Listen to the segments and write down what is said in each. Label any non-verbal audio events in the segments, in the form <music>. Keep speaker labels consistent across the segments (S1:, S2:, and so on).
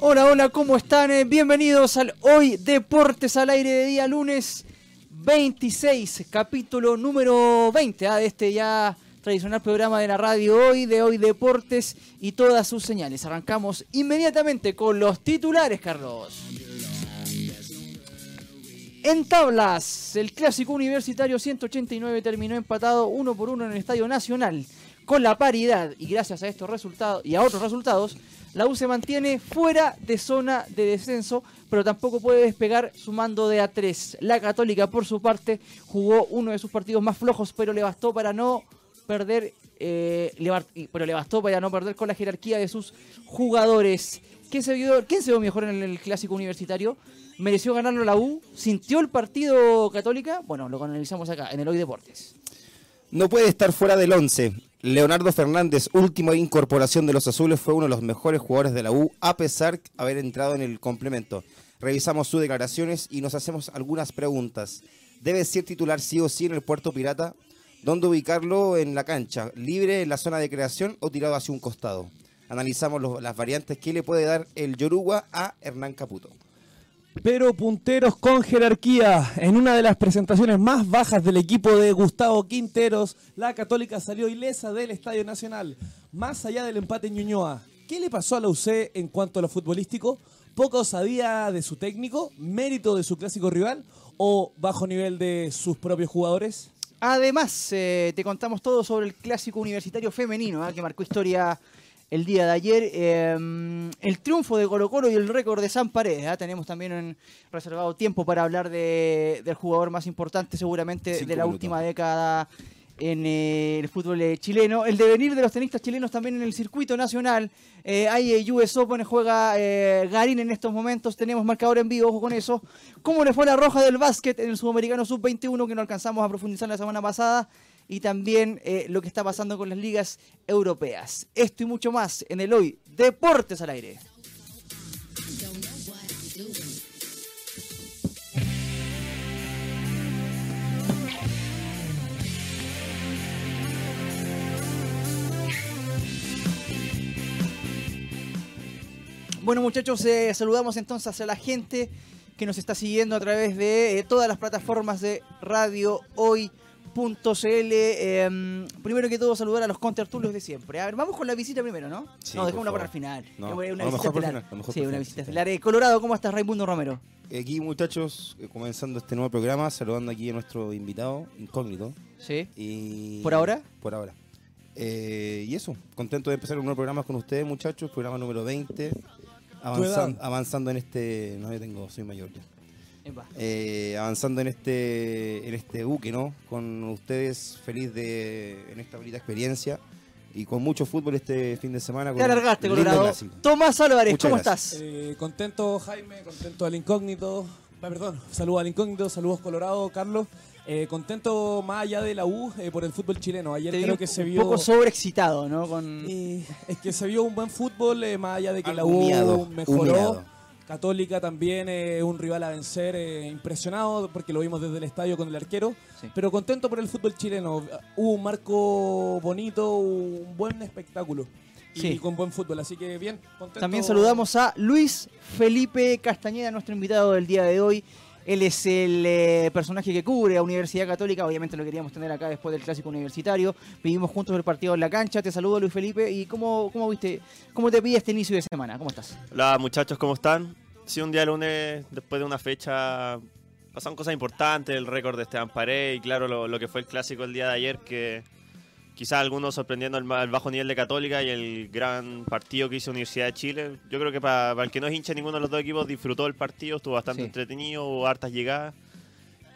S1: Hola, hola, ¿cómo están? Eh, Bienvenidos al Hoy Deportes al Aire de día lunes 26, capítulo número 20 ah, de este ya tradicional programa de la radio Hoy, de Hoy Deportes y todas sus señales. Arrancamos inmediatamente con los titulares, Carlos. En tablas, el clásico universitario 189 terminó empatado uno por uno en el Estadio Nacional. Con la paridad y gracias a estos resultados y a otros resultados, la U se mantiene fuera de zona de descenso, pero tampoco puede despegar sumando de a 3. La Católica, por su parte, jugó uno de sus partidos más flojos, pero le bastó para no perder, eh, le bar- y- pero le bastó para no perder con la jerarquía de sus jugadores. ¿Quién se vio, quién se vio mejor en el clásico universitario? ¿Mereció ganarlo la U? ¿Sintió el partido Católica? Bueno, lo analizamos acá, en el Hoy Deportes.
S2: No puede estar fuera del 11. Leonardo Fernández, última incorporación de los azules, fue uno de los mejores jugadores de la U, a pesar de haber entrado en el complemento. Revisamos sus declaraciones y nos hacemos algunas preguntas. ¿Debe ser titular sí o sí en el Puerto Pirata? ¿Dónde ubicarlo en la cancha? ¿Libre en la zona de creación o tirado hacia un costado? Analizamos los- las variantes que le puede dar el Yoruba a Hernán Caputo.
S3: Pero punteros con jerarquía. En una de las presentaciones más bajas del equipo de Gustavo Quinteros, la Católica salió ilesa del Estadio Nacional, más allá del empate en Ñuñoa. ¿Qué le pasó a la UC en cuanto a lo futbolístico? ¿Poca osadía de su técnico? ¿Mérito de su clásico rival? ¿O bajo nivel de sus propios jugadores?
S1: Además, eh, te contamos todo sobre el clásico universitario femenino ah, que marcó historia el día de ayer. Eh, el triunfo de Colo Colo y el récord de San Paredes. ah. Tenemos también en reservado tiempo para hablar de- del jugador más importante seguramente
S2: Cinco
S1: de la
S2: minutos.
S1: última década en eh, el fútbol eh, chileno. El devenir de los tenistas chilenos también en el circuito nacional. Eh, hay eh, US Open, juega eh, Garín en estos momentos. Tenemos marcador en vivo, ojo con eso. ¿Cómo le fue la roja del básquet en el sudamericano sub-21 que no alcanzamos a profundizar la semana pasada? Y también eh, lo que está pasando con las ligas europeas. Esto y mucho más en el hoy Deportes al Aire. Bueno, muchachos, eh, saludamos entonces a la gente que nos está siguiendo a través de eh, todas las plataformas de Radio Hoy. primero que todo saludar a los contertulios de siempre. A ver, vamos con la visita primero, ¿no?
S2: Sí,
S1: no,
S2: por
S1: dejémosla para
S2: favor.
S1: el final.
S2: No,
S1: Eh,
S2: a
S1: una visita
S2: lo mejor por
S1: estelar.
S2: final, a lo mejor
S1: Sí,
S2: por
S1: una
S2: final,
S1: visita
S2: sí.
S1: estelar. Eh, Colorado, ¿cómo estás, Raimundo Romero?
S2: Aquí muchachos, eh, comenzando este nuevo programa, saludando aquí a nuestro invitado incógnito.
S1: Sí.
S2: Y-
S1: ¿Por ahora?
S2: Por ahora. Eh, y eso, contento de empezar un nuevo programa con ustedes, muchachos. Programa número 20. Avanzan-
S3: edad?
S2: avanzando en este. No, yo tengo, soy mayor ya. Eh, avanzando en este, en este buque, ¿no? Con ustedes, feliz de, en esta bonita experiencia y con mucho fútbol este fin de semana.
S1: Te
S2: con
S1: alargaste,
S2: un lindo
S1: Colorado.
S2: clásico.
S1: Tomás Álvarez,
S2: Muchas
S1: ¿cómo
S2: gracias.
S1: estás?
S3: Eh, contento Jaime, contento al incógnito. Ah, Perdón, saludos al incógnito, saludos Colorado, Carlos. Eh, contento más allá de la U eh, por el fútbol chileno. Ayer
S1: Te vi
S3: creo
S1: un-
S3: que se
S1: un
S3: vio.
S1: poco sobreexcitado, ¿no? Con...
S3: eh, es que se vio un buen fútbol, eh, más allá de que la U
S2: Humillado,
S3: mejoró.
S2: humillado.
S3: Católica también, eh, un rival a vencer, eh, impresionado porque lo vimos desde el estadio con el arquero.
S1: Sí.
S3: Pero contento por el fútbol chileno. Hubo un marco bonito, un buen espectáculo. Y
S1: Sí.
S3: con buen fútbol, así que bien, contento.
S1: También saludamos a Luis Felipe Castañeda, nuestro invitado del día de hoy. Él es el eh, personaje que cubre a Universidad Católica. Obviamente lo queríamos tener acá después del clásico universitario. Vivimos juntos el partido en la cancha. Te saludo, Luis Felipe. ¿Y cómo, cómo viste? ¿Cómo te pide este inicio de semana? ¿Cómo estás?
S4: Hola muchachos, ¿cómo están? Sí, un día lunes, después de una fecha, pasaron cosas importantes, el récord de Esteban Paredes y claro, lo, lo que fue el clásico el día de ayer, que quizás algunos sorprendiendo al ma- al bajo nivel de Católica y el gran partido que hizo Universidad de Chile. Yo creo que para, para el que no es hincha de ninguno de los dos equipos, disfrutó el partido, estuvo bastante
S1: Sí.
S4: entretenido, hubo hartas llegadas.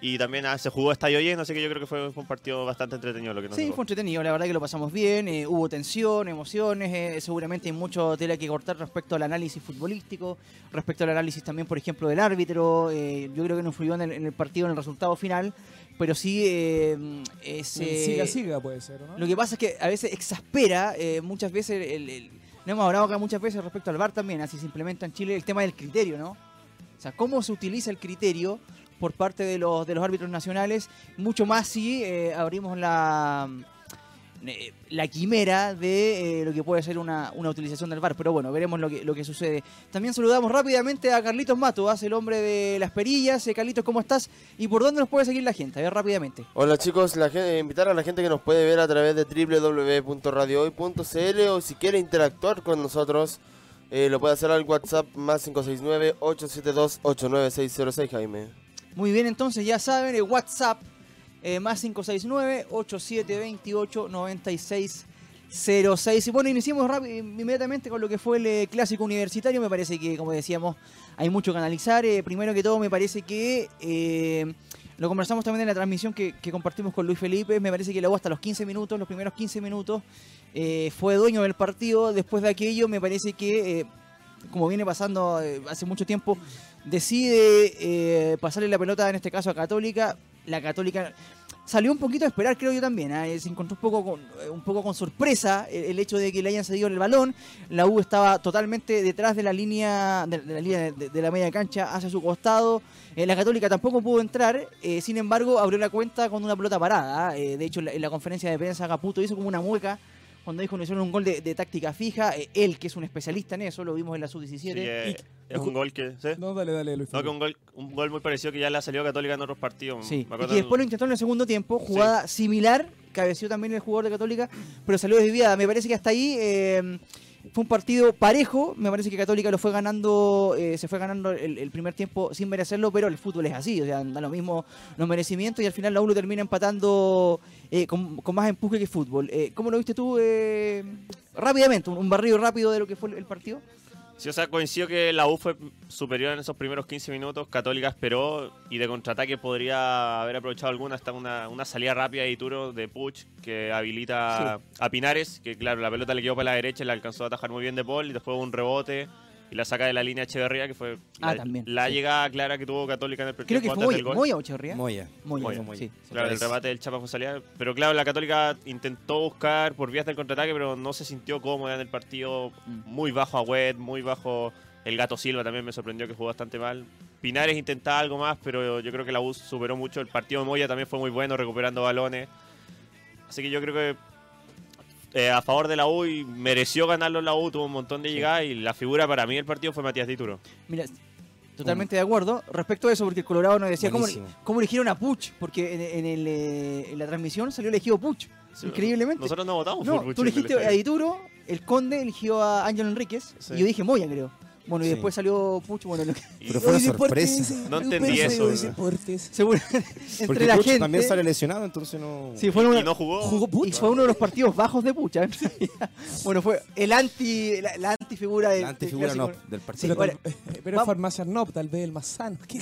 S4: Y también ah, se jugó a estadio lleno, así que yo creo que fue, fue un partido bastante entretenido lo que nos
S1: Sí,
S4: tocó.
S1: fue entretenido, la verdad que lo pasamos bien, eh, hubo tensión, emociones, eh, seguramente hay mucho tela que cortar respecto al análisis futbolístico, respecto al análisis también, por ejemplo, del árbitro, eh, yo creo que no influyó en el, en el partido, en el resultado final, pero sí eh, es,
S3: El
S1: eh,
S3: siga, siga puede ser, ¿no?
S1: Lo que pasa es que a veces exaspera, eh, muchas veces, el, el- no hemos hablado acá muchas veces respecto al VAR también, así se implementa en Chile el tema del criterio, ¿no? O sea, cómo se utiliza el criterio por parte de los, de los árbitros nacionales, mucho más si eh, abrimos la, eh, la quimera de eh, lo que puede ser una, una utilización del VAR. Pero bueno, veremos lo que, lo que sucede. También saludamos rápidamente a Carlitos Mato, hace el hombre de las perillas. Eh, Carlitos, ¿cómo estás? ¿Y por dónde nos puede seguir la gente? A ver, rápidamente.
S5: Hola chicos, la gen- eh, invitar a la gente que nos puede ver a través de www.radiohoy.cl o si quiere interactuar con nosotros, eh, lo puede hacer al WhatsApp más 569-872-89606 Jaime.
S1: Muy bien, entonces ya saben, el WhatsApp eh, más 569-8728-9606. Y bueno, iniciamos rápi- inmediatamente con lo que fue el eh, clásico universitario. Me parece que, como decíamos, hay mucho que analizar. Eh, primero que todo, me parece que eh, lo conversamos también en la transmisión que, que compartimos con Luis Felipe. Me parece que la U hasta los 15 minutos, los primeros 15 minutos, eh, fue dueño del partido. Después de aquello, me parece que. eh, como viene pasando eh, hace mucho tiempo, decide eh, pasarle la pelota en este caso a Católica. La Católica salió un poquito a esperar, creo yo también. ¿eh? Se encontró un poco con, eh, un poco con sorpresa el, el hecho de que le hayan cedido el balón. La U estaba totalmente detrás de la línea de, de la línea de, de la media cancha hacia su costado. Eh, la Católica tampoco pudo entrar, eh, sin embargo abrió la cuenta con una pelota parada. ¿eh? Eh, de hecho, en la, en la conferencia de prensa Caputo hizo como una mueca. Cuando dijo que hicieron un gol de, de táctica fija, Eh, él que es un especialista en eso, lo vimos en la sub-17.
S4: Así que
S3: y-
S4: es un gol que. ¿sí?
S3: No, dale, dale, Luis.
S4: No, que
S3: Felipe.
S4: un gol, un gol muy parecido que ya le ha salido a Católica en otros partidos.
S1: Sí,
S4: Me
S1: y
S4: acuerdo
S1: que después lo
S4: del-
S1: intentó en el segundo tiempo, jugada similar, cabeció también el jugador de Católica, pero salió desviada. Me parece que hasta ahí eh, fue un partido parejo, me parece que Católica lo fue ganando, eh, se fue ganando el, el primer tiempo sin merecerlo, pero el fútbol es así, o sea, da lo mismo los merecimientos y al final la U lo termina empatando eh, con, con más empuje que fútbol. Eh, ¿Cómo lo viste tú eh, rápidamente, un, un barrido rápido de lo que fue el- el partido?
S4: Sí, o sea, coincido que la U fue superior en esos primeros 15 minutos. Católica esperó y de contraataque podría haber aprovechado alguna. Hasta una, una salida rápida y duro de Puch que habilita a Pinares. Que claro, la pelota le quedó para la derecha y la alcanzó a atajar muy bien de Paul. Y después hubo un rebote y la saca de la línea Echeverría, que fue
S1: Ah,
S4: la,
S1: también,
S4: la
S1: sí.
S4: llegada clara que tuvo Católica en el primer
S1: Creo que
S4: tiempo
S1: fue
S4: antes del
S1: Moya,
S4: gol.
S1: Moya o Echeverría.
S2: Moya.
S1: Moya,
S4: Moya.
S1: sí.
S4: Claro, el remate del Chapa fue salida. Pero claro, la Católica intentó buscar por vías del contraataque, pero no se sintió cómoda en el partido.
S1: Mm.
S4: Muy bajo a Wed, muy bajo. El gato Silva también me sorprendió que jugó bastante mal. Pinares intentaba algo más, pero yo creo que la U superó mucho. El partido de Moya también fue muy bueno, recuperando balones. Así que yo creo que eh, a favor de la U y mereció ganarlo la U, tuvo un montón de llegadas y la figura para mí del partido fue Matías Dituro.
S1: Mira, totalmente de acuerdo. Respecto a eso, porque el Colorado nos decía cómo,
S2: Buenísimo.
S1: cómo eligieron a Puch, porque en, en el, eh, en la transmisión salió elegido Puch, increíblemente.
S4: Nosotros no votamos por
S1: no,
S4: Puch
S1: tú
S4: en el
S1: elegiste
S4: estadio.
S1: a Dituro, el Conde eligió a Ángel Enríquez,
S4: Sí.
S1: y yo dije Moya, creo. Bueno, y
S2: Sí.
S1: después salió Puch, bueno, lo que- <laughs>
S2: Pero fue una
S3: Hoy deportes,
S2: sorpresa.
S3: eh,
S4: No
S3: hoy
S4: entendí
S3: deportes,
S4: eso,
S3: hoy
S4: ¿verdad?
S3: deportes.
S1: seguro, entre
S2: Porque
S1: la
S2: Puch
S1: gente.
S2: también sale lesionado, entonces no.
S1: Sí, fue una-
S4: Y no jugó.
S3: Jugó Puch.
S1: y fue uno de los partidos bajos de Puch. ¿eh? <laughs> bueno, fue el anti, la, la antifigura del
S2: la antifigura
S1: del
S2: no,
S1: clásico.
S2: del
S1: Sí,
S2: partido.
S3: pero
S1: ahora-
S3: pero
S1: va-
S3: es farmacia no, tal vez el más sano. ¿Qué?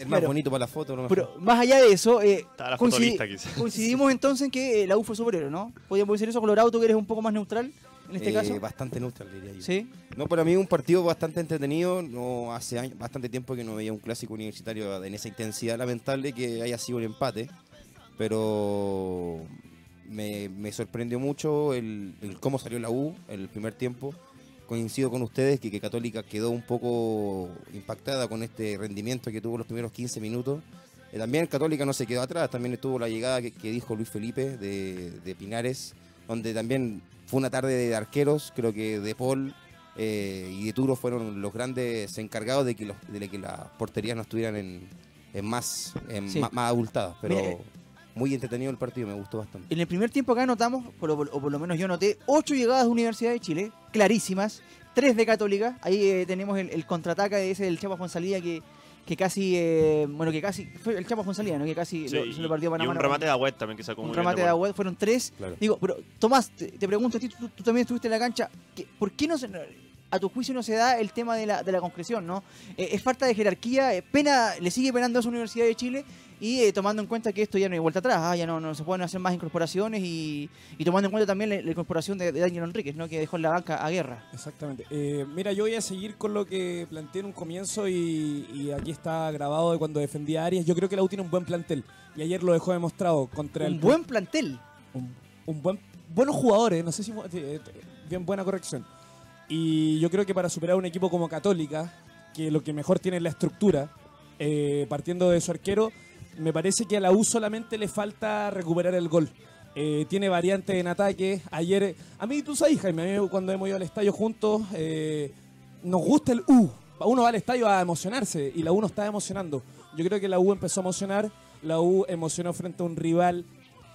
S2: el más
S1: pero-
S2: bonito para la foto. no me
S1: Pero más allá de eso, eh,
S4: Estaba la
S1: coincidi-
S4: fotolista, quizás.
S1: coincidimos entonces en que eh, la U fue superior, ¿no? Podríamos decir eso, Colorado, tú que eres un poco más neutral en este
S2: Eh,
S1: caso.
S2: Bastante neutral, diría yo.
S1: Sí,
S2: No, para mí un partido bastante entretenido. No hace año- bastante tiempo que no veía un clásico universitario en esa intensidad. Lamentable que haya sido un empate. Pero me, me sorprendió mucho el, el cómo salió la U el primer tiempo. Coincido con ustedes que, que Católica quedó un poco impactada con este rendimiento que tuvo los primeros 15 minutos. Eh, también Católica no se quedó atrás, también estuvo la llegada que, que dijo Luis Felipe de, de Pinares, donde también fue una tarde de arqueros, creo que De Paul eh, y de Turo fueron los grandes encargados de que, los, de que las porterías no estuvieran en, en más, en
S1: Sí.
S2: ma- más, abultadas, pero
S1: Mira, eh.
S2: muy entretenido el partido, me gustó bastante.
S1: en el primer tiempo acá notamos, por lo- o por lo menos yo noté, ocho llegadas de Universidad de Chile, clarísimas, tres de Católica. Ahí eh, tenemos el, el contraataca de ese del Chapa Fonsalía que, que casi, eh, bueno, que casi, fue el Chapa Fonsalía, ¿no? Que casi
S4: Sí,
S1: lo- se lo partió
S4: y
S1: Panamá.
S4: un remate de Agüed también que sacó
S1: un
S4: muy bien este
S1: remate de
S4: Agüed.
S1: Agüed, fueron tres.
S2: Claro.
S1: Digo, pero Tomás, te, te pregunto a ti, tú, tú también estuviste en la cancha, ¿qué- ¿por qué no se- no- a tu juicio no se da el tema de la, de la concreción, no? Eh, es falta de jerarquía, eh, pena, le sigue penando a esa Universidad de Chile y eh, tomando en cuenta que esto ya no hay vuelta atrás, ah, ya no, no se pueden hacer más incorporaciones y, y tomando en cuenta también la, la incorporación de, de Daniel Enríquez, ¿no? Que dejó en la banca a guerra.
S3: Exactamente. Eh, mira, yo voy a seguir con lo que planteé en un comienzo y, y aquí está grabado de cuando defendía a Arias. Yo creo que la U tiene un buen plantel y ayer lo dejó demostrado contra el
S1: Un buen plantel.
S3: un, un buen buenos jugadores, no sé si bu- eh, eh, bien buena corrección. Y yo creo que para superar un equipo como Católica, que lo que mejor tiene es la estructura, eh, partiendo de su arquero, me parece que a la U solamente le falta recuperar el gol. eh, tiene variantes en ataque. Ayer, eh, a mí tú sabes, Jaime, a mí cuando hemos ido al estadio juntos, eh, nos gusta el U. Uno va al estadio a emocionarse y la U nos está emocionando. Yo creo que la U empezó a emocionar, la U emocionó frente a un rival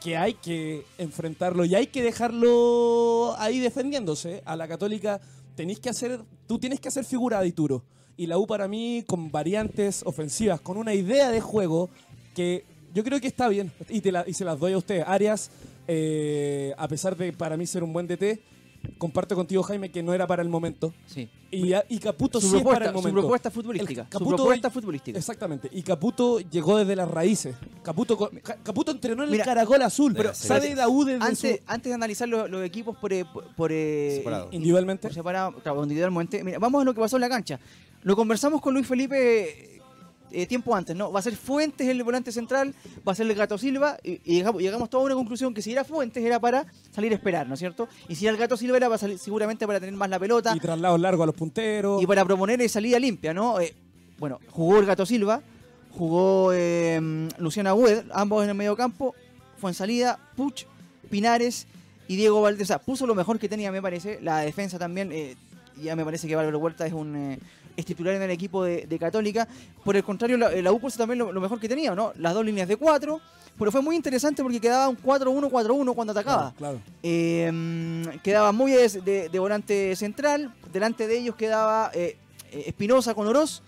S3: que hay que enfrentarlo y hay que dejarlo ahí defendiéndose. A la Católica tenéis que hacer, tú tienes que hacer figura de Ituro. Y la U para mí con variantes ofensivas, con una idea de juego que yo creo que está bien y, te la- y se las doy a ustedes. Arias, eh, a pesar de para mí ser un buen DT, comparto contigo Jaime que no era para el momento.
S1: Sí.
S3: Y, a- y Caputo
S1: Su
S3: sí es para
S1: propuesta,
S3: el
S1: su
S3: momento.
S1: propuesta futbolística.
S3: El
S1: Su
S3: Caputo-
S1: propuesta futbolística.
S3: Exactamente. Y Caputo llegó desde las raíces. Caputo, co- Ca- Caputo entrenó en
S1: Mira,
S3: el Caracol Azul.
S2: pero-
S3: sabe la U desde
S1: Antes,
S3: su-
S1: antes de analizar lo- los, equipos por, eh, por- por, eh,
S2: Separado.
S3: Individualmente.
S1: por separado, claro, individualmente. Mira, vamos a lo que pasó en la cancha. Lo conversamos con Luis Felipe eh, tiempo antes, ¿no? Va a ser Fuentes el volante central, va a ser el Gato Silva, y, y llegamos, llegamos toda una conclusión que si era Fuentes era para salir a esperar, ¿no es cierto? Y si era el Gato Silva era para salir- seguramente para tener más la pelota,
S3: Y traslados largos a los punteros.
S1: y para proponer eh, salida limpia, ¿no? Eh, bueno, jugó el Gato Silva, jugó eh, Luciana Hued, ambos en el medio campo, fue en salida, Puch, Pinares y Diego Valdés. O sea, puso lo mejor que tenía, me parece. La defensa también, eh, ya me parece que Álvaro Huerta es un eh, es titular en el equipo de, de Católica. Por el contrario, la, la U puso también lo, lo mejor que tenía, ¿no? Las dos líneas de cuatro. Pero fue muy interesante porque quedaba un 4-1-4-1 cuando atacaba.
S3: Claro, claro.
S1: Eh, mm, quedaba muy de, de- de volante central. Delante de ellos quedaba eh, eh, Espinosa con Oroz.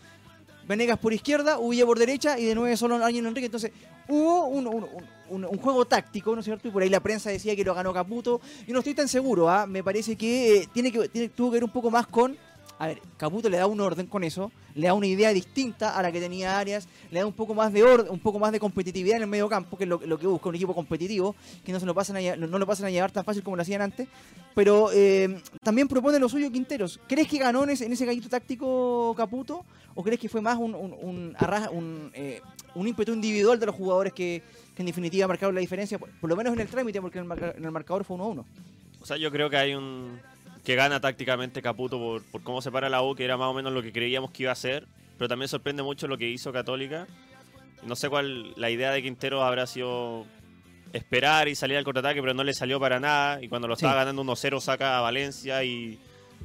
S1: Venegas por izquierda, Uvilla por derecha y de nueve solo Ángel Enrique. Entonces hubo un, un- un- un juego táctico, ¿no es cierto? Y por ahí la prensa decía que lo ganó Caputo. Yo no estoy tan seguro, ¿ah? me parece que, eh, tiene que tiene- tuvo que ver un poco más con... A ver, Caputo le da un orden con eso, le da una idea distinta a la que tenía Arias, le da un poco más de orden, un poco más de competitividad en el medio campo, que es lo, lo que busca un equipo competitivo, que no se lo pasan a, lle- no lo pasan a llevar tan fácil como lo hacían antes. Pero eh, también propone lo suyo Quinteros. ¿Crees que ganó en ese, en ese gallito táctico Caputo? ¿O crees que fue más un, un, un arras- un, eh, un ímpetu individual de los jugadores que, que en definitiva marcaron la diferencia? Por, por lo menos en el trámite, porque en el, marca- en el marcador fue 1-1.
S4: O sea, yo creo que hay un. que gana tácticamente Caputo por, por cómo se para la U, que era más o menos lo que creíamos que iba a hacer. Pero también sorprende mucho lo que hizo Católica. No sé cuál. La idea de Quintero habrá sido esperar y salir al contraataque, pero no le salió para nada. Y cuando lo
S1: Sí.
S4: estaba ganando 1-0, saca a Valencia y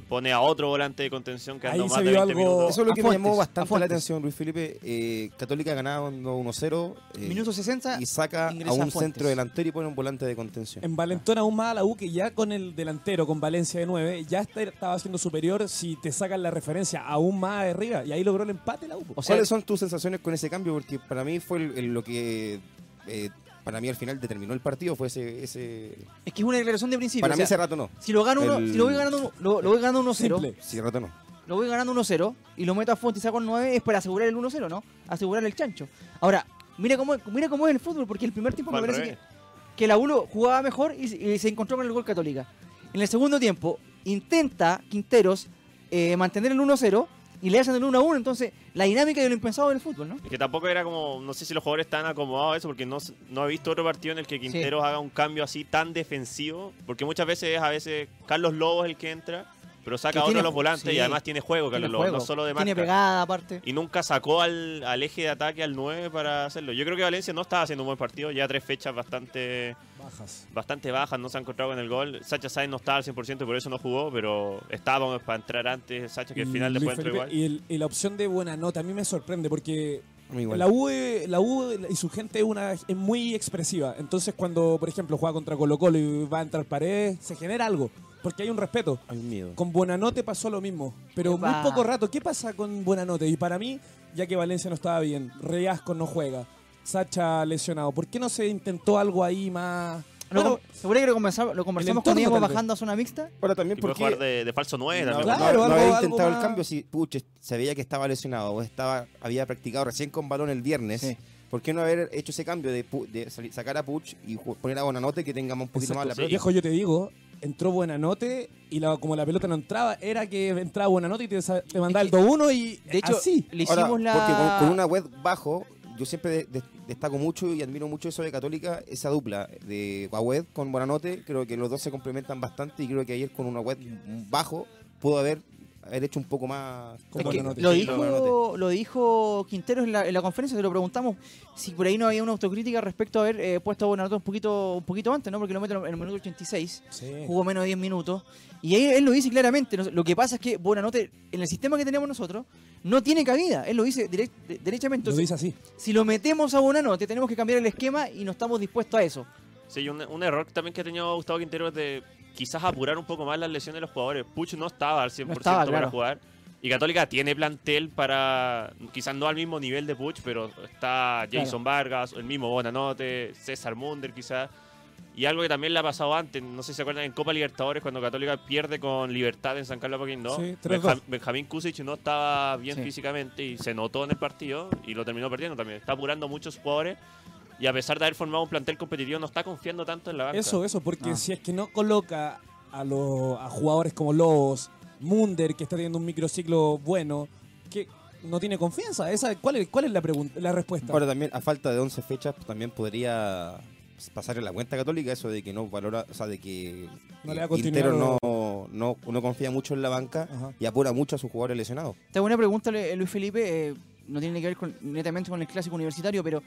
S4: pone a otro volante de contención que
S3: Ahí
S4: andó
S3: se
S4: más de
S3: vio
S4: 20
S3: algo-
S4: minutos.
S2: Eso es lo
S1: A
S2: que
S1: Fuentes,
S2: me llamó
S1: a
S2: bastante la
S1: Fuentes.
S2: atención, Luis Felipe. Eh, Católica ganando 1-0. eh,
S1: Minuto 60.
S2: y saca a
S1: ingresa
S2: un
S1: Fuentes.
S2: centro delantero y pone un volante de contención.
S3: En Valentón aún más a la U que ya con el delantero, con Valencia de 9, ya está- estaba siendo superior si te sacan la referencia aún más arriba. Y ahí logró el empate la U. pues.
S1: O sea,
S2: ¿Cuáles son tus sensaciones con ese cambio? Porque para mí fue el- el- lo que eh, para mí al final determinó el partido, fue ese... ese-
S1: es que es una declaración de principio.
S2: para
S1: o
S2: mí
S1: sea,
S2: ese rato no.
S1: si lo gano uno,
S2: el-
S1: si lo voy ganando, lo, lo voy ganando 1-0,
S3: Simple.
S2: Sí, rato no.
S1: lo voy ganando 1-0 y lo meto a Fuentes y saco el 9 es para asegurar el 1-0, ¿no? Asegurar el chancho. Ahora, mira cómo mira cómo es el fútbol porque el primer tiempo
S4: Fue
S1: me
S4: al
S1: parece que
S4: revés.
S1: que la uno jugaba mejor y, se- y se encontró con el gol Católica. En el segundo tiempo intenta Quinteros eh, mantener el 1-0 y le hacen el 1-1, entonces la dinámica de lo impensado del fútbol, ¿no?
S4: Y que tampoco era como, no sé si los jugadores están acomodados a eso, porque no, s- no he visto otro partido en el que Quinteros haga un cambio así tan defensivo, porque muchas veces es a veces Carlos Lobo es el que entra, pero saca
S1: Que
S4: a otro
S1: tiene
S4: de los
S1: ju-
S4: volantes
S1: sí.
S4: y además tiene juego Carlos
S1: Tiene
S4: Lobo,
S1: juego,
S4: no solo de
S1: tiene
S4: marca.
S1: pegada aparte.
S4: Y nunca sacó al, al eje de ataque al 9 para hacerlo. Yo creo que Valencia no estaba haciendo un buen partido, ya tres fechas bastante,
S3: Bajas.
S4: bastante bajas, no se han encontrado con el gol. Sacha Sainz no estaba al 100% y por eso no jugó, pero estábamos para entrar antes Sacha, que al
S3: Y
S4: final
S3: Luis
S4: después entró
S3: Felipe-
S4: igual.
S3: y el- y la opción de buena nota a mí me sorprende porque
S2: A mí igual.
S3: La U, eh, la U y su gente es, una, es muy expresiva. Entonces, cuando, por ejemplo, juega contra Colo Colo y va a entrar paredes, se genera algo. Porque hay un respeto.
S2: Hay un miedo.
S3: Con Buenanote pasó lo mismo. Pero
S1: Epa.
S3: muy poco rato. ¿Qué pasa con Buenanote? Y para mí, ya que Valencia no estaba bien, Reasco no juega, Sacha lesionado. ¿Por qué no se intentó algo ahí más?
S1: Lo
S3: Bueno,
S1: com- seguro que lo conversamos, lo conversamos cuando
S3: entorno,
S1: íbamos
S3: tal vez.
S1: bajando a zona mixta.
S2: Ahora
S4: Y
S2: también
S4: puede
S2: porque...
S4: jugar de, de falso 9
S2: No,
S4: también.
S2: no-
S3: Claro,
S2: no
S3: algo-
S2: había
S3: algo
S2: intentado
S3: más-
S2: el cambio si puche, sabía que estaba lesionado o estaba, había practicado recién con balón el viernes.
S1: Sí.
S2: ¿Por qué no haber hecho ese cambio de, pu- de sali- sacar a Puch y ju- poner a Bonanote que tengamos un poquito más la
S3: Exacto.
S2: pelota?
S3: Viejo, yo te digo, entró Buenanote y la- como la pelota no entraba, era que entraba Buenanote y te, sa- te mandaba
S1: Es que-
S3: el 2-1 y
S1: De hecho,
S3: así.
S1: le
S2: Ah, Ahora,
S1: hicimos la
S2: Porque con, con una web bajo, yo siempre de- de- destaco mucho y admiro mucho eso de Católica, esa dupla de web con Bonanote. Creo que los dos se complementan bastante y creo que ayer con una web bajo pudo haber haber hecho un poco más.
S3: Como
S1: Es que
S3: lo noté.
S1: lo,
S2: Sí, como lo noté.
S1: dijo, lo dijo Quintero en la, en la conferencia, se lo preguntamos si por ahí no había una autocrítica respecto a haber eh, puesto a Bonanote un poquito, un poquito antes, ¿no? Porque lo meten en el minuto 86,
S3: Sí.
S1: jugó menos de 10 minutos. Y ahí él lo dice claramente. no sé, Lo que pasa es que Bonanote, en el sistema que tenemos nosotros, no tiene cabida. Él lo dice direct- de- derechamente.
S3: lo
S1: Entonces,
S3: dice así.
S1: si lo metemos a Bonanote, tenemos que cambiar el esquema y no estamos dispuestos a eso.
S4: Sí, y un, un error también que ha tenido Gustavo Quintero es de quizás apurar un poco más las lesiones de los jugadores. Puch no estaba al 100%
S1: No estaba,
S4: para
S1: claro.
S4: jugar. Y Católica tiene plantel para, quizás no al mismo nivel de Puch, pero está Jason Vargas, el mismo Bonanote, César Munder quizás. Y algo que también le ha pasado antes, no sé si se acuerdan, en Copa Libertadores cuando Católica pierde con Libertad en San Carlos de Apoquindo,
S3: Sí, 3-2.
S4: Benja- Benjamín Kusic no estaba bien
S1: Sí.
S4: físicamente y se notó en el partido y lo terminó perdiendo también. Está apurando muchos jugadores y a pesar de haber formado un plantel competitivo, no está confiando tanto en la banca.
S3: Eso, eso, porque
S1: Ah.
S3: si es que no coloca a, los a jugadores como Lobos, Munder, que está teniendo un microciclo bueno, que no tiene confianza. Esa, ¿Cuál es, cuál es la, pregun- la respuesta?
S2: Ahora también, a falta de 11 fechas, pues, también podría pasar en la cuenta católica eso de que no valora, o sea, de que
S3: No le da
S2: eh,
S3: continuidad
S2: Quintero no, no, no confía mucho en la banca
S3: Ajá.
S2: y apura mucho a sus jugadores lesionados.
S1: Te hago una pregunta, Le- Luis Felipe. eh, no tiene que ver con- netamente con el clásico universitario, pero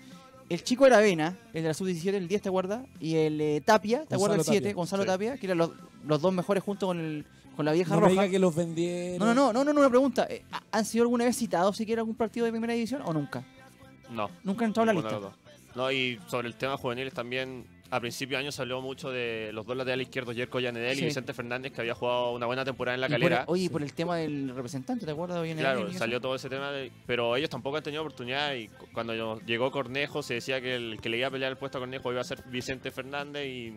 S1: el chico Aravena, el de la sub-17, el 10, ¿te acuerdas? Y el eh, Tapia, ¿te acuerdas? El
S3: Gonzalo
S1: 7,
S3: Tapia.
S1: Gonzalo
S4: Sí.
S1: Tapia, que eran los, los dos mejores junto con, el, con la vieja
S3: No me
S1: roja.
S3: diga que los vendieron.
S1: No, no, no, no, no, no, una pregunta. eh, ¿ha- ¿Han sido alguna vez citados siquiera algún partido de primera división o nunca?
S4: No.
S1: Nunca han entrado a la
S4: ninguno de
S1: lista.
S4: los dos. No, y sobre el tema juveniles también, a principio de año se habló mucho de los dos laterales izquierdos, Jerko Yanedel
S1: Sí.
S4: y Vicente Fernández, que había jugado una buena temporada en la
S1: Y por-
S4: calera.
S1: oye, y por el tema del representante, ¿te acuerdas? Hoy en el
S4: Claro,
S1: año y eso.
S4: salió todo ese tema, de- pero ellos tampoco han tenido oportunidad y cu- cuando yo- llegó Cornejo se decía que el que le iba a pelear el puesto a Cornejo iba a ser Vicente Fernández y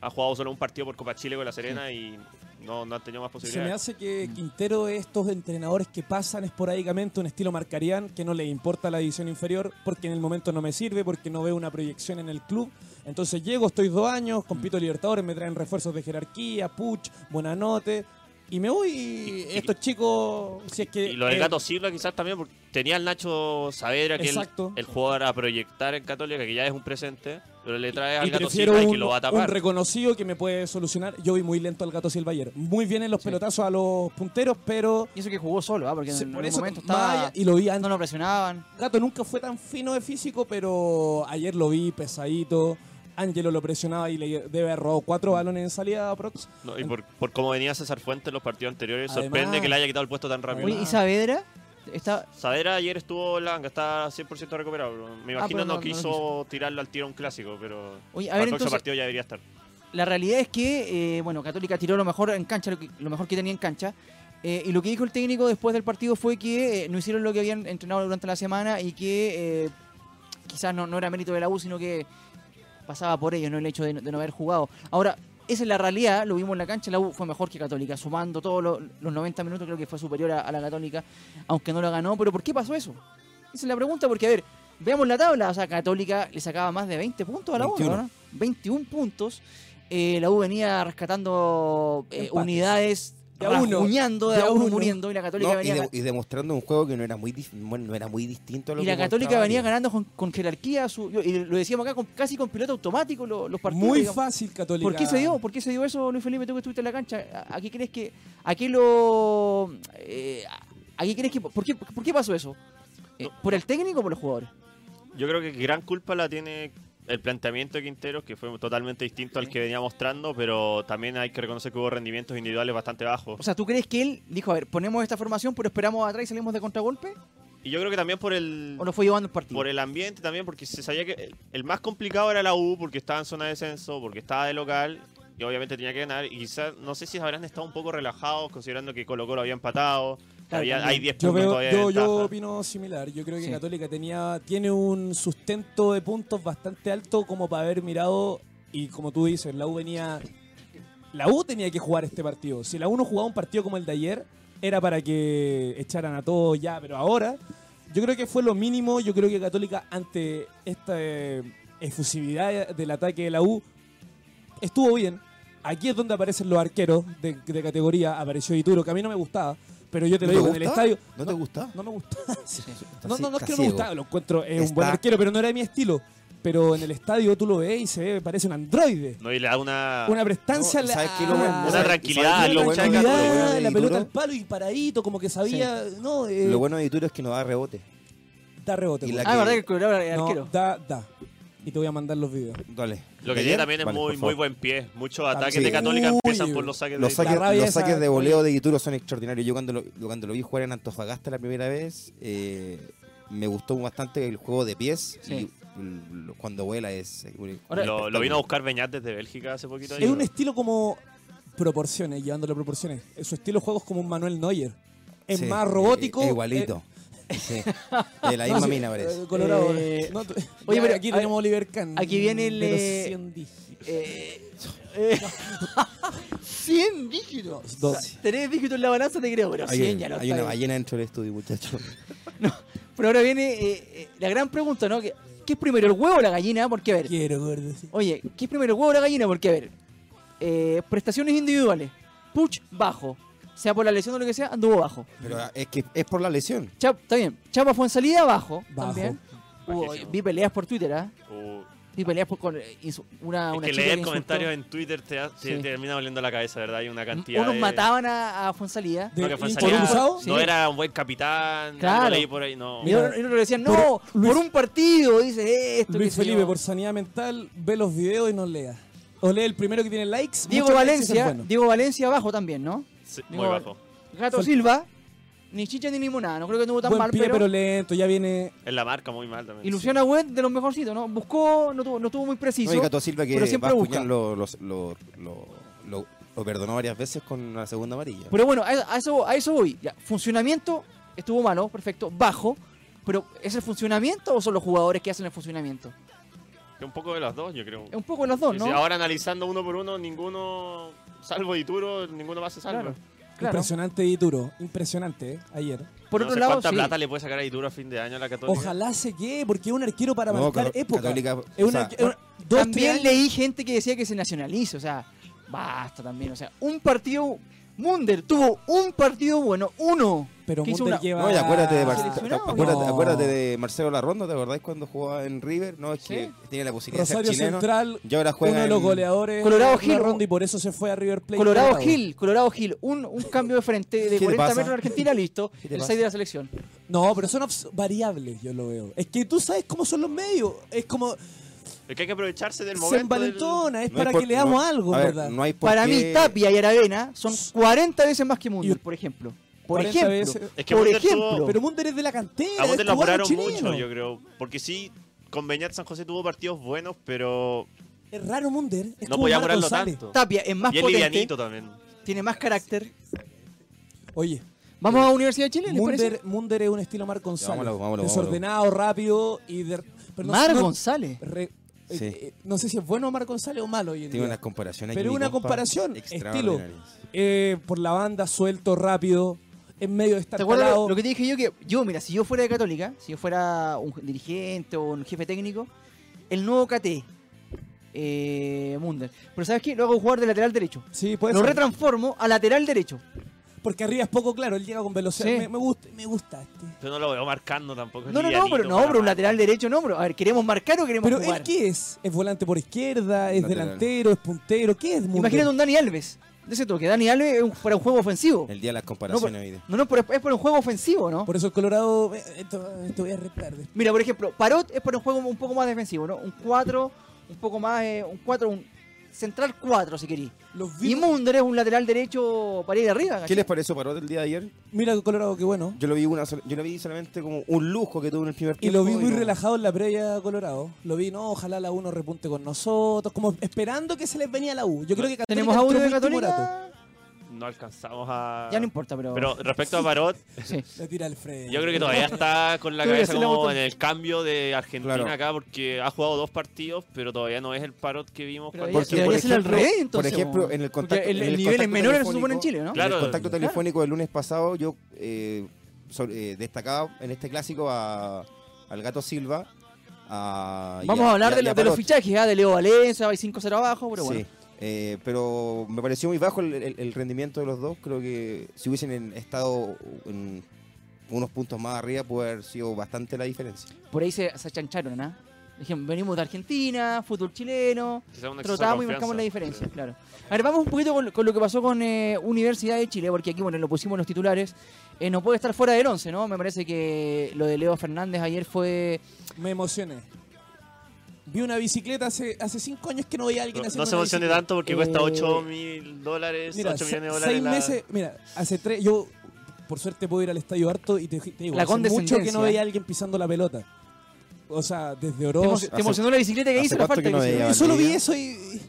S4: ha jugado solo un partido por Copa Chile con la Serena y no, no han tenido más
S3: Se me
S4: posibilidades.
S3: hace que
S4: Mm.
S3: Quintero es estos entrenadores que pasan esporádicamente un estilo marcarían, que no le importa la división inferior, porque en el momento no me sirve, porque no veo una proyección en el club. Entonces llego, estoy dos años,
S4: Mm.
S3: compito Libertadores, me traen refuerzos de jerarquía, Puch, Buenanote, y me voy. Y
S4: Y- y-
S3: estos chicos, si es que.
S4: Y lo del
S3: eh,
S4: Gato Silva quizás también, porque tenía al Nacho Saavedra, que es el,
S3: Exacto.
S4: el jugador a proyectar en Católica, que ya es un presente, pero le trae al
S3: y
S4: Gato
S3: prefiero
S4: Silva y
S3: un,
S4: que lo va a
S3: un
S4: tapar.
S3: reconocido que me puede solucionar. Yo vi muy lento al gato Silva ayer. Muy bien en los pelotazos a los punteros, pero
S1: Y eso que jugó solo, ¿ah? Porque
S3: se-
S1: en
S3: por
S1: algún
S3: eso
S1: momento
S3: Maya-
S1: estaba...
S3: y lo vi antes.
S1: No lo presionaban.
S3: Gato nunca fue tan fino de físico, pero ayer lo vi pesadito. Angelo lo presionaba y le debe haber robado cuatro balones en salida a Prox.
S4: No, y por, por cómo venía César Fuentes en los partidos anteriores, sorprende
S3: Además-
S4: que le haya quitado el puesto tan rápido.
S1: Oye, ¿y Saavedra? Está...
S4: Saavedra ayer estuvo en la banca, está 100% recuperado. bro. Me imagino
S1: pero no-
S4: no,
S1: no lo
S4: quiso
S1: quiso.
S4: tirarlo al tiro a un clásico, pero
S1: Oye, a ver,
S4: para el próximo
S1: entonces,
S4: partido ya debería estar.
S1: La realidad es que, eh, bueno, Católica tiró lo mejor en cancha, lo, que- lo mejor que tenía en cancha. eh, y lo que dijo el técnico después del partido fue que eh, no hicieron lo que habían entrenado durante la semana y que eh, quizás no, no era mérito de la U, sino que pasaba por ellos, no el hecho de, no- de no haber jugado. Ahora, esa es la realidad, lo vimos en la cancha, la U fue mejor que Católica, sumando todos lo- los 90 minutos creo que fue superior a, a la Católica, aunque no la ganó. Pero ¿por qué pasó eso? Esa es la pregunta, porque a ver, veamos la tabla, o sea, Católica le sacaba más de 20 puntos a la U,
S2: 21.
S1: ¿no? 21 puntos. Eh, la U venía rescatando eh,
S3: Empates.
S1: unidades,
S3: De a uno.
S1: rasguñando de
S3: De
S1: a
S3: a
S1: uno,
S3: uno.
S1: muriendo, y la Católica
S2: No, y,
S1: venía,
S2: de- y demostrando un juego que no era muy, dif- bueno, no era muy distinto a lo
S1: y
S2: que
S1: la Católica
S2: mostraba
S1: venía
S2: ayer.
S1: ganando con, con jerarquía, su- yo- y lo decíamos acá, con- casi con piloto automático lo- los partidos.
S3: Muy
S1: digamos.
S3: fácil, Católica.
S1: ¿Por qué se dio? ¿Por qué se dio eso, Luis Felipe? Tú que estuviste en la cancha, ¿a, a qué crees que, a qué lo, eh, a qué crees que, por qué, por qué pasó eso? Eh, ¿Por el técnico o por los jugadores?
S4: Yo creo que gran culpa la tiene el planteamiento de Quintero, que fue totalmente distinto al que venía mostrando, pero también hay que reconocer que hubo rendimientos individuales bastante bajos.
S1: O sea, ¿tú crees que él dijo, a ver, ponemos esta formación, pero esperamos atrás y salimos de contragolpe?
S4: Y yo creo que también por el
S1: ¿O lo fue llevando el partido?
S4: por el ambiente también, porque se sabía que el- el más complicado era la U, porque estaba en zona de descenso, porque estaba de local, y obviamente tenía que ganar. Y quizás, no sé si habrán estado un poco relajados, considerando que Colo Colo había empatado, que
S1: Claro,
S4: había-
S1: también.
S4: hay 10
S3: Yo,
S4: puntos
S3: veo,
S4: todavía de
S3: yo, yo
S4: ventaja.
S3: opino similar. Yo creo que
S1: Sí.
S3: Católica tenía, tiene un sustento de puntos bastante alto como para haber mirado. Y como tú dices, la U venía. La U tenía que jugar este partido. Si la U no jugaba un partido como el de ayer, era para que echaran a todos ya. Pero ahora, yo creo que fue lo mínimo. Yo creo que Católica, ante esta eh, efusividad del ataque de la U, estuvo bien. Aquí es donde aparecen los arqueros de, de categoría. Apareció Ituro, que a mí no me gustaba. Pero yo te
S2: ¿No
S3: lo
S2: te
S3: digo, en el
S2: gusta?
S3: estadio.
S2: ¿No te gusta?
S3: No me gusta.
S2: Estás
S3: No, no, no es
S2: estás
S3: que no me
S2: ciego.
S3: gustaba, lo encuentro, es un
S2: Está-
S3: buen arquero, pero no era de mi estilo. pero en el estadio tú lo ves y se ve, parece un androide.
S4: No, y le da una.
S3: Una prestancia,
S2: No,
S3: la,
S2: ¿sabes qué lo bueno?
S4: Una
S2: ¿Sabes-
S4: tranquilidad,
S2: ¿sabes qué
S4: lo
S2: lo bueno
S4: bueno de-
S2: de-
S3: tranquilidad,
S2: lo bueno de
S3: la pelota al
S2: Dituro?
S3: palo y paradito, como que sabía, no, eh,
S2: Lo bueno de Dituro es que no da rebote.
S3: da rebote.
S2: y
S3: güey.
S2: la-
S1: Ah, verdad que el Colorado era el
S3: No,
S1: arquero.
S3: da, da. Y te voy a mandar los videos.
S2: Dale. ¿De
S4: Lo que tiene
S2: ayer?
S4: también es
S2: Vale,
S4: muy,
S2: por
S4: muy
S2: favor. Ah,
S4: buen pie. Muchos ataques
S2: sí.
S4: de Católica
S3: Uy,
S4: empiezan por los saques
S2: Los
S4: de
S2: saques,
S3: rabia
S2: los
S3: esa-
S2: saques de voleo de Dituro son extraordinarios. Yo cuando lo, yo cuando lo vi jugar en Antofagasta la primera vez, eh, me gustó bastante el juego de pies.
S1: Sí.
S2: Y l- lo- cuando vuela es... eh, un
S1: Ahora-
S4: lo, lo
S2: espectáculo.
S4: vino a buscar Beñat desde Bélgica hace poquito. ahí,
S3: Es un
S4: pero-
S3: estilo como proporciones, llevándole proporciones. Su estilo de juego es como un Manuel Neuer. Es
S2: Sí,
S3: más
S2: eh,
S3: robótico.
S2: eh,
S3: eh,
S2: igualito. Sí. De la
S3: no,
S2: misma
S3: sí,
S2: mina
S3: eh,
S2: parece.
S3: Colorado.
S1: Eh,
S3: No,
S1: <laughs>
S3: tú-
S1: oye,
S3: ya,
S1: pero-
S3: aquí
S1: a-
S3: tenemos a Oliver Kahn.
S1: aquí viene el,
S3: de los
S1: eh,
S3: 100 dígitos.
S1: Eh, eh, 100 dígitos.
S3: Dos.
S1: O sea, tenés dígitos en la balanza, te creo, pero 100 ya no
S2: hay
S1: está
S2: una
S1: bien.
S2: ballena dentro del estudio, muchachos.
S1: Pero ahora viene eh, eh, la gran pregunta, ¿no? ¿Qué, qué es primero, el huevo o la gallina? Porque, a ver,
S3: Quiero, gordo. sí.
S1: oye, ¿qué es primero, el huevo o la gallina? Porque, a ver, eh, prestaciones individuales, push bajo, sea por la lesión o lo que sea, anduvo bajo.
S2: Pero ah, es que es por la lesión.
S1: Chap, está bien, Chapa fue en salida bajo,
S3: Bajo.
S1: también. Hubo-
S4: Bajísimo.
S1: vi peleas por Twitter, ¿ah?
S4: Uh,
S1: Vi peleas por, con eh, insu- una,
S4: es
S1: una
S4: que
S1: chica
S4: leer
S1: que insultó.
S4: comentarios en Twitter te, ha- te-
S1: Sí.
S4: te termina doliendo la cabeza, ¿verdad? Hay una cantidad.
S1: Mm, Unos
S4: de-
S1: mataban a, a Fuensalida.
S3: De-
S4: No, que fue
S3: ¿Por
S4: salida-
S3: un cruzado?
S4: no
S1: Sí.
S4: era un buen capitán.
S1: Claro.
S4: Claro. Por ahí, por ahí, no.
S1: Y
S3: Mira,
S1: otro- y otro le decían,
S3: por-
S1: no,
S3: Luis-
S1: por un partido, dice esto.
S3: Luis
S1: qué sé
S3: Felipe,
S1: yo.
S3: por sanidad mental, ve los videos y nos lea. O lee el primero que tiene likes.
S1: Diego
S3: muchos likes y es
S1: Valencia,
S3: bueno.
S1: Diego Valencia abajo también, ¿no?
S4: Sí,
S1: Digo,
S4: muy bajo.
S1: Gato
S3: Sol-
S1: Silva, ni chicha ni limonada, no creo que tuvo tan
S3: Buen
S1: mal,
S3: pie, pero...
S1: pero,
S3: lento. Ya viene.
S4: En la marca, muy mal también.
S1: y Luciana Wet de los mejorcitos, ¿no? Buscó, no tuvo, no tuvo muy preciso.
S2: No, y Gato Silva que
S1: pero siempre
S2: Vasco
S1: busca.
S2: Ñan lo, los- lo- lo- lo- lo perdonó varias veces con la segunda amarilla.
S1: Pero bueno, a, a eso, a eso voy. Ya, funcionamiento estuvo malo, perfecto, bajo. Pero ¿es el funcionamiento o son los jugadores que hacen el funcionamiento?
S4: Sí. Que Un poco de las dos, yo creo.
S1: Es un poco las dos,
S4: Y
S1: ¿no?
S4: si ahora analizando uno por uno, ninguno, salvo Dituro, ninguno más se salva.
S1: Claro. Claro.
S3: Impresionante y duro. Impresionante, eh, ayer.
S1: Por
S4: no
S1: otro
S4: sé
S1: lado,
S4: cuánta
S1: sí.
S4: plata le puede sacar a Dituro a fin de año a la Católica.
S3: Ojalá se quede, porque es un arquero para
S2: No,
S3: marcar
S2: Cato-
S3: época.
S2: Católica,
S3: es
S2: o
S3: un
S2: sea,
S3: arque- es un- dos, tres
S1: también
S3: años.
S1: leí gente que decía que se nacionalice, o sea, basta también, o sea, un partido Munder tuvo un partido bueno, uno.
S3: Pero
S1: que hizo
S3: Munder
S1: una-
S3: lleva.
S2: No, y acuérdate de, Mar-
S1: Seleccionado,
S2: te- acuérdate,
S3: no.
S2: acuérdate de Marcelo Larrondo, ¿te acordáis cuando jugaba en River? No, es que
S1: Sí.
S2: tiene la posibilidad de
S3: Rosario
S2: ser chileno.
S3: Central,
S2: Y ahora
S3: uno
S2: juega
S3: de los
S2: en-
S3: goleadores.
S1: Colorado
S3: de la
S1: Gil.
S3: ronda y por eso se fue a River Plate.
S1: Colorado Gil, Colorado Gil, un, un cambio de frente
S2: ¿Qué
S1: de
S2: te
S1: 40
S2: pasa?
S1: metros en Argentina, listo,
S2: ¿Qué te
S1: el
S2: pasa?
S1: 6 de la selección.
S3: No, pero son obs- variables, yo lo veo. Es que tú sabes cómo son los medios. Es como.
S4: Es que hay que aprovecharse del
S3: se
S4: momento. del-
S3: envalentona, es
S2: No hay
S3: para
S2: por-
S3: que leamos
S2: no-
S3: algo,
S2: a ver,
S3: ¿verdad?
S2: No hay por
S1: Para
S2: qué-
S1: mí, Tapia y Aravena son 40 veces más que Munder, por ejemplo. Por
S3: 40
S1: ejemplo.
S3: veces.
S4: Es que
S1: por
S4: Munder
S1: ejemplo.
S4: tuvo-
S3: Pero Munder es de la cantera.
S4: A
S3: es
S4: Montes lo
S3: cubano,
S4: apuraron
S3: chileno.
S4: mucho, yo creo. Porque sí, con Beñat San José tuvo partidos buenos, pero
S3: Es raro Munder. Es
S4: no
S3: como
S4: podía
S3: Omar
S4: apurarlo
S3: González.
S4: tanto.
S1: Tapia es más
S4: Y es
S1: potente,
S4: livianito también.
S1: tiene más carácter.
S3: Oye,
S1: Vamos a Universidad de Chile, ¿les parece?
S3: Munder, Munder es un estilo Mar González.
S2: vámonos, vámonos,
S3: desordenado, rápido y de. pero no-
S1: Mar
S3: no-
S1: González.
S3: re- eh,
S2: Sí.
S3: eh, no sé si es bueno Mar González o malo. hoy en
S2: Tiene
S3: día.
S2: unas comparaciones.
S3: Pero
S2: aquí, mi
S3: una
S2: compa,
S3: comparación,
S2: extraordinarias.
S3: Eh, por la banda, suelto, rápido, en medio de estar
S1: ¿Te acuerdas
S3: calado.
S1: lo, lo que te dije yo? Que yo, mira, si yo fuera de Católica, si yo fuera un dirigente o un jefe técnico, el nuevo KT, eh, Munder. Pero ¿sabes qué? Lo hago jugar de lateral derecho.
S3: Sí, puede
S1: Lo
S3: ser.
S1: retransformo a lateral derecho.
S3: Porque arriba es poco claro, él llega con velocidad.
S1: Sí.
S3: Me, me gusta, me gusta este.
S4: Yo no lo veo marcando tampoco. es
S1: No, no, no,
S4: livianito
S1: pero no,
S4: para
S1: pero un
S4: marcar.
S1: lateral derecho no, pero a ver, ¿queremos marcar o queremos
S3: Pero
S1: jugar?
S3: él qué es? ¿Es volante por izquierda? ¿Es
S2: Lateral.
S3: delantero? ¿Es puntero? ¿Qué es? Mundo?
S1: Imagínate un Dani Alves. De ese toque, Dani Alves es un- para un juego ofensivo.
S2: El día de las
S1: No, por-
S2: comparaciones. hoy día.
S1: no, no, pero es para un juego ofensivo, ¿no?
S3: Por eso el Colorado. eh, Esto, esto voy a retar. después.
S1: Mira, por ejemplo, Parot es para un juego un poco más defensivo, ¿no? Un 4, un poco más, eh, un 4, un central 4, si querís.
S3: Los vi-
S1: Y Munder es un lateral derecho para ir arriba. ¿cachai?
S2: ¿Qué les pareció Parot el día de ayer?
S3: Mira Colorado, qué bueno.
S2: Yo lo vi una sola- yo lo vi solamente como un lujo que tuvo en el primer
S3: Y
S2: tiempo.
S3: lo vi muy
S2: no-
S3: relajado en la previa Colorado. Lo vi, no, ojalá la U no repunte con nosotros. Como esperando que se les venía la U. Yo creo que Católica
S1: ¿Tenemos
S3: entró
S1: audio de
S3: muy timorato.
S1: Católica?
S4: No alcanzamos a.
S1: Ah, Ya no importa, pero...
S4: Pero respecto a Parot,
S2: <laughs>
S1: Sí.
S3: Le tira al frente.
S4: yo creo que todavía está con la
S1: Creo que
S4: cabeza
S1: sí la
S4: como
S1: botó.
S4: en el cambio de Argentina
S2: Claro.
S4: acá, porque ha jugado dos partidos, pero todavía no es el Parot que vimos.
S1: Pero
S4: cuando-
S1: Porque, debería
S2: por
S1: ser al
S2: ejemplo-
S1: revés, entonces.
S2: por ejemplo,
S1: bueno.
S2: en el
S1: Porque
S2: contacto-
S1: El,
S2: en el
S1: el nivel es
S2: contacto
S1: menor al que se
S2: telefónico-
S1: supone en Chile, ¿no?
S4: Claro.
S2: En el contacto telefónico del lunes pasado, yo eh, sobre- eh, destacaba en este clásico a- al gato Silva. a- y
S1: Vamos a hablar
S2: y
S1: de,
S2: y
S1: la- de los
S2: Parot.
S1: fichajes, ¿ah? de Leo Valencia, hay 5-0 abajo, pero bueno.
S2: Sí, eh, pero me pareció muy bajo el, el- el rendimiento de los dos. Creo que si hubiesen en- estado en unos puntos más arriba, puede haber sido bastante la diferencia.
S1: Por ahí se, se achancharon, ¿ah? Dijimos, venimos de Argentina, fútbol chileno,
S4: Quizá un exceso de
S1: trotamos y
S4: confianza.
S1: marcamos la diferencia, claro. A ver, vamos un poquito con, con lo que pasó con eh, Universidad de Chile, porque aquí, bueno, lo pusimos en los titulares. Eh, no puede estar fuera del 11, ¿no? Me parece que lo de Leo Fernández ayer fue...
S3: Me emocioné. Vi una bicicleta hace, hace cinco años que no veía a alguien
S4: No,
S3: haciendo
S4: no se
S3: una
S4: emocione
S3: bicicleta.
S4: tanto porque cuesta
S3: Eh,
S4: 8 mil dólares,
S3: Mira, se-
S4: 8 millones de dólares.
S3: seis
S4: la-
S3: meses. Mira, hace tres. Yo, por suerte, puedo ir al estadio harto y te, te digo,
S1: La
S3: hace mucho que
S1: condescendencia.
S3: no veía a alguien pisando la pelota. O sea, desde
S1: Te,
S3: Oroz.
S1: emo- te emocionó la bicicleta que
S2: hace
S1: hizo, la
S2: cuánto
S1: falta
S2: que no
S1: que hizo.
S2: veía,
S3: Yo solo vi
S2: Valdivia.
S3: eso y. y-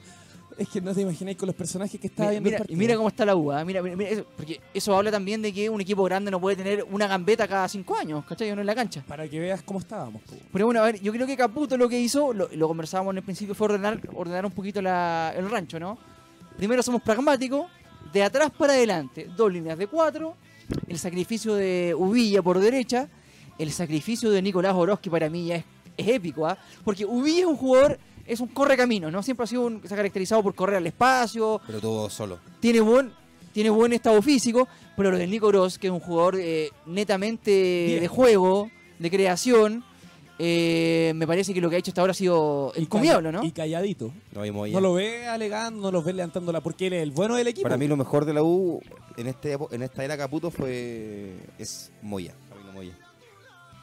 S3: Es que no te imagináis con los personajes que estaba
S1: Mi-
S3: viendo. el
S1: Mira, y
S3: partido.
S1: mira cómo está la U, ah, mira, mira, mira, eso, porque eso habla también de que un equipo grande no puede tener una gambeta cada cinco años, ¿cachai? O no en la cancha.
S3: Para que veas cómo estábamos. po.
S1: Pero bueno, a ver, yo creo que Caputo lo que hizo, lo, lo conversábamos en el principio, fue ordenar, ordenar un poquito la- el rancho, ¿no? Primero somos pragmáticos, de atrás para adelante, dos líneas de cuatro, el sacrificio de Ubilla por derecha, el sacrificio de Nicolás Oroz, que para mí ya es, es épico, ¿ah? Porque Ubilla es un jugador, es un correcaminos, ¿no? Siempre ha sido un- se ha caracterizado por correr al espacio,
S2: Pero tuvo solo.
S1: tiene buen tiene buen estado físico, pero lo del Nico Gross, que es un jugador eh, netamente de
S3: Bien.
S1: juego, de creación, eh, me parece que lo que ha hecho hasta ahora ha sido
S3: Y
S1: encomiable,
S3: calla-
S1: ¿no?
S3: Y calladito.
S2: No vimos
S3: No
S2: bien.
S3: lo ve alegando, no los ve levantándola porque él es el bueno del equipo.
S2: Para mí lo mejor de la U en, este, epo- en esta era Caputo fue es Moya. Camilo Moya.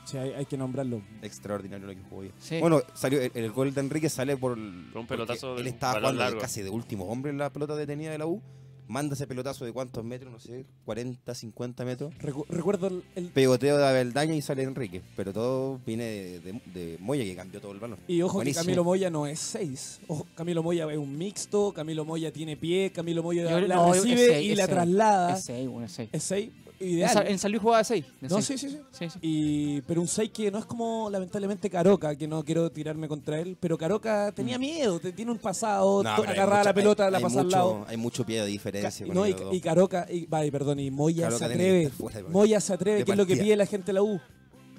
S3: Sí, hay, hay que nombrarlo.
S2: Extraordinario lo que jugó hoy.
S1: Sí.
S2: Bueno, salió el, el gol de Enrique sale por, el-
S4: Por un
S2: porque
S4: pelotazo de
S2: Él
S4: un
S2: estaba
S4: balón
S2: jugando de
S4: largo.
S2: casi de último hombre en la pelota detenida de la U. Manda ese pelotazo de cuántos metros, no sé, 40, 50 metros.
S3: Recu- recuerdo el, el-
S2: Pegoteo de Abeldaña y sale Enrique. Pero todo viene de, de- de Moya que cambió todo el balón.
S3: Y ojo
S2: Buenísimo.
S3: que Camilo Moya no es 6. Ojo, Camilo Moya es un mixto, Camilo Moya tiene pie, Camilo Moya
S1: Yo-
S3: la
S1: no, es
S3: recibe
S1: seis,
S3: y
S1: es
S3: la
S1: seis.
S3: traslada.
S1: Es 6, bueno, es 6.
S3: Es 6,
S1: En,
S3: ideal.
S1: Sa- en Salud jugaba de 6.
S3: no, sí, sí, sí.
S1: sí, sí.
S3: Y, pero un 6 que no es como lamentablemente Caroca, que no quiero tirarme contra él, pero Caroca tenía miedo, te- tiene un pasado,
S2: Mm. No,
S3: to-
S2: pero hay
S3: agarraba
S2: mucho-
S3: la pelota,
S2: hay-
S3: la
S2: hay
S3: pasa al
S2: mucho-
S3: lado.
S2: Hay mucho pie de
S3: Ca-
S2: diferencia. con
S3: no, y,
S2: ellos dos.
S3: y Caroca, y, ay, perdón, y Moya
S2: Caroca
S3: se
S2: tiene que
S3: atreve.
S2: estar fuera de partido.
S3: Moya se atreve,
S2: De
S3: que es lo que
S2: partida.
S3: pide la gente de la U.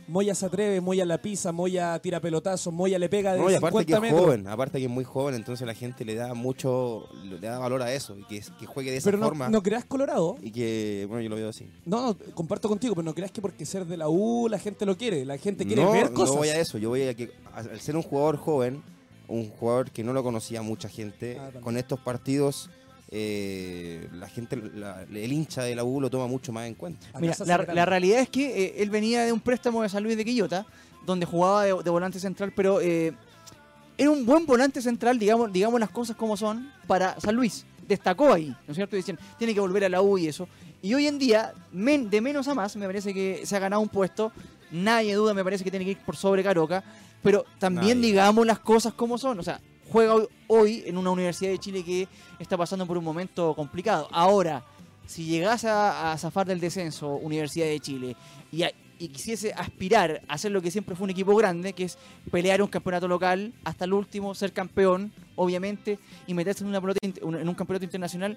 S3: Moya se atreve, Moya la pisa, Moya tira pelotazos, Moya le pega de
S2: No, y aparte
S3: 50
S2: que es
S3: metros.
S2: joven, aparte que es muy joven, entonces la gente le da mucho, le da valor a eso, y que, que juegue de esa
S3: pero no,
S2: forma.
S3: no creas Colorado.
S2: Y que, bueno, yo lo veo así.
S3: No, no, comparto contigo, pero no creas que porque ser de la U la gente lo quiere. La gente quiere
S2: no,
S3: ver cosas.
S2: no voy a eso, yo voy a que, a- al ser un jugador joven, un jugador que no lo conocía mucha gente,
S3: Ah, también.
S2: con estos partidos, eh, la gente, la- el hincha de la U lo toma mucho más en cuenta.
S3: Acá
S1: Mira,
S3: se
S1: la,
S3: acercan.
S1: la realidad es que eh, él venía de un préstamo de San Luis de Quillota, donde jugaba de, de volante central, pero eh, era un buen volante central, digamos, digamos las cosas como son, para San Luis. Destacó ahí, ¿no es cierto? Dicen, tiene que volver a la U y eso. Y hoy en día, men- de menos a más, me parece que se ha ganado un puesto. Nadie duda, me parece que tiene que ir por sobre Caroca. Pero también
S2: Nadie.
S1: digamos las cosas como son. O sea, juega hoy- hoy en una universidad de Chile que está pasando por un momento complicado. Ahora, si llegase a, a zafar del descenso Universidad de Chile y, a- y quisiese aspirar a hacer lo que siempre fue un equipo grande, que es pelear un campeonato local hasta el último, ser campeón, obviamente, y meterse en, una pelota int- un- en un campeonato internacional,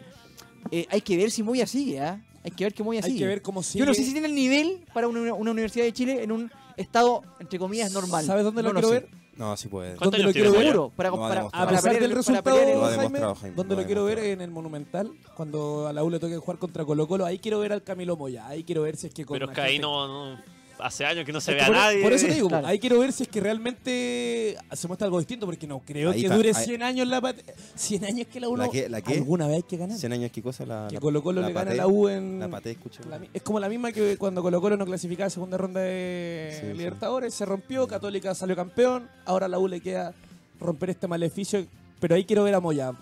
S1: eh, hay que ver si Moya sigue, ¿ah? Hay que ver que Moya
S3: Hay
S1: sigue.
S3: que ver cómo sigue.
S1: Yo no sé si tiene el nivel para una, una Universidad de Chile en un estado, entre comillas, normal.
S3: ¿Sabes dónde
S1: No
S3: lo quiero
S1: sé.
S3: ver?
S2: No, sí puede.
S4: ¿Cuántos
S3: ¿Dónde
S4: años
S3: lo
S4: tiene
S3: quiero
S4: Moya?
S1: Seguro, para,
S2: No ha
S1: para-
S2: demostrado.
S3: A
S1: para
S2: Para
S3: pesar
S1: pelear-
S3: del
S1: para
S3: resultado,
S1: pelear el-
S2: Lo ha
S3: Jaime,
S2: demostrado, Jaime,
S3: donde
S2: lo
S3: lo,
S2: ha
S3: quiero ver
S2: demostrado.
S3: en el Monumental, cuando a la U le toque jugar contra Colo Colo, ahí quiero ver al Camilo Moya, ahí quiero ver si es que con este
S4: Pero es
S3: la
S4: que ahí
S3: gente-
S4: no, no- Hace años que no se
S3: Es
S4: ve
S3: que
S4: a
S3: por,
S4: nadie.
S3: por eso te digo,
S1: Claro.
S3: ahí quiero ver si es que realmente se muestra algo distinto, porque no creo
S2: Ahí
S3: que
S2: está,
S3: dure
S2: ahí-
S3: 100 años la pat- 100 años que la U
S2: ¿La
S3: no-
S2: qué? ¿La qué?
S3: alguna vez hay que ganar.
S2: 100 años, ¿qué cosa? La,
S3: Que
S2: la-
S3: Colo Colo le gana a
S2: paté-
S3: la U en...
S2: La paté, escucha.
S3: la mi- es como la misma que cuando Colo Colo no clasificaba a segunda ronda de
S2: Sí, sí.
S3: Libertadores, se rompió, Católica salió campeón, ahora a la U le queda romper este maleficio, pero ahí quiero ver a Moya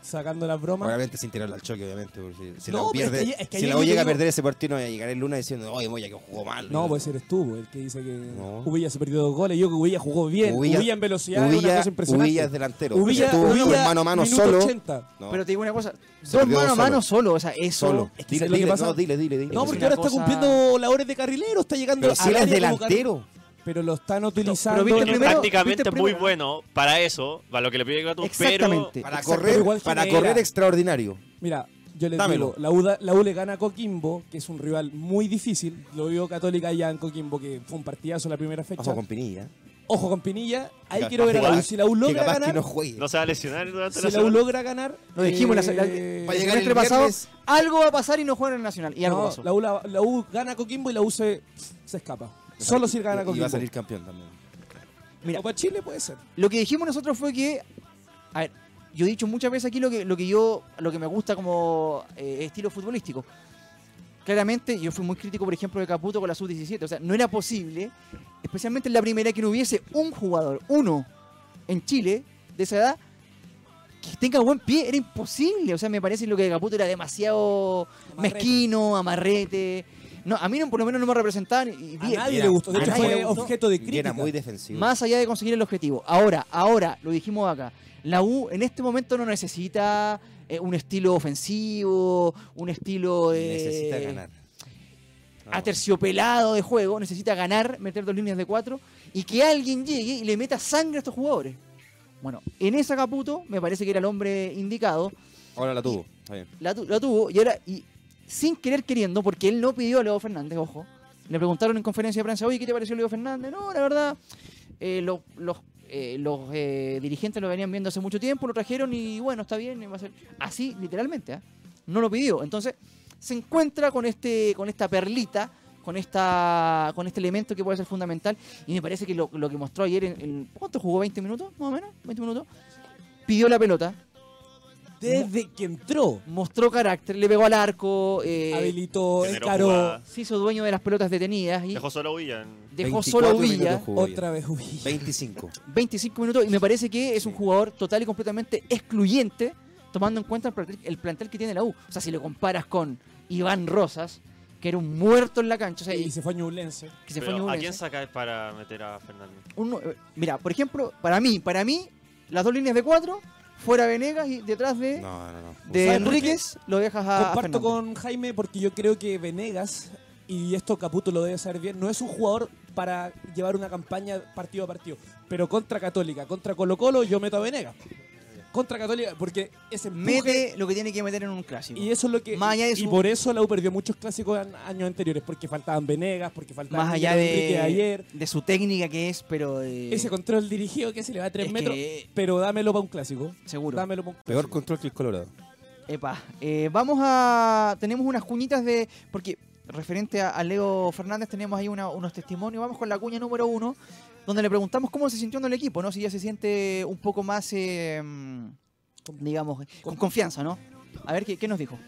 S3: sacando las bromas.
S2: Obviamente sin tirarla al choque, obviamente. porque si
S3: No,
S2: la U
S3: pero es
S2: pierde,
S3: que- es que
S2: si
S3: ahí
S2: la
S3: yo
S2: U
S3: te
S2: llega a
S3: digo-
S2: perder ese partido, no va a llegar el lunes diciendo, oye, Moya, que jugó mal.
S3: No, pues eres tú, po, el que dice que
S2: No.
S3: Ubilla se perdió dos goles. Yo que Ubilla jugó bien. Ubilla,
S2: Ubilla-
S3: en velocidad es una
S2: Ubilla-
S3: cosa impresionante.
S2: Ubilla es delantero.
S3: Ubilla,
S2: Estuvo
S3: Ubilla,
S2: con mano a mano
S3: minuto
S2: solo.
S3: 80.
S2: No.
S1: Pero te digo una cosa,
S2: Se
S1: dos
S2: perdió
S1: mano a
S2: solo.
S1: mano solo, o sea, eso...
S2: solo.
S3: es que
S2: dile,
S3: ¿sabes lo que
S2: dile,
S3: pasa?
S2: no, dile, dile, dile.
S3: No,
S1: Es
S3: porque
S1: una
S3: ahora
S1: cosa-
S3: está cumpliendo labores de carrilero, está llegando
S2: Pero si
S3: al
S2: él es
S3: área como
S2: delantero.
S3: carri- Pero lo están utilizando.
S1: pero viste
S4: Que
S1: el primero-
S4: prácticamente
S1: viste
S4: es muy
S1: primero.
S4: bueno para eso, para lo que le pide Gatus, pero
S1: Exactamente.
S2: Para
S3: Exacto,
S2: correr,
S3: pero igual
S2: para
S3: genera.
S2: correr extraordinario.
S3: Mira, yo les
S2: Dámelo.
S3: digo, la U, da- la U le gana a Coquimbo, que es un rival muy difícil. Lo vio Católica allá en Coquimbo, que fue un partidazo la primera fecha.
S2: Ojo con Pinilla.
S3: Ojo con Pinilla. Ahí
S2: Que
S3: quiero
S2: capaz
S3: ver a la
S2: que-
S3: U. Si la U
S2: que
S3: logra
S2: capaz que
S3: ganar,
S2: no juegue.
S4: no se va a lesionar durante
S3: si
S4: la
S3: la U
S4: semana.
S3: logra ganar...
S1: Lo dijimos la- la-
S3: eh,
S2: para
S1: el
S2: llegar el
S1: semestre pasado,
S2: viernes-
S1: algo va a pasar y no juegan en el Nacional. Y algo
S3: No,
S1: pasó.
S3: La U, la- la U gana a Coquimbo y la U se, se escapa. Solo si gana a
S2: Y va
S3: Coquimbo.
S2: a salir campeón también.
S1: Mira.
S3: Copa Chile puede ser.
S1: Lo que dijimos nosotros fue que. A ver, yo he dicho muchas veces aquí lo que, lo que yo. Lo que me gusta como eh, estilo futbolístico. Claramente, yo fui muy crítico, por ejemplo, de Caputo con la sub-17. O sea, no era posible, especialmente en la primera, que no hubiese un jugador, uno, en Chile, de esa edad, que tenga buen pie. Era imposible. O sea, me parece lo que de Caputo era demasiado
S3: Amarrete.
S1: mezquino, amarrete. No, a mí no, por lo menos no me representaban. Y,
S3: A
S1: bien.
S3: nadie
S2: era-
S3: le gustó. De
S1: a
S3: hecho,
S1: nadie
S3: fue
S1: le gustó.
S3: objeto de
S2: Y
S3: crítica.
S2: era muy defensivo.
S1: Más allá de conseguir el objetivo. Ahora, ahora, lo dijimos acá. La U en este momento no necesita eh, un estilo ofensivo, un estilo eh,
S2: Necesita ganar. No.
S1: aterciopelado de juego. Necesita ganar, meter dos líneas de cuatro y que alguien llegue y le meta sangre a estos jugadores. Bueno, en esa Caputo me parece que era el hombre indicado.
S2: Ahora la tuvo. Está bien.
S1: La, tu- la tuvo y ahora, y sin querer queriendo, porque él no pidió a Leo Fernández, ojo. Le preguntaron en conferencia de prensa, oye, ¿qué te pareció Leo Fernández? No, la verdad, eh, lo- los, eh, los eh, dirigentes lo venían viendo hace mucho tiempo, lo trajeron y bueno, está bien, va a ser así, literalmente. ¿ah? No lo pidió. Entonces, se encuentra con, este, con esta perlita, con, esta, con este elemento que puede ser fundamental. Y me parece que lo, lo que mostró ayer, en, en- ¿cuánto jugó? ¿20 minutos? Más o menos, 20 minutos. Pidió la pelota,
S3: Desde que entró,
S1: mostró carácter, le pegó al arco, eh,
S3: habilitó,
S4: Generó
S3: encaró,
S4: jugadas.
S1: se hizo dueño de las pelotas detenidas y dejó,
S4: Dejó solo Villa. en-
S1: solo
S2: 24 minutos
S1: Villa
S2: jugó
S3: otra vez Uy.
S2: Villa. 25.
S1: 25 minutos y me parece que es un
S2: Sí.
S1: jugador total y completamente excluyente tomando en cuenta el plantel, el plantel que tiene la U. O sea, si lo comparas con Iván Rosas, que era un muerto en la cancha, o sea, y
S3: Y se fue a Ñublense.
S1: que se
S4: Pero,
S1: fue
S4: ¿A
S1: Ñublense.
S4: quién sacáis para meter a Fernández?
S1: Un nue- eh, Mira, por ejemplo, para mí, para mí, las dos líneas de cuatro, fuera Venegas y detrás de,
S2: No, no, no.
S1: de
S2: Bustamante.
S1: Enríquez, lo dejas a a
S3: Comparto
S1: Fernández.
S3: con Jaime porque yo creo que Venegas, y esto Caputo lo debe saber bien, no es un jugador para llevar una campaña partido a partido. Pero contra Católica, contra Colo Colo, yo meto a Venegas. Contra Católica, porque ese empuje...
S1: Mete lo que tiene que meter en un clásico.
S3: Y eso es lo que.
S1: Más allá de
S3: Y
S1: su-
S3: por eso la U perdió muchos clásicos an- años anteriores, porque faltaban Venegas, porque faltaban
S1: más allá
S3: Miguel Enrique
S1: de,
S3: ayer.
S1: de su técnica que es, pero de-
S3: Ese control dirigido que se le va a tres
S1: Es
S3: metros.
S1: que-
S3: Pero dámelo para un clásico.
S1: seguro.
S3: Dámelo para un
S2: Peor control que el Colorado.
S1: Epa, eh, vamos a... Tenemos unas cuñitas de... Porque referente a, a Leo Fernández tenemos ahí una- unos testimonios. Vamos con la cuña número uno, donde le preguntamos cómo se sintió en el equipo, ¿no? Si ya se siente un poco más, eh, mm, digamos, eh, con confianza, ¿no? A ver, ¿qué, qué nos dijo?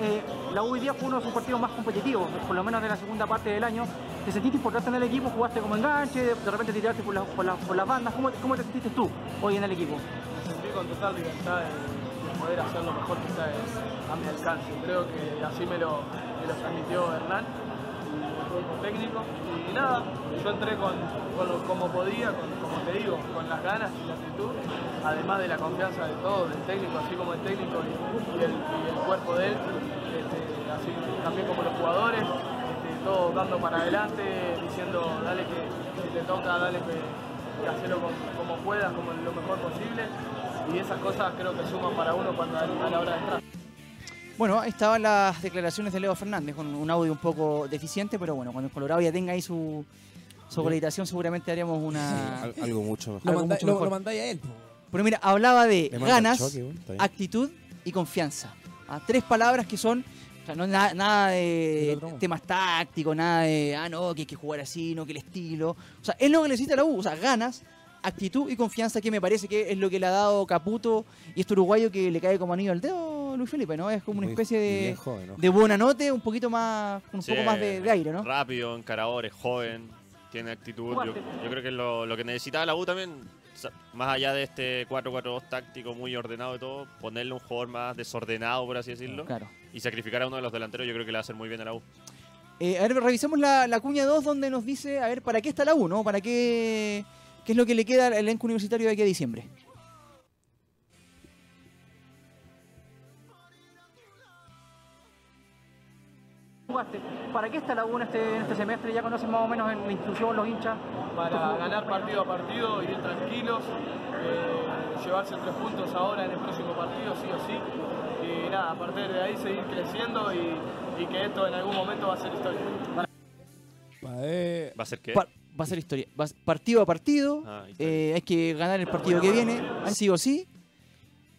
S6: Eh, la U hoy día fue uno de sus partidos más competitivos, por lo menos de la segunda parte del año. ¿Te sentiste importante en el equipo? ¿Jugaste como enganche? ¿De repente te tiraste por, las- por las- por las bandas? ¿Cómo, cómo te sentiste tú hoy en el equipo?
S7: Me sentí con total libertad de, de poder hacer lo mejor que está es- a mi alcance. Creo que así me lo, me lo transmitió Hernán, el cuerpo técnico. Y nada, yo entré con, con lo- como podía, con, como te digo, con las ganas y la actitud, además de la confianza de todos, del técnico, así como el técnico y, y el, y el cuerpo de él, Este, así también como los jugadores. este, todos dando para adelante, diciendo dale que, que te toca, dale que, y hacerlo como, como puedas, como lo mejor posible. Y esas cosas creo que suman para uno cuando a la hora de entrar.
S1: Bueno, ahí estaban las declaraciones de Leo Fernández, con un audio un poco deficiente, pero bueno, cuando el Colorado ya tenga ahí su, su acreditación seguramente haríamos una...
S2: <laughs> Al- algo mucho mejor.
S3: Lo,
S1: Algo
S3: manda-
S1: mucho
S3: lo-
S1: mejor.
S3: lo mandáis a él. po.
S1: Pero mira, hablaba de
S2: Le manda
S1: ganas,
S2: choque, bueno, está bien.
S1: actitud y confianza. Ah, Tres palabras que son, o sea, no, na- nada
S3: Del
S1: de
S3: otro mundo.
S1: temas tácticos, nada de, ah, no, que hay que jugar así, no, que el estilo. O sea, es lo que necesita la U, o sea, ganas, actitud y confianza, que me parece que es lo que le ha dado Caputo y este uruguayo que le cae como anillo al dedo, Luis Felipe, ¿no? Es como una
S2: Muy-
S1: especie
S2: muy bien
S1: de,
S2: joven, ¿no?
S1: de Buenanote, un poquito más, un
S4: Sí,
S1: poco más de, de aire, ¿no?
S4: Rápido, encarador, es joven, tiene actitud. Yo, yo creo que es lo, lo que necesitaba la U también, o sea, más allá de este 4-4-2 táctico muy ordenado y todo, ponerle un jugador más desordenado, por así decirlo,
S1: Claro.
S4: y sacrificar a uno de los delanteros, yo creo que le va a hacer muy bien a la U.
S1: Eh, a ver, revisemos la, la cuña 2 donde nos dice, a ver, ¿para qué está la U, no? ¿Para qué, qué es lo que le queda al elenco universitario de aquí a diciembre?
S6: ¿Jugaste? ¿Para qué está la U en este, en este semestre? Ya conocen más o menos en la institución, los hinchas.
S7: Para ganar partido a partido, ir tranquilos, eh, llevarse tres puntos ahora en el próximo partido, sí o sí. Y nada, a partir de ahí seguir creciendo y, y que esto en algún momento va a ser historia.
S3: Pa' de-
S4: ¿Va a ser qué?
S1: Pa- va a ser historia. Va a ser partido a partido.
S4: Ah, ahí está.
S1: eh, hay que ganar el partido que viene, sí o sí.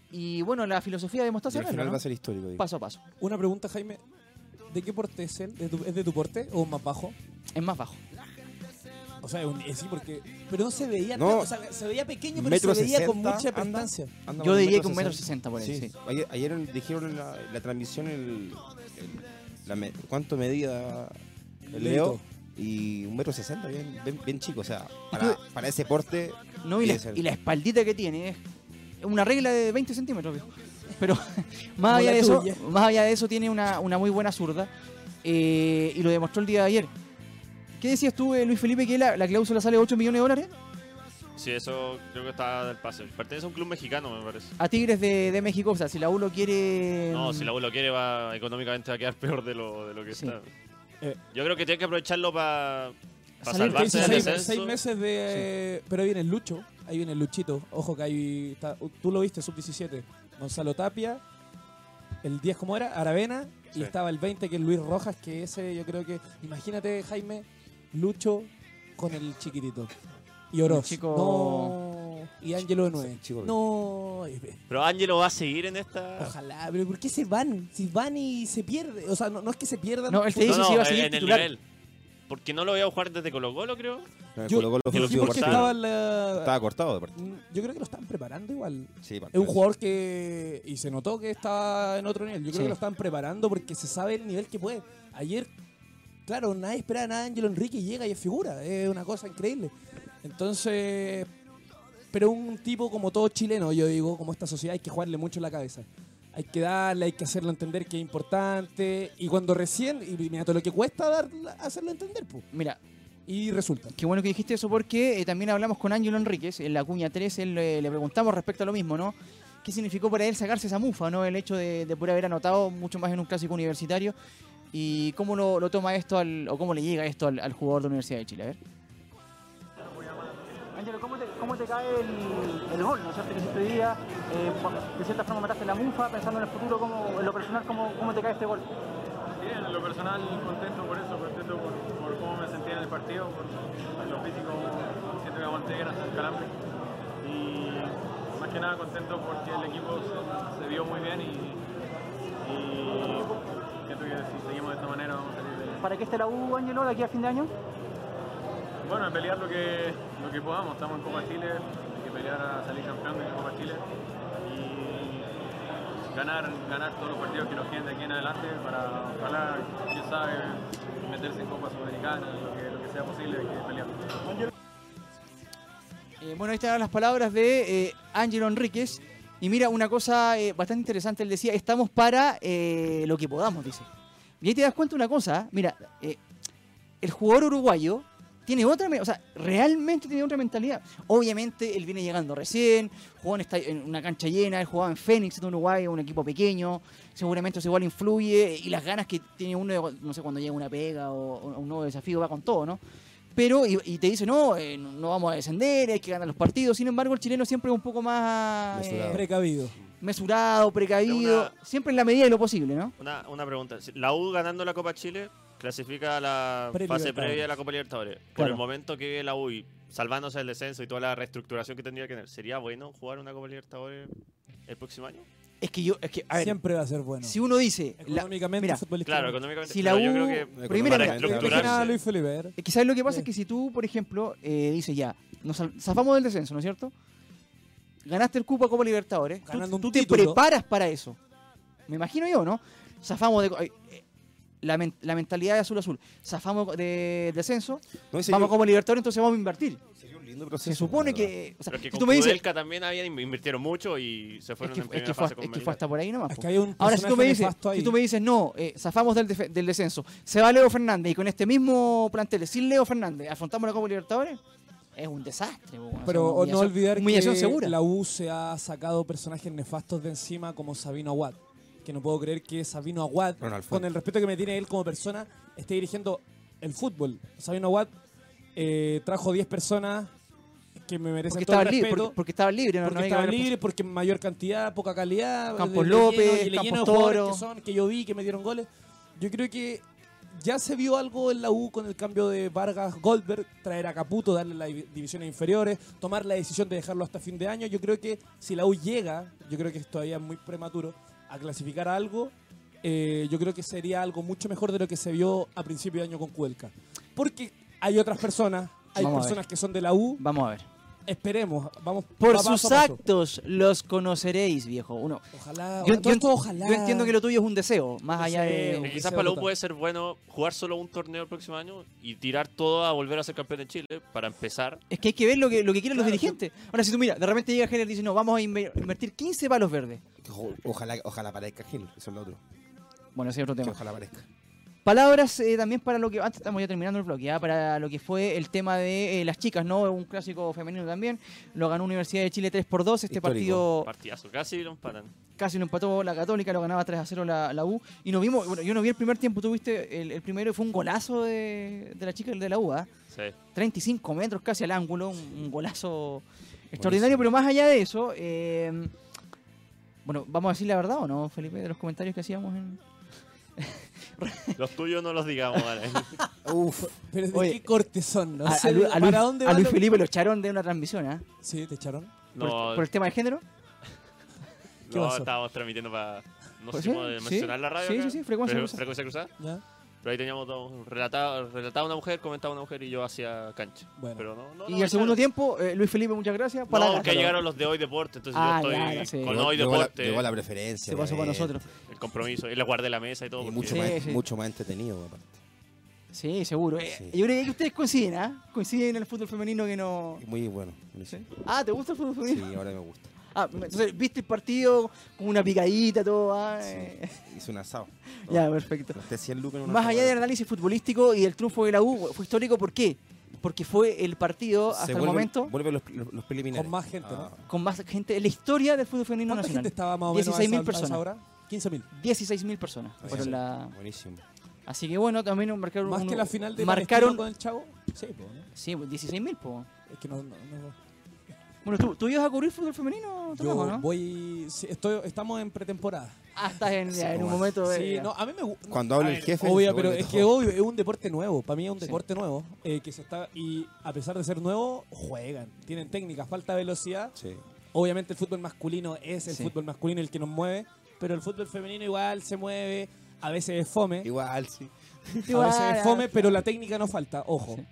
S1: Y bueno, la filosofía de
S2: Y
S1: Mostaza
S2: al
S1: Herrera,
S2: final
S1: ¿no?
S2: va a ser histórico. digo.
S1: paso a paso.
S3: Una pregunta, Jaime. ¿De qué porte es él? ¿De tu- ¿Es de tu porte o más bajo?
S1: Es más bajo.
S3: O sea, es un- eh, sí, porque. Pero no se veía.
S2: No.
S3: tan- o sea, se veía pequeño, pero
S2: Metro
S3: se veía
S2: 60,
S3: con mucha
S2: anda.
S3: prestancia.
S2: Anda
S1: Yo
S2: por
S1: diría
S2: metro
S1: que un metro sesenta por ahí, sí.
S2: Ayer, ayer en- dijeron en la, la transmisión el, el- la me- cuánto medía el Leo
S3: Leito.
S2: y un metro sesenta, bien, bien, bien chico. O sea, para, para ese porte.
S1: No, y,
S2: debe
S1: la,
S2: ser-
S1: y la espaldita que tiene es una regla de 20 centímetros, viejo. Pero <laughs> más, allá
S3: la
S1: de eso,
S3: tuya.
S1: más allá de eso, tiene una, una muy buena zurda. eh, y lo demostró el día de ayer. ¿Qué decías tú, eh, Luis Felipe, que la, la cláusula sale 8 millones de dólares?
S4: Sí, eso creo que está del pase. Pertenece a un club mexicano, me parece.
S1: A Tigres de, de México, o sea, si la U lo quiere...
S4: No, si la U lo quiere, va, económicamente va a quedar <laughs> peor de lo, de lo que
S1: Em. Sí.
S4: está.
S3: Eh.
S4: Yo creo que tiene que aprovecharlo para
S3: <laughs>
S1: Salir,
S3: Te
S4: salvarse
S3: hizo
S4: del
S3: seis,
S4: descenso.
S3: seis meses de. Pero ahí viene el Lucho. Ahí viene el Luchito. Ojo que ahí. está- uh, tú lo viste, sub-17. Gonzalo Tapia. El 10, como era? Aravena.
S4: Sí.
S3: Y estaba el 20, que es Luis Rojas. Que ese yo creo que. Imagínate, Jaime. Lucho con el chiquitito. Y Oroz.
S1: chico-
S3: No. Y Ángelo de 9.
S2: chico-
S3: no. ay, ve.
S4: Pero Ángelo va a seguir en esta.
S3: Ojalá, pero ¿por qué se van? Si van y se pierde. O sea, no, no es que se pierdan.
S1: No, él te
S3: Puta,
S1: dice
S4: no,
S1: si va a
S4: en-
S1: seguir
S4: en
S1: titular.
S4: el nivel. Porque no lo voy a jugar desde Colo Colo, creo.
S3: Yo-
S2: Colo-Colo
S4: yo
S2: fue
S4: lo
S2: el
S4: fui
S2: último
S4: por
S3: porque
S2: partido.
S3: estaba
S4: cortar.
S3: la-
S2: Estaba cortado de partido.
S3: Mm, Yo creo que lo estaban preparando igual.
S2: Sí,
S3: Es un jugador que. Y se notó que estaba en otro nivel. Yo creo
S1: Sí.
S3: que lo estaban preparando porque se sabe el nivel que puede. Ayer, claro, nadie esperaba nada. Ángelo Enrique y llega y es figura. Es una cosa increíble. Entonces. Pero un tipo como todo chileno, yo digo, como esta sociedad, hay que jugarle mucho en la cabeza. Hay que darle, hay que hacerlo entender que es importante. Y cuando recién. Y mira todo lo que cuesta dar, hacerlo entender, pues.
S1: Mira,
S3: Y resulta.
S1: Qué bueno que dijiste eso porque eh, también hablamos con Ángelo Enríquez en la cuña 3, él, eh, le preguntamos respecto a lo mismo, ¿no? ¿Qué significó para él sacarse esa mufa, ¿no? El hecho de, de poder haber anotado mucho más en un clásico universitario y cómo lo, lo toma esto al, o cómo le llega esto al, al jugador de la Universidad de Chile, a ver.
S6: Ángelo, ¿cómo te, cómo te cae el, el gol? ¿No es cierto? Que hiciste hoy día, eh, por- de cierta forma mataste la mufa, pensando en el futuro, ¿cómo, en lo personal, ¿cómo, cómo te cae este gol?
S7: Bien, en lo personal contento por eso, contento por, por cómo me sentía en el partido, por, por lo físico, siento que aguanté gracias al calambre. Y más que nada contento porque el equipo se, se vio muy bien y, y siento que si seguimos de esta manera vamos a salir de...
S6: ¿Para qué esté la U, Ángelo, de aquí a fin de año?
S7: Bueno, a pelear lo que, lo que podamos, estamos en Copa Chile, hay que pelear a salir campeón de la Copa Chile y ganar, ganar todos los partidos que nos queden de aquí en adelante para ojalá, quién sabe, meterse en Copa Sudamericana, lo que, lo que sea posible, hay que pelear.
S1: Eh, bueno, ahí están las palabras de eh, Ángelo Enríquez. Y mira, una cosa eh, bastante interesante, él decía, estamos para eh, lo que podamos, dice. Y ahí te das cuenta una cosa, ¿eh? mira, eh, el jugador uruguayo tiene otra, me- o sea, realmente tiene otra mentalidad. Obviamente él viene llegando recién, jugó en, esta- en una cancha llena, él jugaba en Fénix, en Uruguay, un equipo pequeño, seguramente eso igual influye y las ganas que tiene uno, de- no sé, cuando llega una pega o, o un nuevo desafío, va con todo, ¿no? pero y, y te dice no, eh, no vamos a descender, hay que ganar los partidos. Sin embargo, el chileno siempre es un poco más eh,
S2: Mesurado.
S3: Precavido.
S1: mesurado, precavido,
S4: Es
S1: siempre en la medida de lo posible, ¿no?
S4: Una, una pregunta. Si La U ganando la Copa Chile clasifica a la fase
S3: Pre-Libertadores.
S4: previa de la Copa Libertadores. Por
S1: Claro.
S4: el momento que la U, y salvándose del descenso y toda la reestructuración que tendría que tener, ¿sería bueno jugar una Copa Libertadores el próximo año?
S1: Es que yo, es que, a ver,
S3: Siempre va a ser bueno.
S1: si uno dice, la-
S3: Económicamente,
S1: mira,
S4: Claro, económicamente.
S1: si la U,
S4: pero yo creo que
S1: pero mira,
S4: para
S1: mira,
S2: estructurarse.
S3: Dejen a
S4: estructurarse.
S3: Ah, Luis Felipe. a ver.
S1: es que ¿sabes lo que pasa?
S3: Sí.
S1: Es que si tú, por ejemplo, eh, dices ya, nos sal- zafamos del descenso, ¿no es cierto? Ganaste el cupo a Copa Libertadores, tú-
S3: Ganando un
S1: tú, te
S3: título.
S1: preparas para eso. Me imagino yo, ¿no? Zafamos de... ay, eh, La, men- la mentalidad de azul azul. Zafamos de- del descenso,
S2: No, sería,
S1: vamos como Libertadores, entonces vamos a invertir.
S2: sería un lindo proceso.
S1: Se supone
S2: la verdad.
S1: que. O sea,
S4: Pero es que
S1: si
S4: con
S1: tú me dices.
S4: Kudelka también habían invirtieron mucho y se
S1: Es
S4: fueron
S1: que,
S4: en
S1: es
S4: primera
S1: que fue,
S4: fase con
S1: es que fue
S4: Melgar.
S1: hasta por ahí nomás.
S3: Es
S1: po.
S3: que hay un
S1: Ahora, si tú, me
S3: personaje
S1: dices,
S3: nefasto ahí.
S1: si tú me dices, no, eh, zafamos del, defe- del descenso, se va Leo Fernández y con este mismo plantel, sin Leo Fernández, afrontamos la Copa Libertadores, es un desastre. po, o sea, una
S3: Pero no
S1: humillación-
S3: olvidar
S1: humillación
S3: que
S1: segura.
S3: la U se ha sacado personajes nefastos de encima como Sabino Aguad. Que no puedo creer que Sabino Aguad,
S2: Ronald Fuentes.
S3: con el respeto que me tiene él como persona, esté dirigiendo el fútbol. Sabino Aguad eh, trajo 10 personas que me merecen
S1: porque,
S3: todo
S1: estaba
S3: el
S1: libre,
S3: respeto.
S1: porque, porque estaba libre, no,
S3: porque
S1: no hay que
S3: estaban
S1: haber-
S3: libres, porque mayor cantidad, poca calidad.
S1: Campos
S3: le- le lleno-
S1: López,
S3: y le lleno de
S1: Campos
S3: jugadores
S1: Toro.
S3: Que, son, que yo vi, que me dieron goles. Yo creo que ya se vio algo en la U con el cambio de Vargas Goldberg, traer a Caputo, darle las div- divisiones inferiores, tomar la decisión de dejarlo hasta fin de año. Yo creo que si la U llega, yo creo que es todavía muy prematuro, a clasificar a algo, eh, yo creo que sería algo mucho mejor de lo que se vio a principio de año con Cuelca. Porque hay otras personas, hay
S1: Vamos a ver.
S3: personas que son de la U,
S1: Vamos a ver.
S3: esperemos, vamos
S1: Por
S3: va paso
S1: sus
S3: a paso.
S1: actos los conoceréis, viejo. Uno.
S3: Ojalá,
S1: Yo,
S3: ojalá, todo
S1: yo-
S3: esto ojalá.
S1: yo entiendo que lo tuyo es un deseo, más allá
S3: Deseo.
S4: Eh,
S1: de.
S4: quizás
S3: sea
S4: para la U
S3: total.
S4: puede ser bueno jugar solo un torneo el próximo año y tirar todo a volver a ser campeón de Chile para empezar.
S1: Es que hay que ver lo que, lo que quieren los
S3: Claro,
S1: dirigentes. Ahora, si tú mira, de repente llega Heller y dice: No, vamos a inver- invertir 15 palos verdes.
S2: Ojo- Ojalá, ojalá parezca Gil, eso es lo otro.
S1: Bueno, ese es otro
S2: Que
S1: tema.
S2: ojalá parezca.
S1: Palabras eh, también para lo que. Antes estamos ya terminando el bloque, ya, para lo que fue el tema de eh, las chicas, ¿no? Un clásico femenino también. Lo ganó Universidad de Chile 3 por 2. Este
S2: Histórico.
S1: partido
S4: Partidazo, casi lo empatan.
S1: casi lo empató la Católica, lo ganaba 3 a 0 la, la U. Y nos vimos. Bueno, yo no vi el primer tiempo, tú viste el, el primero, fue un golazo de, de la chica de la U, ¿ah?
S4: Sí.
S1: 35 metros casi al ángulo, un, un golazo extraordinario, pero más allá de eso, eh, bueno, vamos a decir la verdad o no, Felipe, de los comentarios que hacíamos en...
S4: Los tuyos no los digamos,
S1: <laughs>
S4: vale.
S2: Uf,
S3: Pero de
S1: Oye,
S3: qué cortes son, no
S1: a,
S3: sé
S1: a Lu- a Luis,
S3: para dónde
S1: a
S3: va
S1: Luis
S3: lo-
S1: Felipe lo echaron de una transmisión, ¿ah?
S3: Sí, te echaron.
S1: Por,
S4: No,
S1: por el tema de género.
S3: ¿Qué
S4: no,
S3: pasó?
S4: estábamos transmitiendo para. No
S1: Pues
S4: sé
S1: sí,
S4: si puedo
S1: sí,
S4: mencionar la radio.
S1: sí,
S4: acá,
S1: sí, sí, Frecuencia
S4: pero-
S1: Cruzada.
S4: frecuencia cruzada.
S3: ¿Ya?
S4: Pero ahí teníamos dos. Relataba, relataba una mujer, comentaba una mujer y yo hacía cancha.
S3: Bueno.
S4: Pero no, no, no,
S1: Y
S4: no,
S1: el segundo
S4: no.
S1: tiempo, eh, Luis Felipe, muchas gracias. para
S4: no,
S1: la-
S4: porque
S1: para-
S4: llegaron los de hoy deporte, entonces
S1: Ah,
S4: yo estoy
S1: ya, ya sé.
S4: con hoy
S2: llegó, la,
S4: deporte,
S2: llegó la
S1: Se
S2: preferencia.
S1: pasó para
S2: obviamente.
S1: nosotros.
S4: el compromiso. Y les guardé la mesa y todo.
S2: Y
S4: porque-
S2: mucho,
S1: Sí,
S2: más,
S1: sí.
S2: mucho más entretenido, aparte.
S1: Sí, seguro. Eh,
S2: Sí.
S1: Yo creo que ahí ustedes coinciden, ¿ah? Coinciden en el fútbol femenino que no...
S2: Muy bueno. buenísimo.
S1: Ah, ¿te gusta el fútbol
S2: Sí,
S1: femenino?
S2: ahora
S1: <laughs>
S2: me gusta.
S1: Ah, entonces, ¿viste el partido con una picadita, todo? ah, eh? <laughs>
S2: Hice un asado.
S1: ya, perfecto.
S2: Gasté 100 lucas en una
S1: Más allá
S2: sopa.
S1: del análisis futbolístico y del triunfo de la U, fue histórico, ¿por qué? Porque fue el partido hasta
S2: Se
S1: el
S2: vuelven-
S1: momento
S2: Vuelven los, los- los preliminares.
S3: Con más gente, ¿no?
S1: con más gente en la historia del fútbol femenino
S3: ¿Cuánta
S1: nacional.
S3: gente estaba más o menos a
S1: 16.000
S3: esa- a esa
S1: personas.
S3: hora? 15.000.
S1: 16.000 personas. fueron
S2: sí.
S1: la-
S2: Ah, Buenísimo.
S1: Así que bueno, también marcaron.
S3: Más
S1: un-
S3: que la final de
S1: marcaron,
S3: Palestino con el Chavo. Sí, po, ¿no?
S1: Sí, pues, 16.000, po.
S3: Es que no, no- no-
S1: Bueno, ¿tú, tú ibas a cubrir fútbol femenino,
S3: Yo
S1: Tomás, o no?
S3: voy. sí, estoy, estamos en pretemporada.
S1: Ah, estás en,
S2: Sí,
S1: ya, en un
S2: Tomás.
S1: momento de.
S3: Sí, no, a mí me gusta.
S2: Cuando habla el jefe.
S3: Obvio,
S2: se
S3: pero
S2: vuelve
S3: es
S2: todo.
S3: que obvio, es un deporte nuevo. Para mí es un
S1: Sí.
S3: deporte nuevo. eh, que se está Y a pesar de ser nuevo, juegan. Tienen técnicas, falta velocidad.
S2: Sí.
S3: Obviamente el fútbol masculino es el
S1: Sí.
S3: fútbol masculino el que nos mueve. Pero el fútbol femenino igual se mueve. A veces es fome.
S2: Igual, sí.
S3: A veces es fome,
S1: Sí,
S3: pero la técnica no falta. Ojo.
S1: Sí.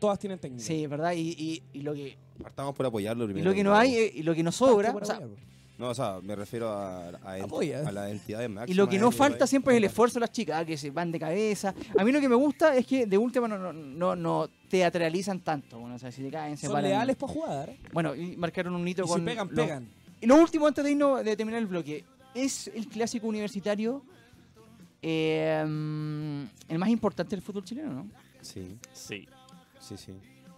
S3: Todas tienen técnica.
S1: Sí, ¿verdad? Y, y- y lo que,
S2: Partamos por apoyarlo
S1: y
S2: primero.
S1: lo que no hay, eh, y lo que nos sobra,
S3: Parte
S1: o sea,
S3: por ahora, po.
S2: No, o sea, me refiero a, a,
S3: Apoya.
S2: a las entidades máximas.
S1: Y lo que no
S2: dentro del
S1: falta
S2: país.
S1: siempre es el esfuerzo de las chicas, ah, que se van de cabeza. A mí lo que me gusta es que de última no, no, no, no teatralizan tanto. Bueno, o sea, si te caen, se
S3: Son
S1: paran.
S3: leales para jugar. ¿eh?
S1: Bueno, y marcaron un
S3: Y
S1: hito con.
S3: si pegan,
S1: los-
S3: pegan.
S1: Y lo último antes de irnos, de terminar el bloque. ¿Es el clásico universitario eh, el más importante del fútbol chileno, no?
S2: Sí,
S4: Sí.
S2: sí, sí.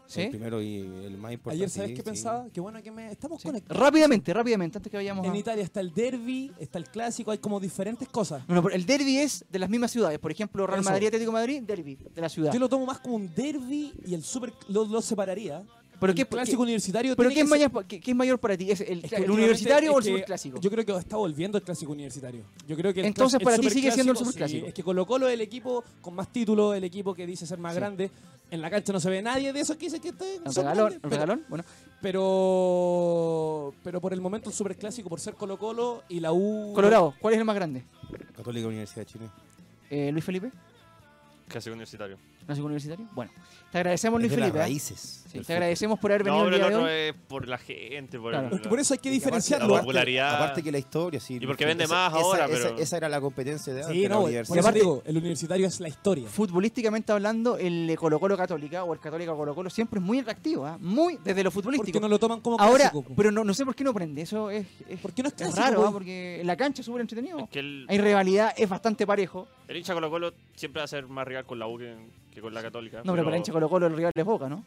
S1: ¿Sí?
S2: El primero y el más importante.
S3: Ayer, ¿sabes
S2: sí,
S3: qué
S2: sí.
S3: pensaba? Que bueno que me... Estamos
S1: Sí.
S3: conectados.
S1: Rápidamente, rápidamente, antes que vayamos
S3: En
S1: a-
S3: Italia está el derby, está el clásico, hay como diferentes cosas.
S1: Bueno, pero el derby es de las mismas ciudades. Por ejemplo, Real
S3: Eso.
S1: Madrid, Atlético de Madrid, derby de la ciudad.
S3: Yo lo tomo más como un derby y el super lo, lo separaría.
S1: pero
S3: el
S1: qué,
S3: clásico universitario.
S1: pero
S3: tiene
S1: ¿qué es,
S3: que ser-
S1: mayor, qué- qué es mayor para ti? ¿Es el,
S3: Es que
S1: el
S3: últimamente
S1: universitario o el
S3: es que
S1: superclásico?
S3: Yo creo que está volviendo el clásico universitario. Yo creo que el
S1: Entonces,
S3: clas- el
S1: para ti sigue siendo el
S3: superclásico,
S1: superclásico.
S3: sí. es que Colo Colo es el equipo con más títulos, el equipo que dice ser más
S1: Sí.
S3: grande. En la cancha no se ve nadie de esos que dicen que está
S1: El regalón, el
S3: pero,
S1: regalón, bueno.
S3: pero pero por el momento el superclásico por ser Colo Colo y la U
S1: Colorado, ¿cuál es el más grande?
S2: Católica Universidad de Chile.
S1: Eh, Luis Felipe,
S4: Casi universitario.
S1: Clásico Universitario. Bueno, te agradecemos,
S2: Es
S1: Luis
S2: de las
S1: Felipe. ¿eh?
S2: raíces.
S1: Sí,
S2: del
S1: te
S2: fútbol.
S1: agradecemos por haber
S4: No,
S1: venido
S4: pero
S1: el
S4: el
S1: día de
S4: otro
S1: hoy.
S4: es por la gente, por,
S1: Claro.
S4: el-
S3: Es que por eso hay que
S2: Y que aparte-
S3: diferenciarlo.
S4: La popularidad.
S2: Aparte que la historia, sí.
S4: Y porque vende
S2: Esa-
S4: más
S2: esa-
S4: ahora,
S2: esa,
S4: pero-
S2: esa era la competencia de
S3: Sí,
S2: de la
S3: no,
S2: universidad.
S3: por eso digo, el universitario es la historia.
S1: Futbolísticamente hablando, el Colo Colo Católica o el Católica Colo Colo siempre es muy atractivo, ¿ah? muy desde lo
S3: Porque
S1: futbolístico.
S3: no lo toman como
S1: Ahora,
S3: clásico. pues. po.
S1: pero no, no sé por qué no prende, eso es, es-
S3: ¿Por qué no es
S1: es
S3: clásico?
S1: raro, ¿ah?
S3: po?
S1: porque en la cancha es súper entretenido.
S4: Es que el,
S1: Hay rivalidad, es bastante parejo.
S4: el hincha Colo Colo siempre va a ser más rival con la U que, que con la Católica.
S1: No, pero para hincha Colo Colo el rival es Boca, ¿no?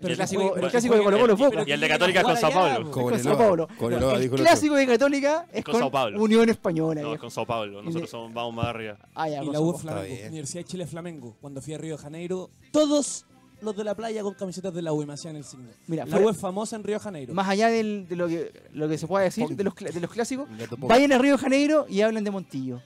S4: y
S1: el
S4: el-
S1: clásico,
S4: bueno,
S1: el clásico de Colo Colo es Boca.
S4: Y el de Católica con Sao
S3: pues.
S4: Paulo.
S1: Con
S2: Cobreloa,
S1: Sao Paulo.
S2: Cobreloa,
S1: el
S2: dijo el otro.
S1: clásico de Católica es
S4: Con
S1: con,
S4: Sao Paulo.
S1: Unión Española.
S4: No,
S1: viejo.
S4: con Sao Paulo.
S1: Y de-
S4: Nosotros somos, vamos más arriba.
S1: Ah, ya,
S3: Y
S1: con
S3: la
S1: Sao
S3: U
S1: Paulo.
S3: es Flamengo,
S2: bien.
S3: Universidad de Chile es Flamengo. Cuando fui a Río de Janeiro, todos los de la playa con camisetas de la U y me hacían el signo.
S1: Mira,
S3: la
S1: fuera-
S3: U es famosa en Río de Janeiro.
S1: Más allá del- de lo que, lo que se pueda decir de los, cl- de los clásicos,
S2: Gato Poco.
S1: vayan a Río de Janeiro y hablen de Montillo.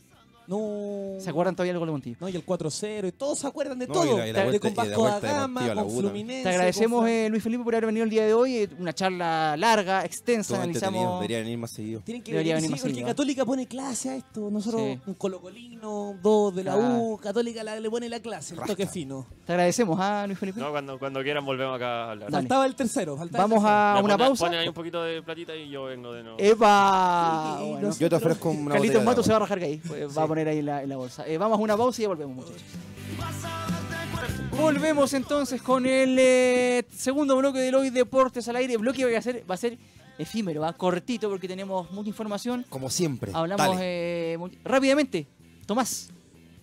S3: No.
S1: ¿Se acuerdan todavía del gol de Montillo?
S3: No, y el 4-0, y todos se acuerdan de
S2: No,
S3: todo.
S2: y la- y la
S3: de
S2: vuelta-
S3: con
S2: y la
S3: Vasco da
S2: vuelta de
S3: Gama,
S2: Deportivo a la
S3: con
S2: U, ¿no?
S3: Fluminense.
S1: Te agradecemos,
S3: con-
S1: eh, Luis Felipe, por haber venido el día de hoy. eh, Una charla larga, extensa.
S2: Todo entretenido,
S1: Analizamos.
S2: deberían venir más seguido.
S3: Tienen que
S1: Debería
S3: venir,
S1: venir
S3: sí,
S1: más
S3: porque
S1: seguido.
S3: Católica pone clase a esto. Nosotros,
S1: Sí.
S3: un colocolino, dos de la
S1: Ah.
S3: U, Católica la- le pone la clase, el toque fino.
S1: Te agradecemos, ¿ah, Luis Felipe?
S4: No, cuando, cuando quieran volvemos acá a hablar.
S1: Dale.
S3: Faltaba el tercero. faltaba el
S1: Vamos
S3: tercero.
S1: a
S4: Ya,
S1: una
S4: pon-
S1: pausa.
S4: Ponen ahí un poquito de platita y yo vengo de nuevo.
S1: ¡Epa!
S3: Y- y
S1: Bueno.
S3: nos-
S2: Yo te ofrezco una
S1: Carlitos
S2: botella de
S1: Mato se va a
S2: agua.
S1: rajar que ahí. eh, Va a poner ahí en la, en la bolsa. Eh, vamos a una pausa y ya volvemos, muchachos. Volvemos entonces con el eh, segundo bloque del Hoy Deportes al aire. El bloque va a ser, va a ser efímero, va cortito porque tenemos mucha información.
S2: Como siempre.
S1: Hablamos
S2: Dale.
S1: eh, mu- rápidamente. Tomás,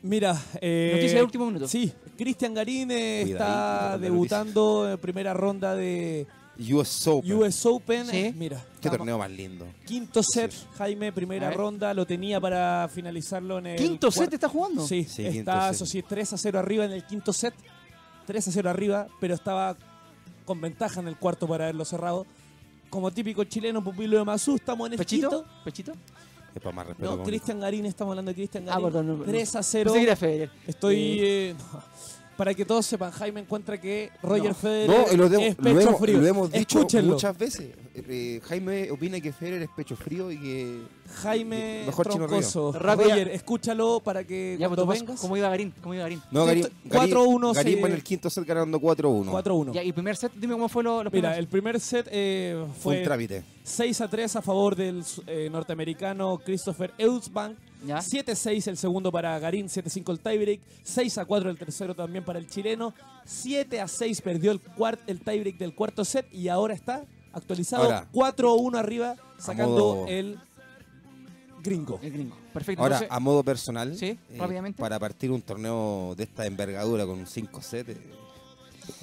S3: Mira, eh,
S1: Noticia de último minuto.
S3: Sí, Cristian Garín eh,
S2: Cuidadito
S3: está
S2: con la
S3: debutando en primera ronda de
S2: US Open.
S3: US Open.
S1: Sí.
S3: Eh, Mira,
S2: Qué
S3: vamos.
S2: torneo más lindo.
S3: Quinto set, Jaime,
S1: A
S3: primera
S1: ver.
S3: ronda, lo tenía para finalizarlo en el.
S1: quinto set
S3: cuarto-
S1: está jugando.
S3: Sí,
S2: Eh, Sí, quinto
S3: está
S2: set.
S3: Sociedad 3 a 0 arriba en el quinto set. 3 a 0 arriba, pero estaba con ventaja en el cuarto para haberlo cerrado. Como típico chileno, pupilo de Mazú, estamos en el
S1: Pechito,
S3: quinto.
S1: pechito.
S2: Es para más respeto.
S3: No,
S2: con-
S3: Cristian Garín, estamos hablando de Cristian
S1: Ah,
S3: Garín.
S1: perdón. no- no-
S3: 3 a 0.
S1: Pensé que era Federer.
S3: Estoy.
S1: Eh,
S3: eh, <laughs> no. Para que todos sepan, Jaime encuentra que Roger
S1: No.
S3: Federer
S2: No, y lo, de-
S3: es
S2: lo
S3: pecho
S2: hemos,
S3: frío.
S2: lo hemos dicho
S3: Escúchenlo.
S2: muchas veces. Eh, Jaime opina que Federer es pecho frío y que...
S3: Jaime
S2: Mejor Chino
S3: Troncoso.
S1: Río. Rápida.
S3: Roger, escúchalo para que
S1: ya, pues,
S3: cuando
S1: Tomás,
S3: vengas.
S1: ¿Cómo iba Garín? ¿Cómo iba Garín?
S2: No, Garín, Garín-
S3: 4-1
S2: Garín
S3: se-
S2: va en el quinto set ganando 4-1.
S3: 4-1.
S1: Ya, y primer set, dime cómo fue lo, los
S3: Mira,
S1: primeros.
S3: el primer set eh,
S2: Fue
S3: fue
S2: un trámite.
S3: 6 a 3 a favor del eh, norteamericano Christopher Eusbank.
S1: Ya.
S3: 7-6 el segundo para Garín, 7-5 el tiebreak, 6 a 4 el tercero también para el chileno, 7 a 6 perdió el, cuart- el tiebreak del cuarto set y ahora está actualizado
S2: Ahora.
S3: 4 a 1 arriba sacando
S2: modo-
S3: el gringo.
S2: Eh,
S1: El gringo. Perfecto.
S2: Ahora, ah,
S1: entonces-
S2: a modo personal, eh,
S1: Sí, rápidamente.
S2: para partir un torneo de esta envergadura con 5 sets, eh,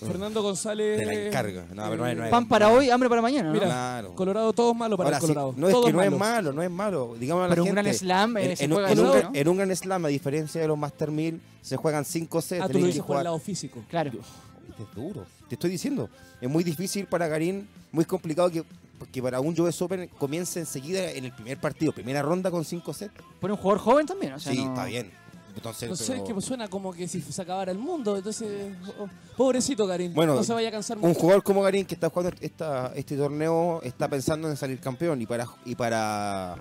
S3: Fernando González eh,
S2: te la encarga. No, pero no es- no es-
S1: Pan para hoy, hambre para mañana, ¿no?
S3: Mira,
S2: Claro.
S3: Colorado todo es malo para
S2: Ahora
S3: el
S2: sí,
S3: Colorado.
S2: no es
S3: todo
S2: que no
S3: malo.
S2: es malo, no es malo. Digamos a la
S1: Pero un
S2: gente,
S1: gran slam, eh,
S2: en,
S1: se
S2: en un-
S1: juega
S2: en un,
S1: solo,
S2: gran-
S1: ¿no?
S2: en un gran slam, a diferencia de los Master 1000, se juegan 5 sets.
S3: Ah, tú
S2: tenés que
S3: lo dices por el
S2: jugar- Este
S3: lado físico.
S1: Claro.
S2: Es duro. Te estoy diciendo, es muy difícil para Garín, muy complicado que, que para un US Open comience enseguida en el primer partido, primera ronda con 5 sets.
S1: Pero un jugador joven también, o sea,
S2: sí,
S1: no-
S2: está bien. Entonces,
S3: No sé, es
S2: pero-
S3: que suena como que si se acabara el mundo, entonces... oh, pobrecito, Karim,
S2: Bueno,
S3: no se vaya a cansar
S2: un
S3: mucho.
S2: jugador como Garín que está jugando esta, este torneo está pensando en salir campeón y para, y para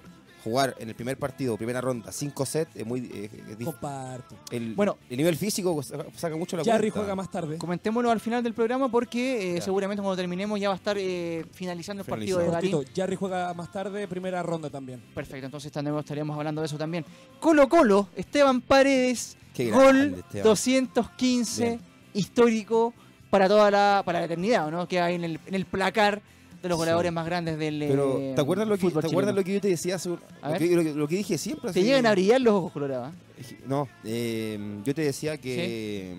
S2: jugar en el primer partido, primera ronda, 5 sets, es muy eh, es dif-
S3: Comparto.
S2: el,
S1: Bueno.
S2: el nivel físico saca, saca mucho la
S3: Jarry
S2: cuenta.
S3: juega más tarde.
S1: Comentémoslo al final del programa porque eh, seguramente cuando terminemos ya va a estar eh, finalizando el partido de
S3: Cortito,
S1: Garín.
S3: Jarry juega más tarde, primera ronda también.
S1: Perfecto, entonces también estaríamos hablando de eso también. Colo Colo, Esteban Paredes,
S2: Qué grande,
S1: gol
S2: Esteban.
S1: 215,
S2: Bien.
S1: histórico para toda la, para la eternidad, ¿o ¿no? Que hay en el, en el placar de los goleadores más grandes del eh,
S2: Pero, ¿te acuerdas lo que,
S1: fútbol
S2: ¿te acuerdas
S1: chileno?
S2: lo que yo te decía? hace un-
S1: A
S2: lo
S1: ver.
S2: que, lo que- lo que dije siempre.
S1: Te
S2: así-
S1: llegan a brillar los ojos colorados. ¿eh?
S2: No, eh, yo te decía que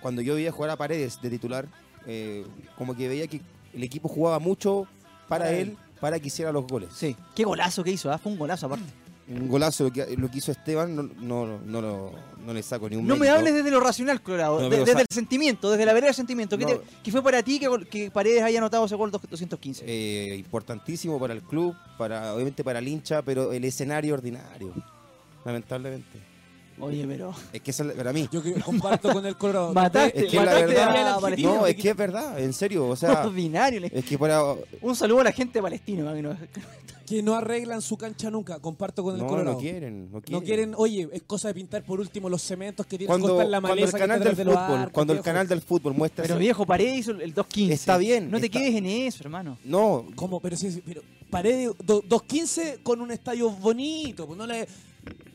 S2: cuando yo veía jugar a Paredes de titular, eh, como que veía que el equipo jugaba mucho para,
S3: Para
S2: él,
S3: él.
S2: para que hiciera los goles.
S1: Sí. Qué golazo que hizo, ¿ah? fue un golazo aparte.
S2: Un golazo lo que, lo que hizo Esteban, no, no, no, lo- no le saco ni un
S1: No me
S2: mérito.
S1: hables desde lo racional, Colorado,
S2: No,
S1: de-
S2: pero
S1: desde
S2: sa-
S1: el sentimiento, desde la verdad del sentimiento. ¿Qué,
S2: No.
S1: te- qué fue para ti que, gol- que Paredes haya anotado ese gol dos- 215?
S2: Eh, importantísimo para el club, para obviamente para el hincha, pero el escenario ordinario, lamentablemente.
S1: Oye, pero...
S2: Es que eso es para mí.
S3: Yo que comparto con el Colorado.
S1: Mataste-
S2: Es que
S3: Mataste
S2: la
S1: mataste
S2: verdad,
S1: a
S3: al adjetivo
S2: no,
S3: que
S2: es que es verdad, en serio, o sea,
S1: <laughs>
S2: eh,
S1: Ordinario. le-
S2: es que para
S1: Un saludo a la gente palestina. que no-
S3: Que no arreglan su cancha nunca, comparto con el
S2: no,
S3: Colorado.
S2: no quieren, no quieren.
S3: No quieren, oye, es cosa de pintar por último los cementos que tienen
S2: cuando,
S3: cortar la
S2: cuando el
S3: maleza que
S2: canal
S3: está
S2: del
S3: detrás de los
S2: fútbol,
S3: arcos,
S2: cuando el
S3: viejo.
S2: canal del fútbol muestra
S1: Pero
S2: ese-
S1: viejo, Paredes hizo el 215.
S2: Está bien,
S1: No te
S2: está-
S1: quedes en eso, hermano.
S2: no,
S3: ¿Cómo? Pero sí, sí, pero Paredes, do- 2.15 con un estadio bonito, pues no le...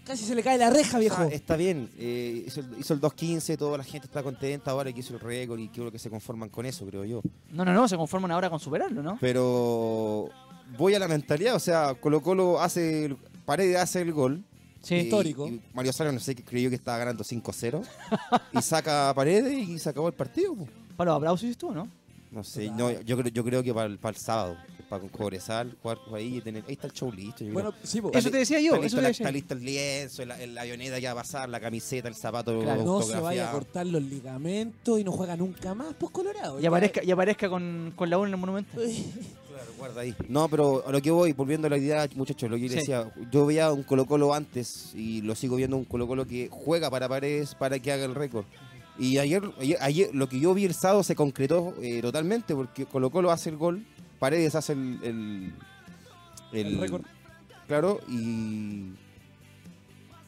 S3: Casi se le cae la reja,
S2: o sea,
S3: viejo.
S2: está bien, eh, hizo, el, hizo el 2.15, toda la gente está contenta ahora que hizo el récord y creo que se conforman con eso, creo yo.
S1: No, no, no, se conforman ahora con superarlo, ¿no?
S2: Pero voy a la mentalidad, o sea, Colo Colo hace el, Paredes hace el gol.
S1: Sí.
S2: y-
S3: Histórico.
S2: y Mario Sala no sé que creyó que estaba ganando 5-0 y saca a Paredes y se acabó el partido. po.
S1: Para los aplausos hiciste tú, ¿no?
S2: No sé, no, yo, creo- yo creo que para el, para el sábado, para con Cobresal, jugar ahí y tener. Ahí está el show listo. yo creo.
S3: Bueno, sí, pues.
S1: Eso te decía yo,
S2: Está
S1: eso
S2: listo,
S1: te
S2: la-
S1: decía.
S2: está listo el lienzo, la, la avioneta que va a pasar, la camiseta, el zapato
S1: Claro.
S3: No se vaya a
S2: autografiado.
S3: cortar los ligamentos y no juega nunca más, pues Colorado.
S2: eh.
S1: Y aparezca, y aparezca con, con la urna en el monumento.
S3: Uy,
S2: Guarda ahí. No, pero a lo que voy, volviendo a la idea, muchachos, lo que yo les
S1: Sí.
S2: decía, yo veía un Colo Colo antes y lo sigo viendo un Colo Colo que juega para paredes para que haga el récord. Y ayer, ayer, ayer lo que yo vi el sábado se concretó eh, totalmente porque Colo Colo hace el gol, paredes hace el... El,
S3: El récord.
S2: Claro, y...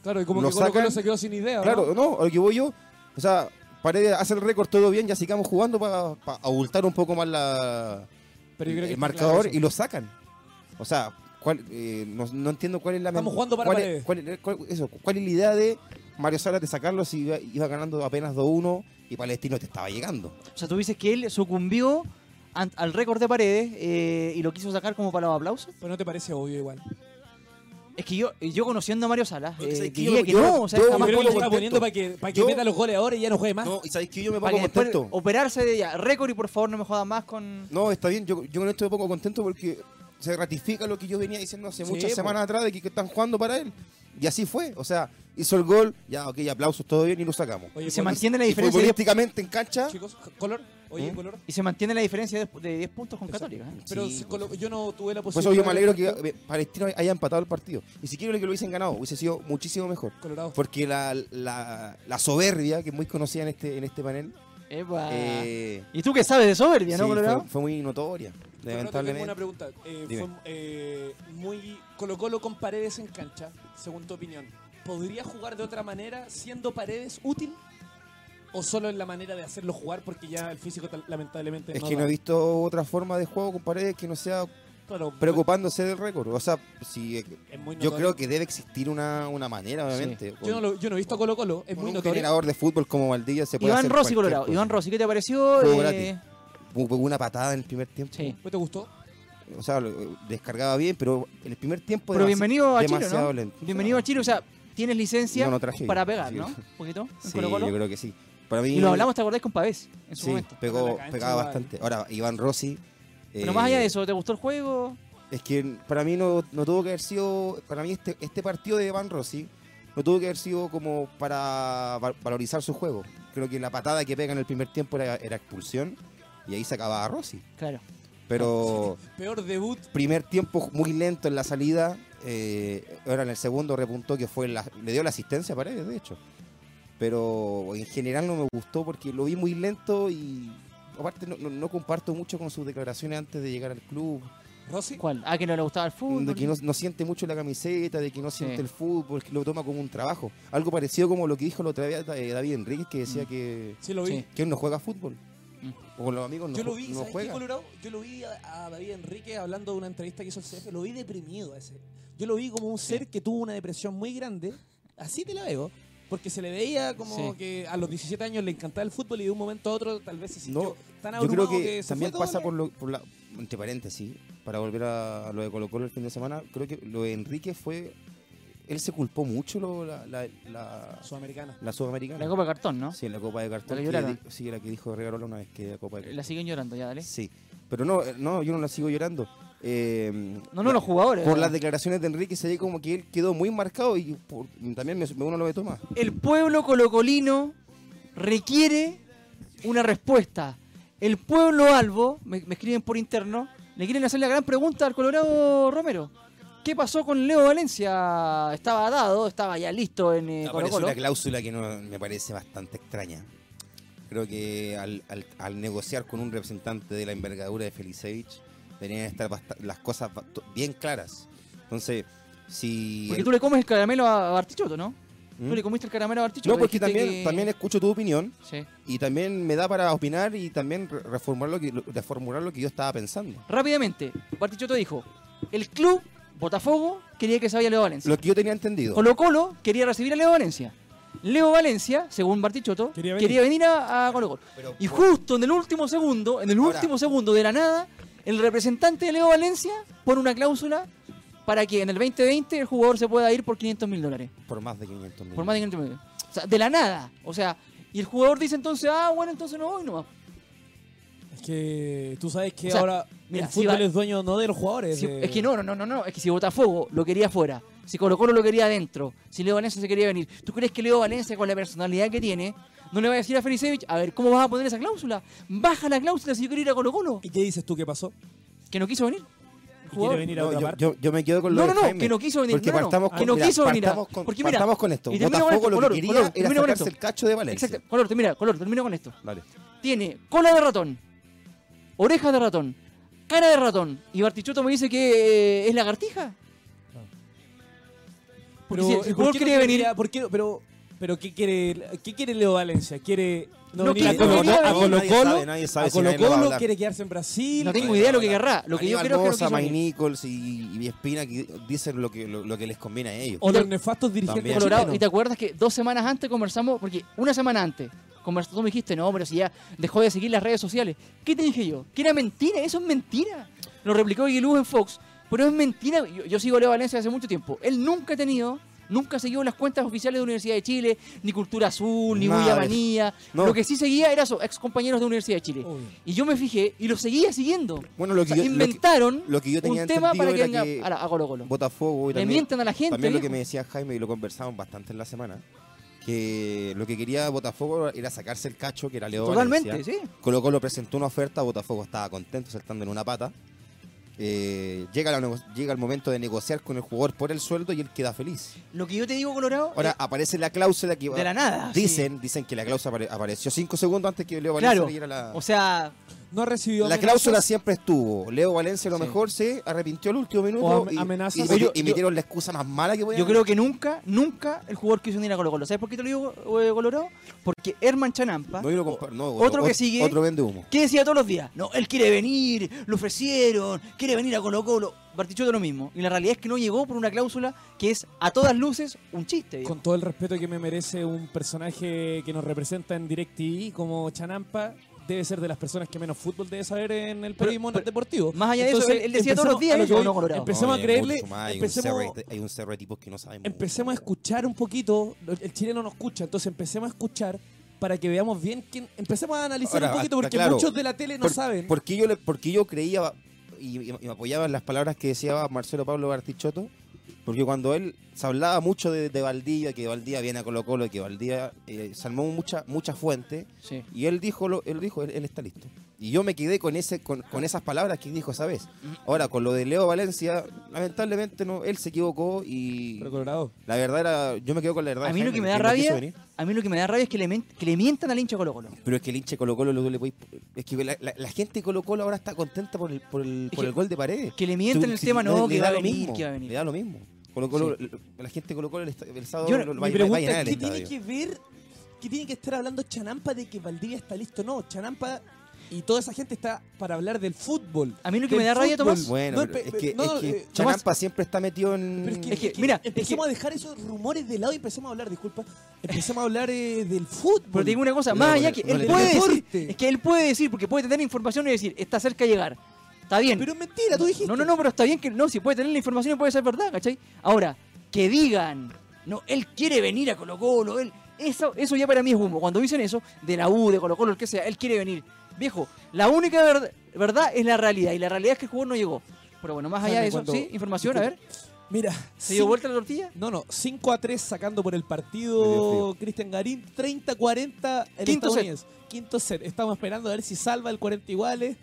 S3: Claro, y como
S2: Lo
S3: que Colo Colo
S2: sacan.
S3: se quedó sin idea. ¿no?
S2: Claro, no, a lo que voy yo, o sea, paredes hace el récord todo bien, ya sigamos jugando para abultar un poco más la,
S3: Pero yo creo que
S2: el
S3: está
S2: marcador
S3: claro eso.
S2: y lo sacan. O sea, cuál, eh, no, no entiendo cuál es la...
S3: Estamos
S2: men-
S3: jugando para
S2: cuál
S3: paredes.
S2: es, cuál es- cuál- eso, cuál es la idea de Mario Salas de sacarlo si iba, iba ganando apenas 2-1 y Palestino te estaba llegando?
S1: O sea, tú dices que él sucumbió an- al récord de paredes eh, y lo quiso sacar como para los aplausos.
S3: Pero Pues no te parece obvio igual.
S1: Es que yo, yo conociendo a Mario Salas,
S2: Es que
S1: eh, diría
S2: yo-
S1: que
S2: yo-
S1: no, o sea,
S2: yo-
S3: Yo
S1: jamás
S3: creo
S2: pongo
S3: que lo está
S2: contento.
S3: poniendo para que, para que
S2: Yo-
S3: meta los goles ahora y ya no juegue más.
S2: No, y sabéis que yo me
S1: para
S2: pongo
S1: que después
S2: contento.
S1: operarse de ya, récord y por favor no me jodan más con...
S2: No, está bien, yo, yo con esto me pongo contento porque se ratifica lo que yo venía diciendo hace
S3: Sí,
S2: muchas
S3: po.
S2: semanas atrás de que, que están jugando para él. Y así fue, o sea, hizo el gol, ya, ok, aplausos, todo bien y lo sacamos.
S3: Oye,
S1: Y se
S3: Colo-
S1: mantiene la
S2: Y
S1: diferencia de-
S2: futbolísticamente en cancha,
S3: Chicos, color.
S2: ¿Eh?
S3: Oye, color.
S1: y se mantiene la diferencia de, de 10 puntos con
S3: Exacto.
S1: Católica. ¿eh?
S3: Pero
S2: Sí,
S3: si Colo- Pues yo no tuve la
S2: Por
S3: posibilidad.
S2: eso yo me alegro que
S3: de-
S2: eh, Palestino haya empatado el partido. Ni siquiera que lo hubiesen ganado, hubiese sido muchísimo mejor.
S3: Colorado.
S2: Porque la, la- la soberbia, que es muy conocida en este, en este panel,
S3: Ah.
S1: Epa.
S2: eh,
S1: ¿Y tú que sabes de soberbia,
S2: sí,
S1: no, Colorado?
S2: fue, fue muy notoria,
S3: Colorado, te tengo una
S2: lamentablemente.
S3: pregunta. Eh,
S2: Dime.
S3: fue, eh, muy Colo Colo con paredes en cancha, según tu opinión. ¿Podría jugar de otra manera siendo paredes útil? ¿O solo en la manera de hacerlo jugar? Porque ya el físico tal- lamentablemente
S2: Es
S3: no
S2: que
S3: da.
S2: no he visto otra forma de juego con paredes que no sea
S3: Pero-
S2: preocupándose del récord. O sea, si, eh,
S3: es muy
S2: yo
S3: notorio.
S2: creo que debe existir una, una manera, obviamente.
S3: Yo no, lo- yo no he visto a Colo Colo, es
S2: Con
S3: muy
S2: un
S3: notorio.
S2: generador de fútbol como Valdivia se puede
S1: Iván
S2: hacer
S1: Rossi,
S2: cualquier
S1: Colorado.
S2: cosa.
S1: Iván Rossi, ¿qué te pareció?
S2: Juego
S1: Eh,
S2: Hubo Una patada en el primer tiempo.
S1: sí.
S3: ¿No te gustó?
S2: O sea, lo- eh, descargaba bien, pero en el primer tiempo
S1: Pero
S2: demasi-
S1: bienvenido a Chile,
S2: demasiado
S1: ¿no?
S2: lento.
S1: Bienvenido a Chile, o sea, tienes licencia
S2: No, no traje.
S1: para pegar,
S2: Sí. <laughs>
S1: ¿no? Un poquito. en
S2: Sí,
S1: Colo-Colo.
S2: yo creo que sí. Para mí,
S1: Y lo hablamos, ¿te acordás con Pavés en su
S2: sí,
S1: momento?
S3: Pero la
S2: pegó,
S3: cancha
S2: pegaba
S3: igual.
S2: bastante. Ahora, Iván Rossi.
S1: Pero
S2: eh,
S1: más allá de eso, ¿te gustó el juego?
S2: Es que para mí no, no tuvo que haber sido. Para mí, este, este partido de Iván Rossi no tuvo que haber sido como para va- valorizar su juego. Creo que la patada que pega en el primer tiempo era, era expulsión y ahí se acababa Rossi.
S1: Claro. Ah,
S2: Pero
S3: Peor debut.
S2: primer tiempo muy lento en la salida. eh, ahora en el segundo repuntó que fue la- le dio la asistencia a Paredes, de hecho. Pero en general no me gustó porque lo vi muy lento y aparte no, no- no comparto mucho con sus declaraciones antes de llegar al club.
S3: Rossi,
S1: ¿Cuál? Ah, que no le gustaba el fútbol.
S2: De que no, no siente mucho la camiseta, de que no siente
S1: Sí.
S2: el fútbol, que lo toma como un trabajo. Algo parecido como lo que dijo la otra vez eh, David Enríquez que decía que,
S3: sí lo vi.
S1: Sí.
S2: que él no juega fútbol.
S1: Mm.
S2: O con los amigos no,
S3: Yo lo
S2: ju-
S3: vi,
S2: no
S3: ¿sabes qué,
S2: juega.
S3: Colorado? Yo lo vi a, a David Enrique hablando de una entrevista que hizo el CF, lo vi deprimido a ese. Yo lo vi como un ser que tuvo una depresión muy grande, así te la veo, porque se le veía como
S1: Sí.
S3: que a los 17 años le encantaba el fútbol y de un momento a otro tal vez se sintió
S2: No,
S3: tan
S2: Yo
S3: abrumado
S2: creo
S3: que,
S2: que,
S3: se
S2: también
S3: fue todo
S2: pasa
S3: la-
S2: por, lo, por la. Entre paréntesis, para volver a lo de Colo Colo el fin de semana, creo que lo de Enrique fue. Él se culpó mucho lo- la, la, la-
S3: Sudamericana.
S2: la
S1: La
S2: Sudamericana.
S1: Copa de Cartón, ¿no?
S2: Sí, la Copa de
S1: La
S2: Cartón.
S1: que
S2: que
S1: lloraron.
S2: di- sí, la que dijo Regarola una vez que la Copa de Cartón.
S1: La siguen llorando ya, dale.
S2: Sí. Pero no, eh, no, yo no la sigo llorando. Eh,
S1: No, no, los jugadores.
S2: Por
S1: ¿no?
S2: las declaraciones de Enrique se ve como que él quedó muy marcado y por- también me- uno lo ve tomar.
S1: El pueblo colocolino requiere una respuesta. El pueblo albo, me, me escriben por interno, le quieren hacer la gran pregunta al Colorado Romero. ¿Qué pasó con Leo Valencia? Estaba dado, estaba ya listo en eh, Colo
S2: Aparece
S1: Colo.
S2: una cláusula que no, me parece bastante extraña. Creo que al, al- al negociar con un representante de la envergadura de Felicevich, deberían estar bast- las cosas ba- to- bien claras. Entonces, si.
S1: Porque
S2: el-
S1: tú le comes el caramelo a Bartichotto, ¿no?
S2: ¿Mm?
S1: Tú le comiste el caramelo a Bartichotto.
S2: no, porque
S1: dijiste
S2: también,
S1: que-
S2: también escucho tu opinión
S1: Sí.
S2: y también me da para opinar y también re- reformular lo que, lo- reformular lo que yo estaba pensando.
S1: Rápidamente, Bartichotto dijo, el club, Botafogo, quería que se vaya Leo Valencia.
S2: Lo que yo tenía entendido.
S1: Colo Colo quería recibir a Leo Valencia. Leo Valencia, según Bartichotto,
S3: Quería
S1: quería
S3: venir.
S1: venir, a, a Colo Colo. Y justo en el último segundo, en el
S2: Ahora.
S1: último segundo de la nada, el representante de Leo Valencia pone una cláusula para que en el 2020 el jugador se pueda ir por 500 mil dólares.
S2: Por más de 500 millones.
S1: Por más de 500 mil dólares. O sea, de la nada. O sea, y el jugador dice entonces, ah, bueno, entonces no voy nomás.
S3: Es que tú sabes que
S1: O sea,
S3: ahora
S1: mira,
S3: el
S1: si
S3: fútbol
S1: va-
S3: es dueño no de los jugadores. eh.
S1: Si-
S3: de-
S1: es que no, no, no, no, no. Es que si Botafogo lo quería afuera, si Colo Colo lo quería adentro, si Leo Valencia se quería venir, ¿tú crees que Leo Valencia, con la personalidad que tiene, no le va a decir a Felicevich, a ver, ¿cómo vas a poner esa cláusula? Baja la cláusula si yo quiero ir a Colo Colo.
S3: ¿Y qué dices tú que pasó?
S1: ¿Que no quiso venir? ¿El
S3: ¿Y quiere
S1: jugador?
S3: venir a
S2: No,
S3: otra
S2: yo,
S3: parte?
S2: yo, yo me quedo con lo
S1: No,
S2: de
S1: no, no,
S2: Jaime,
S1: que no quiso venir,
S2: Porque
S1: no, no,
S2: partamos
S1: que
S2: con,
S1: no
S2: mira,
S1: quiso venir,
S2: partamos
S1: ah.
S2: con,
S1: Porque mira,
S2: partamos con esto.
S1: y termino con
S2: Botafogo
S1: esto,
S2: lo que
S1: Color,
S2: quería
S1: Color,
S2: era
S1: termino con
S2: sacarse
S1: esto.
S2: el cacho de Valencia.
S1: Exacto. Color, mira, color, termino con esto.
S2: Vale.
S1: Tiene cola de ratón, orejas de ratón, cara de ratón. Y Bartichotto me dice que eh, es lagartija. Porque si el
S3: ¿y por
S1: jugador
S3: qué
S1: quiere venir-
S3: quería- por qué- pero, pero ¿qué quiere, qué quiere Leo Valencia? ¿Quiere no,
S1: No
S3: venir a
S1: quiere- no
S3: Colo
S1: quería
S3: a
S1: venir.
S3: Colo
S2: Nadie
S3: Colo?
S2: sabe, nadie sabe
S3: ¿A
S2: si nadie
S3: Colo
S2: lo va a
S3: Colo
S2: hablar.
S3: quiere quedarse en Brasil?
S1: No tengo
S2: Bueno,
S1: idea lo que
S2: ahora,
S1: querrá. Lo que yo
S2: Aníbal
S1: creo es que
S2: Mosa,
S1: no quiso
S2: Mike
S1: venir.
S2: Nichols y, y Espina que dicen lo que, lo, lo que les conviene a ellos.
S3: ¿O los nefastos dirigentes
S2: También.
S1: Colorado.
S3: chilenos?
S1: ¿Y te acuerdas que dos semanas antes conversamos? Porque una semana antes conversamos, tú me dijiste, no, pero si ya dejó de seguir las redes sociales. ¿Qué te dije yo? Que era mentira, eso es mentira. Lo replicó Guilú en Fox, pero es mentira. Yo, yo sigo a Leo Valencia hace mucho tiempo. Él nunca ha tenido, nunca ha seguido las cuentas oficiales de Universidad de Chile, ni Cultura Azul, ni
S2: Nada
S1: Bulla
S2: de eso.
S1: Manía.
S2: No.
S1: Lo que sí seguía era a sus ex compañeros de Universidad de Chile.
S3: Obvio.
S1: Y yo me fijé y lo seguía siguiendo.
S2: Bueno, lo
S1: O
S2: que
S1: sea,
S2: yo- lo que-
S1: inventaron
S2: lo que yo tenía
S1: un tema para que
S2: entendido
S1: venga
S2: era
S1: a, la- a Colo Colo.
S2: Botafogo y
S1: Le
S2: también,
S1: mienten a la gente,
S2: También lo que
S1: viejo.
S2: me decía Jaime y lo conversamos bastante en la semana, que lo que quería Botafogo era sacarse el cacho que era Leo
S1: Totalmente,
S2: Valencia.
S1: sí.
S2: Colo Colo presentó una oferta, Botafogo estaba contento saltando en una pata. Eh, llega, la nego- llega el momento de negociar con el jugador por el sueldo y él queda feliz.
S1: Lo que yo te digo, Colorado,
S2: Ahora aparece la cláusula que
S1: de la nada. sí.
S2: dicen, dicen que la cláusula apare- apareció cinco segundos antes que Leo Valencia
S1: Claro.
S2: leyera la.
S1: O sea,
S3: No ha recibido
S2: La
S3: amenazas.
S2: cláusula siempre estuvo. Leo Valencia a lo
S1: Sí.
S2: mejor se arrepintió al último minuto
S3: O am-
S2: y,
S3: amenazas.
S2: y- y-
S3: Yo-
S2: y metieron la excusa más mala que podían.
S1: yo creo que nunca, nunca el jugador quiso venir a Colo Colo. ¿Sabes por qué te lo digo, eh, Colorado? Porque Herman Chanampa,
S2: No, yo lo comparo, no,
S1: Otro que
S2: ot-
S1: sigue-
S2: Otro vende humo.
S1: ¿qué decía todos los días? No, él quiere venir, lo ofrecieron, quiere venir a Colo Colo. Bartichotto lo mismo. Y la realidad es que no llegó por una cláusula que es a todas luces un chiste. viejo.
S3: Con todo el respeto que me merece un personaje que nos representa en DirecTV como Chanampa, debe ser de las personas que menos fútbol debe saber en el
S1: Pero-
S3: periodismo
S1: pero-
S3: deportivo.
S1: más allá de eso, él- él decía todos los días
S3: a lo que
S1: eso,
S3: voy,
S1: ¿no, Colorado?
S3: empecemos
S2: No,
S3: a
S2: hay
S3: creerle,
S2: mucho más, hay un
S3: empecemos,
S2: cerro de- hay un cerro de tipos que no saben. mucho.
S3: empecemos a escuchar un poquito, lo- el chileno no escucha, entonces empecemos a escuchar para que veamos bien quién, empecemos a analizar
S2: Ahora,
S3: un poquito
S2: hasta
S3: porque
S2: claro,
S3: muchos de la tele no
S2: Por-
S3: saben.
S2: Porque yo, le- porque yo creía y, y- y me apoyaba en las palabras que decía Marcelo Pablo Bartichotto. Porque cuando él se hablaba mucho de, de Valdivia, que Valdivia viene a Colo Colo, que Valdivia eh, se armó mucha, mucha fuente.
S1: Sí.
S2: Y él dijo, lo, él dijo, él, él está listo. Y yo me quedé con ese, con, con esas palabras que dijo esa vez. Ahora, con lo de Leo Valencia, lamentablemente no, él se equivocó y
S3: Pero Colorado,
S2: la verdad era, yo me quedo con la verdad.
S1: A
S2: de
S1: mí lo
S2: Jaime,
S1: que me da
S2: él no quiso
S1: rabia,
S2: venir.
S1: a mí lo que me da rabia es que le, men- que le mientan al hincha de Colo Colo.
S2: Pero es que el hinche Colo Colo lo le podéis- Es que la, la- la gente de Colo Colo ahora está contenta por el, por el, por
S1: que-
S2: el gol de pared.
S1: que le mienten el tema, no, que va a venir, que va a venir.
S2: Le da lo mismo. Colo -Colo, la, gente de Colo Colo el, esta- el sábado
S1: Yo no-
S2: lo,
S1: mi
S2: va,
S3: Mi
S2: va a
S3: pregunta
S2: llenar
S3: es,
S2: el
S3: ¿qué tiene
S2: estadio.
S3: que ver, qué tiene que estar hablando Chanampa de que Valdivia está listo? No, Chanampa y toda esa gente está para hablar del fútbol.
S1: A mí lo que
S3: Del
S1: me da rabia,
S3: fútbol.
S1: Tomás,
S2: Bueno, pero
S3: No, pe-
S2: es que,
S3: pe- no,
S2: es que
S3: eh,
S2: Chanampa siempre está metido en...
S3: Pero es que,
S1: Es que,
S3: es que
S1: mira,
S3: empecemos
S1: es
S3: a dejar esos rumores de lado y empecemos a hablar, disculpa, empecemos a hablar eh, del fútbol.
S1: Pero te digo una cosa,
S2: No,
S1: más
S2: no
S1: allá
S2: le-
S1: que
S2: no
S1: él
S2: le-
S1: puede
S3: del
S1: decir,
S3: deporte.
S1: es que él puede decir, porque puede tener información y decir, está cerca de llegar. Está bien.
S3: Pero es mentira, tú dijiste.
S1: No, no, no, pero está bien que no, si puede tener la información y puede ser verdad, ¿cachai? Ahora, que digan, no, él quiere venir a Colo Colo, él, eso, eso ya para mí es humo. Cuando dicen eso, de la U, de Colo Colo, el que sea, él quiere venir. Viejo, la única verd- verdad es la realidad, y la realidad es que el jugador no llegó. Pero bueno, más allá de
S3: Jaime,
S1: eso,
S3: cuando-
S1: sí, información, a ver,
S3: Mira,
S1: ¿se dio
S3: cinco-
S1: vuelta la tortilla?
S3: No, no, 5 a 3 sacando por el
S2: Dios
S3: partido Cristian Garín, 30-40 el
S1: Quinto set.
S3: estadounidense. Quinto set. Estamos esperando a ver si salva el 40 iguales.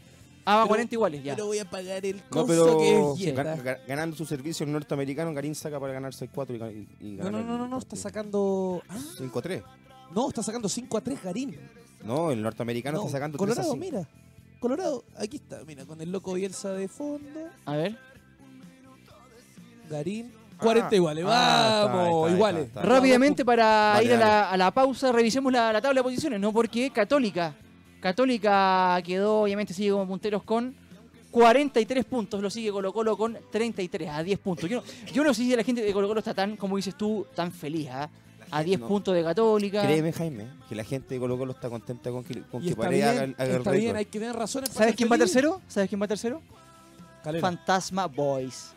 S1: Ah, va
S3: Pero-
S1: 40 iguales, ya.
S3: Pero voy a pagar el costo
S2: No, pero
S3: que es
S2: gan-
S3: Yeta.
S2: gan- ganando su servicio el norteamericano, Garín saca para ganar 6-4 y, gan- y
S3: No,
S2: ganar
S3: no, no,
S2: el
S3: no, no, está
S2: partido.
S3: sacando. ah,
S2: 5-3.
S3: no, está sacando 5 a 3 Garín.
S2: No, el norteamericano
S3: No,
S2: está sacando
S3: Colorado,
S2: 3 a 5.
S3: mira. Colorado, aquí está, mira, con el loco Bielsa de fondo.
S1: A ver,
S3: Garín. 40 iguales,
S2: ah, está,
S3: vamos,
S2: está, está,
S3: iguales.
S2: está.
S1: rápidamente para
S2: Vale,
S1: ir a la, a la pausa, revisemos la, la tabla de posiciones, ¿no? Porque Católica, Católica quedó, obviamente sigue como punteros con 43 puntos, lo sigue Colo Colo con 33, a 10 puntos. Yo no, yo no sé si la gente de Colo Colo está tan, como dices tú, tan feliz, ¿ah? A 10
S2: no.
S1: puntos de Católica.
S2: Créeme, Jaime, que la gente de Colo Colo está contenta con que, con
S3: Y
S2: que
S3: está
S2: Paredes
S3: bien,
S2: haga, el- haga el
S3: está bien,
S2: récord.
S3: hay que tener razón. en
S1: ¿Sabes
S3: pasar
S1: quién va
S3: feliz.
S1: tercero? ¿Sabes quién va tercero?
S3: Calera.
S1: Fantasma Boys.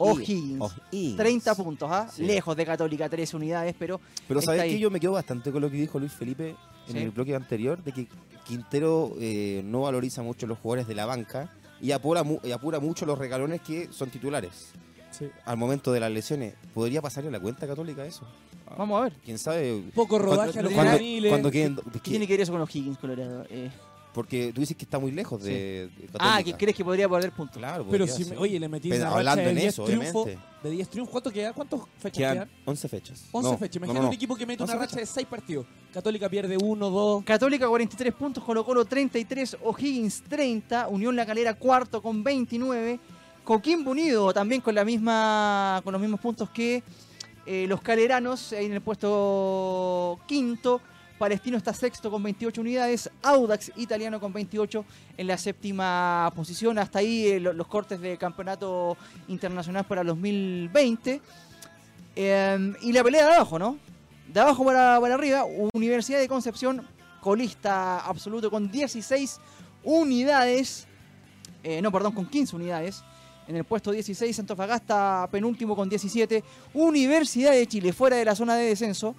S2: Oh,
S1: O'Higgins.
S2: oh, Higgins.
S1: 30 puntos, ¿ah?
S2: Sí.
S1: Lejos de Católica, 3 unidades, pero
S2: Pero
S1: Está
S2: sabes
S1: ahí.
S2: que yo me quedo bastante con lo que dijo Luis Felipe en
S1: Sí.
S2: el bloque anterior, de que Quintero eh, no valoriza mucho los jugadores de la banca y apura, mu- y apura mucho los regalones que son titulares.
S3: Sí.
S2: Al momento de las lesiones, ¿podría pasarle la cuenta católica eso?
S1: vamos a ver.
S2: ¿Quién sabe?
S3: Poco rodaje a
S2: cuando,
S3: los
S2: cuando-
S3: juveniles.
S2: cuando queden-
S1: ¿Qué tiene que ver eso con los Higgins, Colorado? Eh,
S2: Porque tú dices que está muy lejos de, de
S1: Ah, que
S2: Católica.
S1: crees que podría perder puntos.
S2: Claro,
S3: Pero
S2: podría
S3: si,
S2: ser.
S3: me- oye, le metí
S2: Pero
S3: una racha
S2: hablando
S3: de
S2: en
S3: 10
S2: eso,
S3: triunfos.
S2: obamente.
S3: De 10 triunfos, ¿cuánto queda? ¿Cuántas fechas quedan?
S2: Quedan 11 fechas.
S3: 11
S2: No,
S3: fechas.
S2: no, no,
S3: Imagínate
S2: no.
S3: un equipo que mete una
S2: 11
S3: racha de 6 partidos. Católica pierde 1, 2.
S1: Católica 43 puntos, Colo Colo 33, O'Higgins 30, Unión La Calera cuarto con 29, Coquimbo Unido también con la misma con los mismos puntos que eh, los caleranos ahí en el puesto quinto. Palestino está sexto con 28 unidades, Audax italiano con 28 en la séptima posición. Hasta ahí eh, lo- los cortes de campeonato internacional para 2020. Eh, y la pelea de abajo, ¿no? De abajo para, para arriba, Universidad de Concepción, colista absoluto con 16 unidades. Eh, no, perdón, con 15 unidades. En el puesto 16, Antofagasta penúltimo con 17. Universidad de Chile, fuera de la zona de descenso,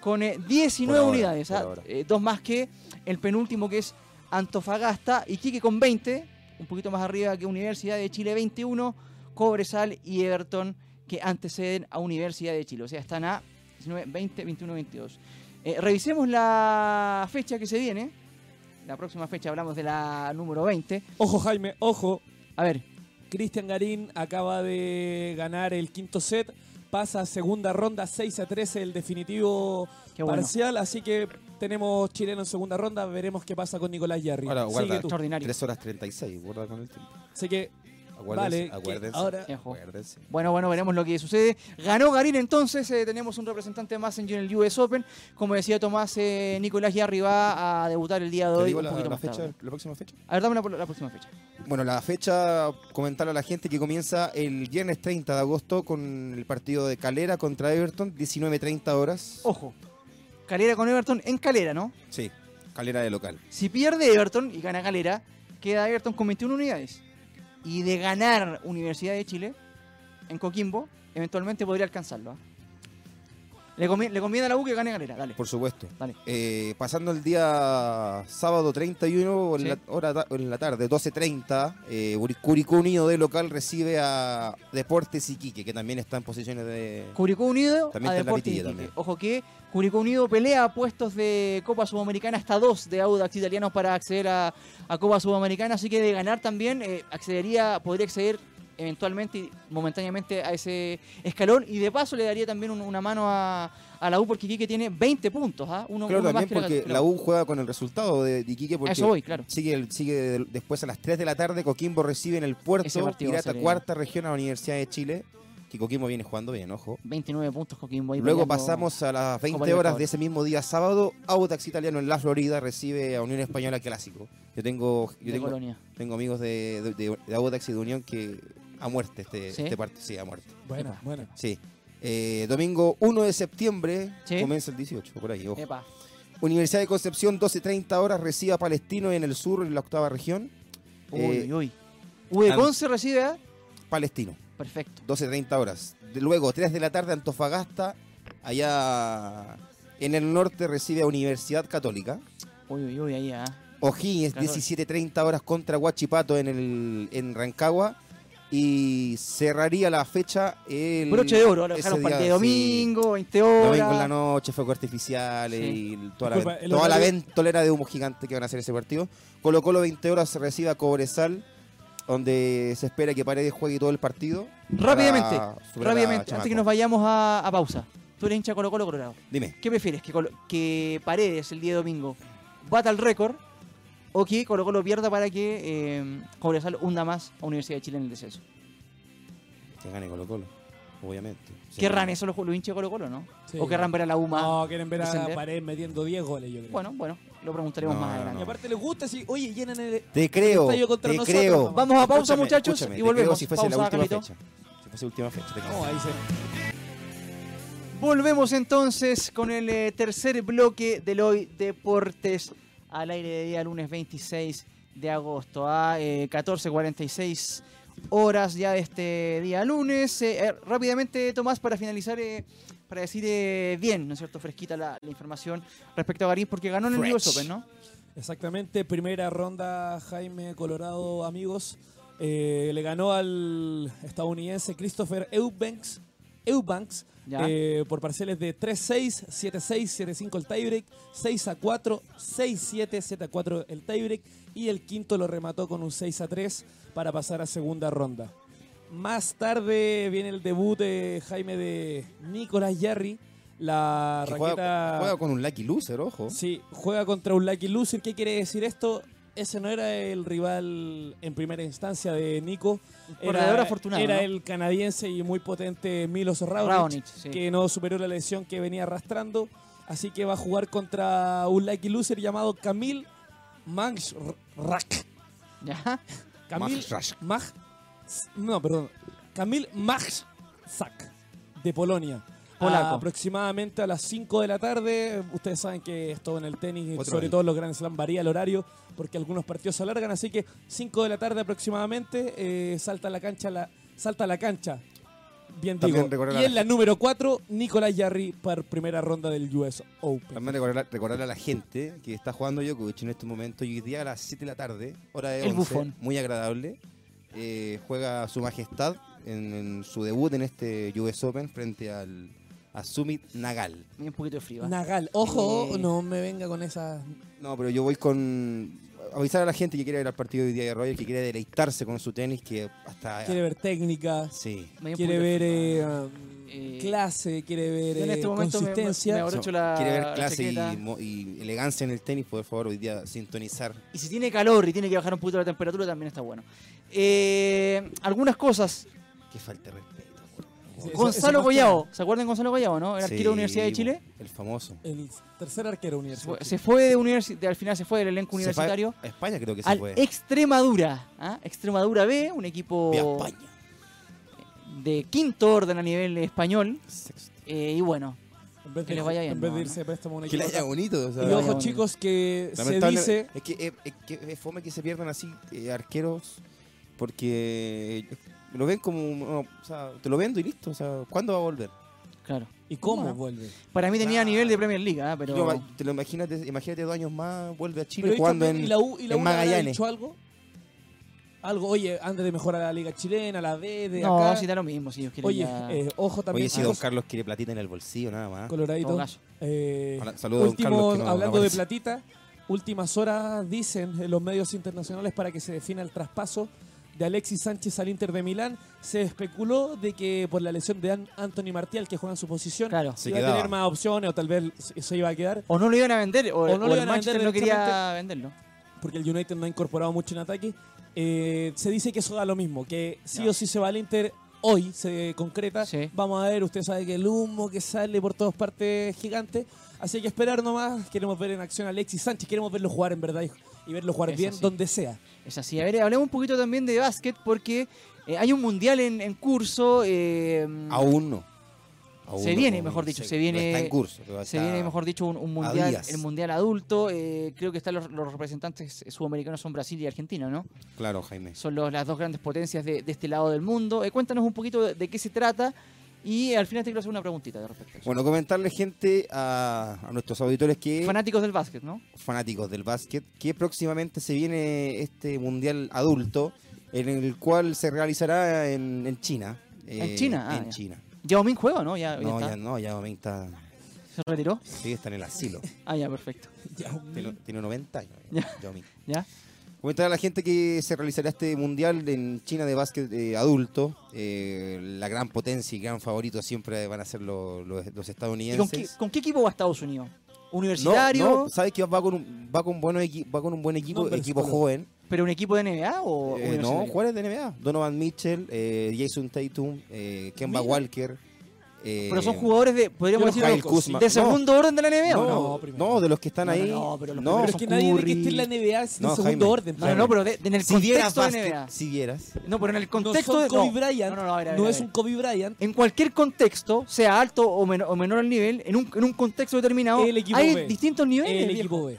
S1: con eh, 19
S2: Por ahora,
S1: unidades.
S2: por
S1: ¿ah?
S2: ahora.
S1: Eh, dos más que el penúltimo que es Antofagasta. Iquique con 20, un poquito más arriba que Universidad de Chile, 21. Cobresal y Everton que anteceden a Universidad de Chile. O sea, están a 19, 20, 21, 22. Eh, revisemos la fecha que se viene. La próxima fecha hablamos de la número 20.
S3: Ojo, Jaime, ojo.
S1: A ver,
S3: Cristian Garín acaba de ganar el quinto set. Pasa a segunda ronda 6 a 13 el definitivo
S1: qué bueno.
S3: parcial. Así que tenemos chileno en segunda ronda. Veremos qué pasa con Nicolás Yarri.
S2: Ahora, guarda,
S3: Sigue tú.
S1: Extraordinario.
S2: 3 horas 36, guarda con el tiempo.
S3: Así que,
S2: Acuérdense,
S3: vale. que
S2: acuérdense.
S3: ahora
S1: Ejo.
S2: acuérdense.
S1: Bueno, bueno, veremos lo que sucede. Ganó Garín entonces, eh, tenemos un representante más en el US Open. Como decía Tomás, eh, Nicolás Yarri va a debutar el día de
S2: ¿Te
S1: hoy.
S2: digo
S1: Un
S2: la,
S1: poquito
S2: la
S1: más
S2: fecha,
S1: tarde.
S2: la próxima fecha?
S1: A ver, dame la, la próxima fecha.
S2: Bueno, la fecha, comentar a la gente que comienza el viernes 30 de agosto con el partido de Calera contra Everton, 19.30 horas.
S3: Oh.
S1: Ojo, Calera con Everton en Calera, ¿no?
S2: Sí, Calera de local.
S1: Si pierde Everton y gana Galera, queda Everton con 21 unidades. Y de ganar Universidad de Chile en Coquimbo, eventualmente podría alcanzarlo. ¿ah? Le, convi- le conviene a la U que gane Galera, dale.
S2: Por supuesto.
S1: Vale.
S2: Eh, pasando el día sábado 31 en,
S1: Sí.
S2: la, hora ta- en la tarde, 12.30, eh, Uri- Curicó Unido de local recibe a Deportes Iquique, que también está en posiciones de...
S1: Curicó Unido
S2: También
S1: a
S2: está en la
S1: Deportes
S2: pitilla
S1: Iquique.
S2: también.
S1: Ojo que Curicó Unido pelea puestos de Copa Sudamericana hasta dos de Audax italianos para acceder a, a Copa Sudamericana, así que de ganar también eh, accedería, podría acceder eventualmente y momentáneamente a ese escalón y de paso le daría también un- una mano a, a la U porque Quique tiene 20 puntos, ¿ah? uno,
S2: Claro,
S1: uno más
S2: también
S1: que
S2: porque la U juega con el resultado de, de Iquique
S1: A
S2: porque
S1: eso voy, claro.
S2: Sigue, el- sigue de- después a las 3 de la tarde. Coquimbo recibe en el
S1: Ese partido
S2: puerto
S1: va a
S2: Pirata
S1: ser, eh,
S2: Cuarta Región a la Universidad de Chile. Que Coquimbo viene jugando bien, ojo.
S1: 29 puntos Coquimbo. ahí
S2: Luego
S1: peleando.
S2: pasamos a las 20 horas
S1: Libertadores.
S2: de ese mismo día sábado. Audax Italiano en la Florida recibe a Unión Española Clásico. Yo tengo, yo
S1: de
S2: tengo,
S1: Colonia.
S2: tengo amigos de, de- de- de Audax y de Unión que a muerte este,
S1: ¿Sí?
S2: este partido. Sí, a muerte.
S3: Bueno,
S1: Epa.
S3: bueno.
S2: Sí. Eh, domingo 1 de septiembre
S1: Sí. Eh.
S2: comienza el 18, por ahí, ojo.
S1: Epa.
S2: Universidad de Concepción, 12.30 horas, recibe a Palestino en el sur, en la octava región.
S1: Uy,
S2: Eh,
S1: uy, uy. U de
S2: an-
S1: Conce recibe a...
S2: Palestino,
S1: Perfecto.
S2: 12.30 horas. De- Luego, 3 de la tarde, Antofagasta, allá en el norte, recibe a Universidad Católica.
S1: Uy, uy, uy, ahí, ah.
S2: O'Higgins,
S1: Claro.
S2: 17.30 horas contra Huachipato en, el, en Rancagua. Y cerraría la fecha el...
S1: broche de oro, lo
S2: ese
S1: dejaron para el
S2: día,
S1: día domingo, 20
S2: sí.
S1: horas.
S2: Domingo en la noche, fuego artificial
S1: Sí.
S2: y toda, la,
S3: Disculpa,
S2: ven-
S3: el
S2: toda la
S3: horario-
S2: ventolera de humo gigante que van a hacer ese partido. Colo Colo 20 horas se recibe a Cobresal, donde se espera que Paredes juegue todo el partido.
S1: Rápidamente,
S2: para superar a
S1: Rápidamente, antes que
S2: Chamaco.
S1: nos vayamos a, a pausa. Tú eres hincha Colo Colo Colorado.
S2: Dime,
S1: ¿Qué prefieres? ¿Que, Colo- que Paredes el día domingo bata el récord o que Colo Colo pierda para que eh, Cobresal hunda más a Universidad de Chile en el descenso?
S2: que gane Colo Colo, obviamente. Sí.
S1: Querrán eso los, los hinchas de Colo Colo, ¿no?
S3: Sí.
S1: ¿O querrán ver a la UMA?
S3: No, quieren ver a
S1: descender?
S3: la pared metiendo 10 goles, yo creo.
S1: Bueno, bueno, lo preguntaremos
S2: No,
S1: más
S2: no,
S1: adelante.
S3: Y aparte les gusta si, oye, llenan el.
S2: Te creo,
S3: Estadio contra
S2: te
S3: nosotros,
S2: creo.
S3: nomás.
S1: Vamos a pausa,
S2: Escúchame,
S1: muchachos,
S2: escúchame,
S1: y
S2: te creo
S1: volvemos.
S2: si fuese
S1: Pausa,
S2: la última
S1: Carlito.
S2: fecha. Si fuese la última fecha. te creo.
S1: eh,
S3: No, ahí se.
S1: Volvemos entonces con el eh, tercer bloque del Hoy Deportes al aire de día lunes 26 de agosto a eh, 14.46 horas ya de este día lunes. Eh, eh, rápidamente, Tomás, para finalizar, eh, para decir eh, bien, ¿no es cierto?, fresquita la, la información respecto a Garín, porque ganó en el
S2: Fresh.
S1: US Open, ¿no?
S3: Exactamente, primera ronda Jaime Colorado, amigos. Eh, le ganó al estadounidense Christopher Eubanks Eubanks
S1: Ya.
S3: eh, por parciales de 3-6, 7-6, 7-5 el tiebreak, 6-4, 6-7, 7-4 el tiebreak y el quinto lo remató con un 6-3 para pasar a segunda ronda. Más tarde viene el debut de Jaime de Nicolás Jarry, la
S2: Que
S3: raqueta...
S2: juega, juega con un Lucky Loser, ojo.
S3: Sí, juega contra un Lucky Loser. ¿Qué quiere decir esto? Ese no era el rival en primera instancia de Nico.
S1: corredor afortunado,
S3: Era
S1: ¿no?
S3: el canadiense y muy potente Milos Raonic,
S1: Raonic, sí.
S3: que no superó la lesión que venía arrastrando. Así que va a jugar contra un Lucky Loser llamado Camille Manchrak.
S1: Ya. <laughs>
S3: Camille
S2: Majszak.
S3: Maj- no, perdón. Kamil Majszak, de Polonia.
S1: Polaco.
S3: aproximadamente a las 5 de la tarde. Ustedes saben que esto en el tenis,
S2: Otro
S3: sobre
S2: horario.
S3: todo en los Grand Slam, varía el horario porque algunos partidos se alargan. Así que 5 de la tarde aproximadamente eh, salta a la cancha. La, salta a la cancha. Bien
S2: También
S3: digo.
S2: recordar a
S3: Y
S2: la
S3: en la número 4, Nicolás Jarry para primera ronda del US Open.
S2: También recordar, recordar a la gente que está jugando Djokovic en este momento y hoy día a las 7 de la tarde, hora de
S1: El
S2: 11,
S1: bufón.
S2: muy agradable. eh, juega su majestad en, en su debut en este US Open frente al a Summit Nagal.
S1: Me dio un poquito de frío. ¿eh?
S3: Nagal, ojo,
S1: Eh.
S3: no me venga con esa.
S2: No, pero yo voy con avisar a la gente que quiere ver el partido de hoy día de Roger, que quiere deleitarse con su tenis, que hasta
S3: Quiere ver técnicas.
S2: sí.
S1: Me dio un poquito
S3: quiere
S1: de
S3: ver
S1: frío.
S3: eh, um,
S1: Eh,
S3: clase, quiere ver
S1: yo en
S3: eh,
S1: este momento me- me- me
S3: consistencia.
S1: abro- abrocho la
S2: quiere ver clase
S1: chaqueta.
S2: y, mo- y elegancia en el tenis, por favor, hoy día sintonizar.
S3: eh,
S1: Y si tiene calor y tiene que bajar un poquito la temperatura, también está bueno. Eh, algunas cosas.
S2: Qué falta de respeto.
S3: Sí, eso-
S1: Gonzalo
S3: eso más que nada.
S1: Collao. ¿Se acuerdan de Gonzalo Collao, no? El arquero de
S2: Sí,
S1: la Universidad de
S2: bo,
S1: Chile.
S2: El famoso.
S3: El tercer arquero
S1: Se
S3: universal.
S1: fue, se fue de universidad, al final se fue del elenco
S2: Se fue
S1: universitario
S2: a España creo que se
S1: al
S2: fue.
S1: Extremadura. ¿ah? Extremadura B, un equipo
S2: Ve a España.
S1: de quinto orden a nivel español.
S2: Sexto.
S1: Eh, y bueno,
S3: En vez
S1: que
S3: de,
S1: les vaya
S3: en
S1: bien,
S3: vez
S1: ¿no?
S3: de irse a préstamo a un
S2: Que le
S3: equipo.
S2: haya bonito. O sea,
S3: Y
S1: vaya
S3: ojo,
S1: bonito.
S3: chicos, que se
S2: lamentable-
S3: dice.
S2: Es que, es, es que es fome que se pierdan así eh, arqueros porque lo ven como... no, o sea, te lo vendo y listo. O sea, ¿cuándo va a volver?
S1: claro.
S3: ¿Y cómo
S1: Bueno.
S3: vuelve?
S1: Para mí tenía
S2: Claro.
S1: nivel de Premier League, ¿ah? pero
S2: Yo ma- te lo imagínate, imagínate dos años más, vuelve a Chile
S3: Pero
S2: jugando
S3: esto-
S2: en,
S3: ¿Y la U, y la
S2: en
S3: U le habrá
S2: Magallanes.
S3: dicho algo? Algo, oye, antes de mejorar la Liga Chilena, la D, de
S1: no,
S3: acá.
S1: si da lo mismo. Si ellos quieren
S3: oye,
S1: ya-
S3: eh, ojo también.
S2: Oye,
S1: Ah,
S2: si don
S3: chicos,
S2: Carlos quiere platita en el bolsillo, nada más.
S3: Coloradito.
S1: Togazo.
S3: Eh,
S2: Hola, saludos, don
S3: último,
S2: Carlos, que no- no
S3: hablando de
S2: aparece.
S3: platita, últimas horas dicen en los medios internacionales para que se defina el traspaso de Alexis Sánchez al Inter de Milán. Se especuló de que por la lesión de An- Anthony Martial, que juega en su posición,
S1: Claro.
S2: Se
S3: iba a
S2: quedaba.
S3: tener más opciones o tal vez se se iba a quedar.
S1: O no lo iban a vender, o,
S3: O no
S1: o
S3: lo
S1: el
S3: iban a
S1: Manchester
S3: vender
S1: no quería
S3: derechamente.
S1: venderlo.
S3: porque el United no ha incorporado mucho en ataque. eh, se dice que eso da lo mismo, que sí o sí se va al Inter. Hoy se concreta.
S1: Sí.
S3: Vamos a ver, usted sabe que el humo que sale por todas partes es gigante. Así que esperar nomás. Queremos ver en acción a Alexis Sánchez. Queremos verlo jugar en verdad hijo, y verlo jugar
S1: Eso
S3: bien
S1: sí.
S3: donde sea. <laughs>
S1: Es así. A ver, hablemos un poquito también de básquet porque eh, hay un mundial en, en curso. eh,
S2: Aún no. Aún
S1: Se
S2: no,
S1: viene,
S2: aún
S1: mejor
S2: no.
S1: dicho, se viene-
S2: Está en curso. pero
S1: se
S2: está-
S1: viene, mejor dicho, un, un
S2: a
S1: mundial,
S2: días.
S1: el mundial adulto. eh, creo que están los, los representantes sudamericanos son Brasil y Argentina, ¿no?
S2: Claro, Jaime.
S1: Son los- las dos grandes potencias de, de este lado del mundo. Eh, cuéntanos un poquito de, de qué se trata y eh, al final te quiero hacer una preguntita de respecto. a eso.
S2: Bueno, comentarle, gente, a, a nuestros auditores que.
S1: Fanáticos del básquet, ¿no?
S2: fanáticos del básquet, que próximamente se viene este mundial adulto, en el cual se realizará en, en China. eh,
S1: China? Ah,
S2: en
S1: ya.
S2: China.
S1: Ya Min juega, ¿no? Ya, ya
S2: No,
S1: está.
S2: ya no, ya Domingo está,
S1: ¿Se retiró?
S2: sí, está en
S1: <laughs>
S2: el asilo.
S1: Ah, ya, perfecto.
S2: tiene, tiene 90 años.
S1: Ya.
S2: ya Domingo.
S1: ¿Ya?
S2: Comentar a la gente que se realizará este mundial en China de básquet eh, adulto. eh, la gran potencia y gran favorito siempre van a ser los, los- los
S1: ¿Y con qué,
S2: estadounidenses.
S1: con qué equipo va a Estados Unidos?
S2: No,
S1: ¿Universitario?
S2: no, sabes que va con un, va con buenos equi- va con un buen equipo,
S3: No, pero
S2: equipo
S3: solo-
S2: joven.
S1: ¿Pero un equipo de NBA o
S2: Eh, no,
S1: universitario?
S2: jugadores de NBA. Donovan Mitchell, eh, Jason Tatum, eh, Kemba
S3: Mira.
S2: Walker. eh,
S1: Pero son jugadores de, podríamos
S3: yo
S1: decir,
S3: los
S1: de
S2: Kyle Kuzma.
S1: de
S2: No,
S1: segundo orden de la NBA, ¿o
S2: No,
S1: ¿no?
S3: No,
S2: no,
S3: primero.
S2: de los que están
S1: No, no,
S2: ahí.
S1: no, pero los
S2: no,
S1: primeros
S3: Pero es que nadie ve que esté en la
S2: Curry.
S3: NBA es
S2: No,
S3: en segundo
S2: Jaime.
S3: orden.
S1: No, no, no, pero de- en el
S2: Si vieras
S1: contexto de
S2: básquet,
S1: NBA.
S2: si vieras.
S1: No, pero en el
S3: No
S1: contexto
S3: son
S1: de...
S3: Kobe
S1: No,
S3: Bryant, no,
S1: no, no, a ver, a ver, a ver.
S3: es un Kobe Bryant.
S1: En cualquier contexto, sea alto o, men- o menor el nivel, en un, en un contexto determinado,
S3: El equipo
S1: hay
S3: B.
S1: distintos niveles.
S3: El
S1: viejo.
S3: equipo B.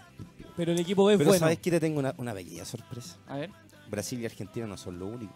S3: Pero el equipo B es
S2: Pero
S3: bueno.
S2: sabes que te tengo una, una bella sorpresa.
S1: A ver,
S2: Brasil y Argentina no son lo único.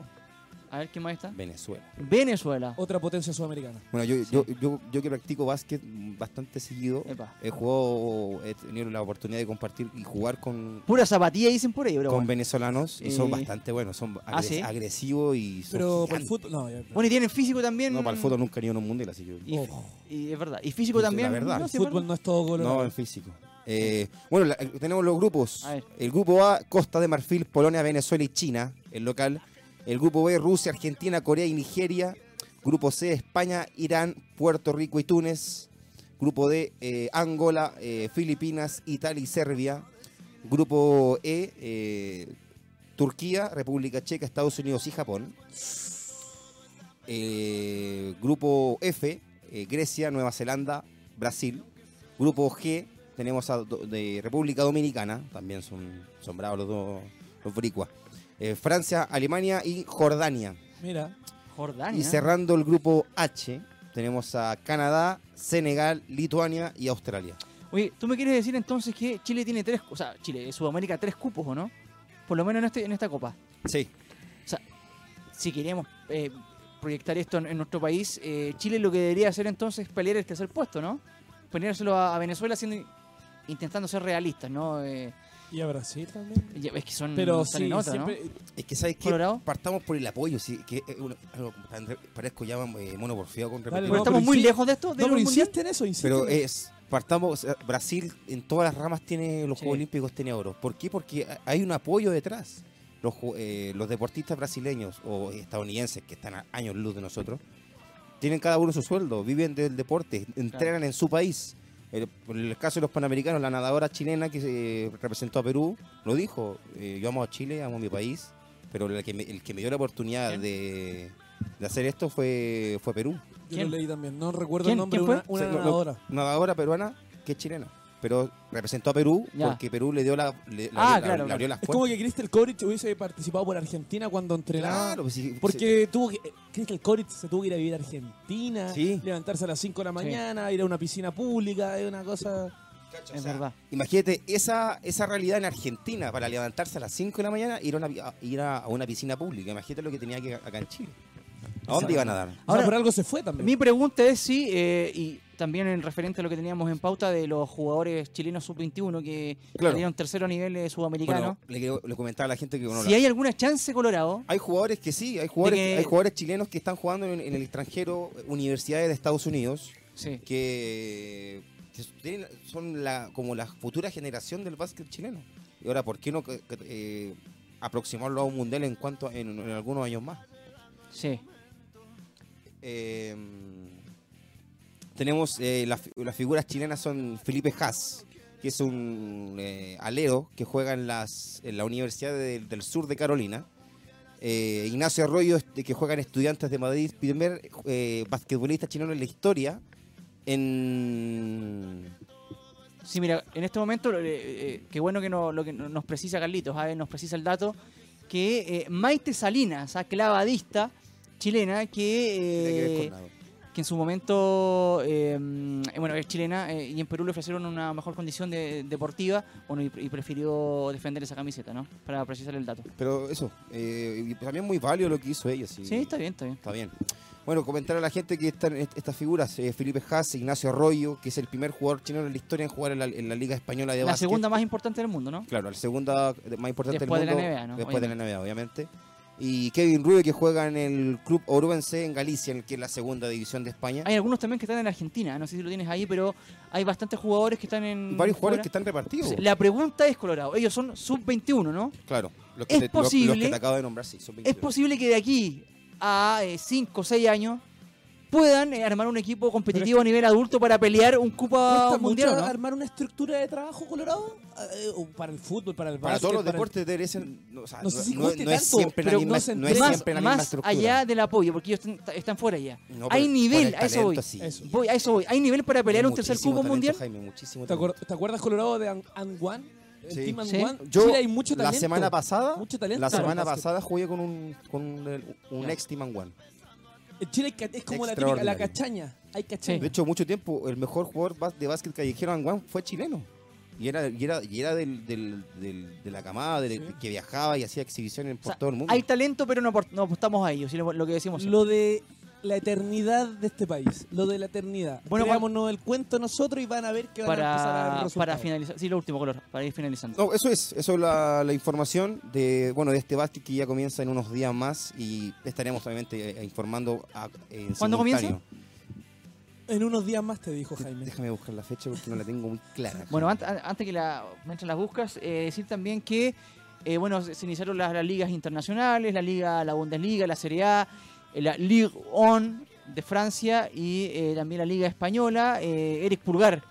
S1: A ver, ¿quién más está?
S2: Venezuela.
S1: Venezuela.
S3: Otra potencia sudamericana.
S2: Bueno, yo, yo, yo, yo que practico básquet bastante seguido,
S1: Epa.
S2: he jugado, he tenido la oportunidad de compartir y jugar con,
S1: Pura zapatilla dicen por ahí, bro.
S2: con venezolanos y son
S1: Eh.
S2: bastante buenos, son
S1: Ah,
S2: agres-
S1: ¿sí?
S2: agresivos y son
S3: Pero para el
S2: gigantes.
S3: fútbol. No, ya-
S1: Bueno, y tienen físico también.
S2: No, para el fútbol nunca he ido a un mundial, así que...
S1: Y,
S3: Ojo.
S1: y es verdad. Y físico
S2: La
S1: también.
S2: verdad.
S1: no, sí, es
S3: fútbol no es todo
S2: No,
S3: color.
S2: en físico. Eh, bueno, la- tenemos los grupos.
S1: A ver.
S2: El grupo A, Costa de Marfil, Polonia, Venezuela y China, el local. El grupo B, Rusia, Argentina, Corea y Nigeria. Grupo C, España, Irán, Puerto Rico y Túnez. Grupo D, eh, Angola, eh, Filipinas, Italia y Serbia. Grupo E, eh, Turquía, República Checa, Estados Unidos y Japón. Eh, grupo F, eh, Grecia, Nueva Zelanda, Brasil. Grupo G, tenemos a do- de República Dominicana, también son, son bravos los dos, los boricuas. Eh, Francia, Alemania y Jordania.
S3: Mira,
S1: verdad. Jordania.
S2: Y cerrando el grupo H, tenemos a Canadá, Senegal, Lituania y Australia.
S1: Oye, ¿tú me quieres decir entonces que Chile tiene tres, o sea, Chile, Sudamérica tres cupos, ¿o no? Por lo menos en, este, en esta copa.
S2: Sí,
S1: Si queremos eh, proyectar esto en, en nuestro país, eh, Chile lo que debería hacer entonces es pelear el tercer puesto, ¿no? Peleárselo a, a Venezuela siendo, intentando ser realistas, ¿no? Eh,
S3: y a Brasil también.
S1: ya ves que son,
S3: Pero
S1: están
S3: sí,
S1: en otra,
S3: siempre.
S2: es que sabes que
S1: ¿Colorado?
S2: partamos por el apoyo, sí, que es una- algo tan- parezco ya eh, mono porfiado con
S3: Dale,
S1: ¿no?
S2: repetir.
S1: Pero
S3: No,
S1: estamos
S3: pero
S1: muy
S3: insi-
S1: lejos de esto, de
S3: No, pero
S1: un mundial.
S3: insiste en eso, insiste.
S2: Pero eh,
S3: en eso.
S2: es, partamos, o sea, Brasil en todas las ramas tiene los
S1: Sí.
S2: Juegos Olímpicos, tiene oro. ¿Por qué? Porque ha- hay un apoyo detrás. Los, ju- eh, los deportistas brasileños o estadounidenses que están a años luz de nosotros, tienen cada uno su sueldo, viven del deporte, entrenan en su país. El- por el caso de los panamericanos, la nadadora chilena que eh, representó a Perú lo dijo: eh, Yo amo a Chile, amo a mi país, pero la que me- el que me dio la oportunidad
S1: ¿Quién?
S2: de, de hacer esto fue, fue Perú.
S3: Yo
S1: ¿Quién?
S3: lo leí también. No recuerdo
S1: ¿Quién?
S3: el nombre.
S1: ¿Quién fue?
S3: Una, una
S2: Sí, lo- lo-
S3: nadadora.
S2: nadadora peruana que es chilena. Pero representó a Perú
S1: Ya.
S2: porque Perú le dio la, le-
S1: Ah,
S2: la- la-
S1: claro,
S2: le abrió las
S3: Es como
S2: puertas.
S3: que Crystal Coric hubiese participado por Argentina cuando entrenaba.
S2: Claro,
S1: Ah,
S2: pues sí, sí.
S3: Porque tuvo que. eh, Crystal Coric se tuvo que ir a vivir a Argentina.
S2: Sí.
S3: Levantarse a las 5 de la mañana, ir a una piscina pública, es una cosa.
S1: Es verdad.
S2: imagínate esa, esa realidad en Argentina para levantarse a las 5 de la mañana e ir a una, pi- a- ir a, a una piscina pública. Imagínate lo que tenía que acá en Chile. ¿A dónde iban a dar?
S3: Ahora,
S1: Ahora-
S3: por algo se fue también.
S1: Mi pregunta es si, eh, y también en referente a lo que teníamos en pauta de los jugadores chilenos sub-21 que
S2: Claro.
S1: salieron tercero a nivel eh, sudamericano,
S2: Bueno, le, quiero- le comentaba a la gente que uno
S1: si hay alguna chance Colorado,
S2: Hay jugadores que sí, hay jugadores,
S1: que-
S2: hay jugadores chilenos que están jugando en, en el extranjero, universidades de Estados Unidos,
S1: sí.
S2: que que tienen- son la, como la futura generación del básquet chileno. Y ahora, ¿por qué no que- que, eh, aproximarlo a un mundial en cuanto en, en algunos años más?
S1: sí.
S2: Eh, tenemos eh, la fi- las figuras chilenas son Felipe Haas, que es un eh, alero que juega en, las, en la Universidad de- del Sur de Carolina. Eh, Ignacio Arroyo, este, que juega en Estudiantes de Madrid, primer eh, basquetbolista chileno en la historia en
S1: Sí, mira, en este momento, eh, eh, qué bueno que, no, lo que nos precisa Carlitos, a ver, nos precisa el dato, que eh, Maite Salinas, a clavadista chilena,
S2: Tiene que ver
S1: que, eh,
S2: con nada.
S1: que en su momento, eh, eh, bueno, es chilena eh, y en Perú le ofrecieron una mejor condición de- deportiva bueno, y, y prefirió defender esa camiseta, ¿no? Para precisar el dato.
S2: Pero eso, eh, y también muy válido lo que hizo ella. Sí,
S1: Sí, está bien, está bien.
S2: Está bien. Bueno, comentar a la gente que están est- estas figuras, eh, Felipe Haas, Ignacio Arroyo, que es el primer jugador chileno en la historia en jugar en la, en la Liga Española de
S1: La
S2: Básquet.
S1: segunda más importante del mundo, ¿no?
S2: Claro, la segunda de- más importante
S1: Después de
S2: del
S1: la
S2: mundo.
S1: NBA, ¿no?
S2: Después de la NBA, obviamente. Y Kevin Rubio, que juega en el club Orubense en Galicia, en el que es la segunda división de España.
S1: Hay algunos también que están en Argentina, no sé si lo tienes ahí, pero hay bastantes jugadores que están en...
S2: Y varios jugadores
S1: fuera.
S2: que están repartidos.
S1: La pregunta es, Colorado, ellos son sub-21, ¿no?
S2: Claro, los que,
S1: ¿Es
S2: te, los- los
S1: posible?
S2: que te acabo de nombrar, sí. Son
S1: ¿Es
S2: 21.
S1: posible que de aquí a 5 o 6 años puedan eh, armar un equipo competitivo a nivel adulto para pelear un
S3: ¿Cuesta
S1: cupo
S3: mucho
S1: mundial? o no?
S3: armar una estructura de trabajo colorado? Eh, o para el fútbol, para el
S2: Para
S3: básquet.
S2: todos los
S3: para el-
S2: deportes debe ser- No, o sea,
S3: No sé si
S2: no- no
S3: cueste
S2: es
S3: tanto,
S2: siempre la
S3: pero
S2: misma,
S3: no se
S2: no es
S3: entiende.
S1: más
S2: siempre la misma
S1: más
S2: estructura.
S1: allá del apoyo, porque ellos están, están fuera ya.
S2: No,
S1: Hay
S2: pero
S1: nivel,
S2: con el
S1: a eso voy.
S2: talento, sí.
S3: Eso.
S1: Voy, a eso voy. ¿Hay nivel para pelear un tercer
S2: Muchísimo
S1: cupo
S2: talento,
S1: mundial?
S2: Jaime, muchísimo
S3: ¿Te, acuer-
S2: talento.
S3: te acuerdas Colorado de An- And One? El
S2: Sí.
S3: Team And
S1: Sí.
S3: One.
S2: Yo,
S3: Chile hay mucho
S2: la
S3: talento.
S2: semana pasada,
S3: Mucho talento
S2: la
S3: para el
S2: semana
S3: básquet.
S2: pasada jugué con un, con un, un
S1: Ya.
S2: ex Team and One.
S3: En Chile ca- es como la típica, la
S2: Extraordinario.
S3: cachaña. Hay cachaña.
S2: De hecho, mucho tiempo el mejor jugador bas- de básquet callejero and One fue chileno. Y era, y era, y era del, del- del- de la camada de- que viajaba y hacía
S1: O
S2: exhibiciones por
S1: sea,
S2: todo el mundo.
S1: Hay talento, pero no, apor- no apostamos a ellos, lo que decimos. siempre.
S3: Lo de la eternidad de este país, lo de la eternidad.
S1: Bueno,
S3: Bueno, Creámonos el cuento nosotros y van a ver qué van a empezar a dar
S1: para,
S3: resultados.
S1: para finalizar. Sí, lo último color, para ir finalizando.
S2: No, eso es, eso es la, la información de bueno de este básquet que ya comienza en unos días más y estaremos obviamente eh, informando a, en
S1: ¿Cuándo comienza?
S2: simultáneo.
S3: En unos días más te dijo Jaime.
S2: Déjame buscar la fecha porque no la tengo muy clara.
S1: Bueno, ant- an- antes que la, mientras las buscas, eh, decir también que eh, bueno, se se iniciaron las, las ligas internacionales, la liga, la Bundesliga, la Serie A, eh, la Ligue 1 de Francia y eh, también la liga española. Eh, Eric Pulgar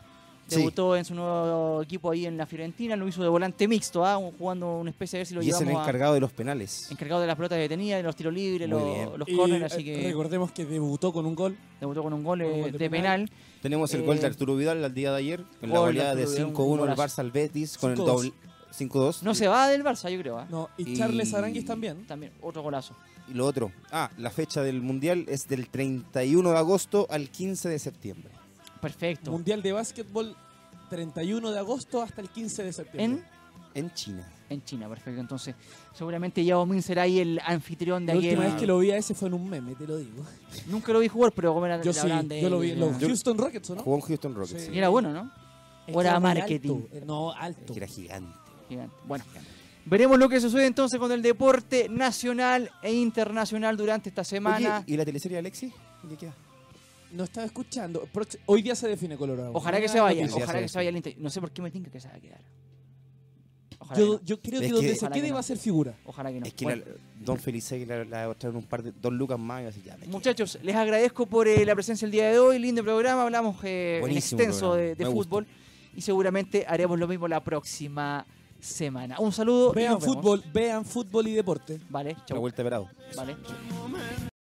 S2: Sí.
S1: debutó en su nuevo equipo ahí en la Fiorentina, lo hizo de volante mixto, ¿ah? Un- jugando una especie a ver si lo
S2: y es el
S1: llevamos a-
S2: encargado de los penales.
S1: encargado de las pelotas detenidas, de los tiros libres,
S2: Muy
S1: los,
S2: bien.
S1: los
S3: Y,
S1: corners, así
S3: eh,
S1: que
S3: Recordemos que debutó con un gol.
S1: debutó con un gol,
S3: un
S1: eh,
S3: gol
S1: de,
S3: de
S1: penal.
S3: penal.
S2: Tenemos el
S1: Eh,
S2: gol de Arturo Vidal al día de ayer con la
S1: gol de
S2: goleada de
S1: Arturo Vidal, un
S2: 5-1 del
S1: golazo.
S2: Barça al Betis con el
S3: 5-2.
S2: doble 5-2.
S1: No se va del Barça, yo creo, ¿ah?
S3: No, y,
S2: Y-
S3: Charles Aranguis también.
S1: También otro golazo.
S2: Y lo otro, ah, la fecha del mundial es del 31 de agosto al 15 de septiembre.
S1: Perfecto.
S3: Mundial de básquetbol 31 de agosto hasta el 15 de septiembre.
S1: En,
S2: En China.
S1: en China, perfecto. Entonces, seguramente Yao Ming será ahí el anfitrión de
S3: la última
S1: aquel.
S3: vez que lo vi a ese fue en un meme, te lo digo.
S1: Nunca lo vi jugar, pero como era
S3: Yo
S1: le
S3: sí,
S1: hablaban de
S3: yo lo
S1: él,
S3: vi en
S1: era-
S3: los Houston Rockets, ¿o ¿no?
S2: Jugó en Houston Rockets.
S3: Sí.
S1: Y era bueno, ¿no? O era
S3: Estaba muy
S1: marketing.
S3: alto, eh, No, alto.
S2: Que era gigante.
S1: Gigante. Bueno, veremos lo que sucede entonces con el deporte nacional e internacional durante esta semana.
S2: Oye, ¿Y la teleserie de Alexis? ¿En ¿Qué queda?
S3: No estaba escuchando. Prox- Hoy día se define Colorado.
S1: Ojalá que
S3: Buena
S1: se vaya,
S3: noticia.
S2: noticias,
S1: ojalá que
S2: sí.
S1: se vaya el Inter. No sé por qué me tinca que se va a quedar. Ojalá
S3: Yo,
S1: que no.
S3: yo creo
S2: Es
S3: que
S2: que-
S3: donde se
S1: Ojalá que
S3: quede
S1: no.
S3: va a ser figura.
S1: Ojalá que no.
S2: Es que
S1: Bueno.
S2: la- Don Felice le le va a traer un par de dos lucas más y así ya. me quedo.
S1: Muchachos, les agradezco por eh, la presencia el día de hoy. Lindo programa, hablamos eh, en
S2: Buenísimo
S1: extenso
S2: programa,
S1: de, de
S2: me gustó.
S1: fútbol y seguramente haremos lo mismo la próxima semana. Un saludo. y
S3: Vean
S1: nos vemos.
S3: fútbol, vean fútbol y deporte.
S1: Vale,
S2: La
S1: chau.
S2: vuelta de verado.
S1: Vale.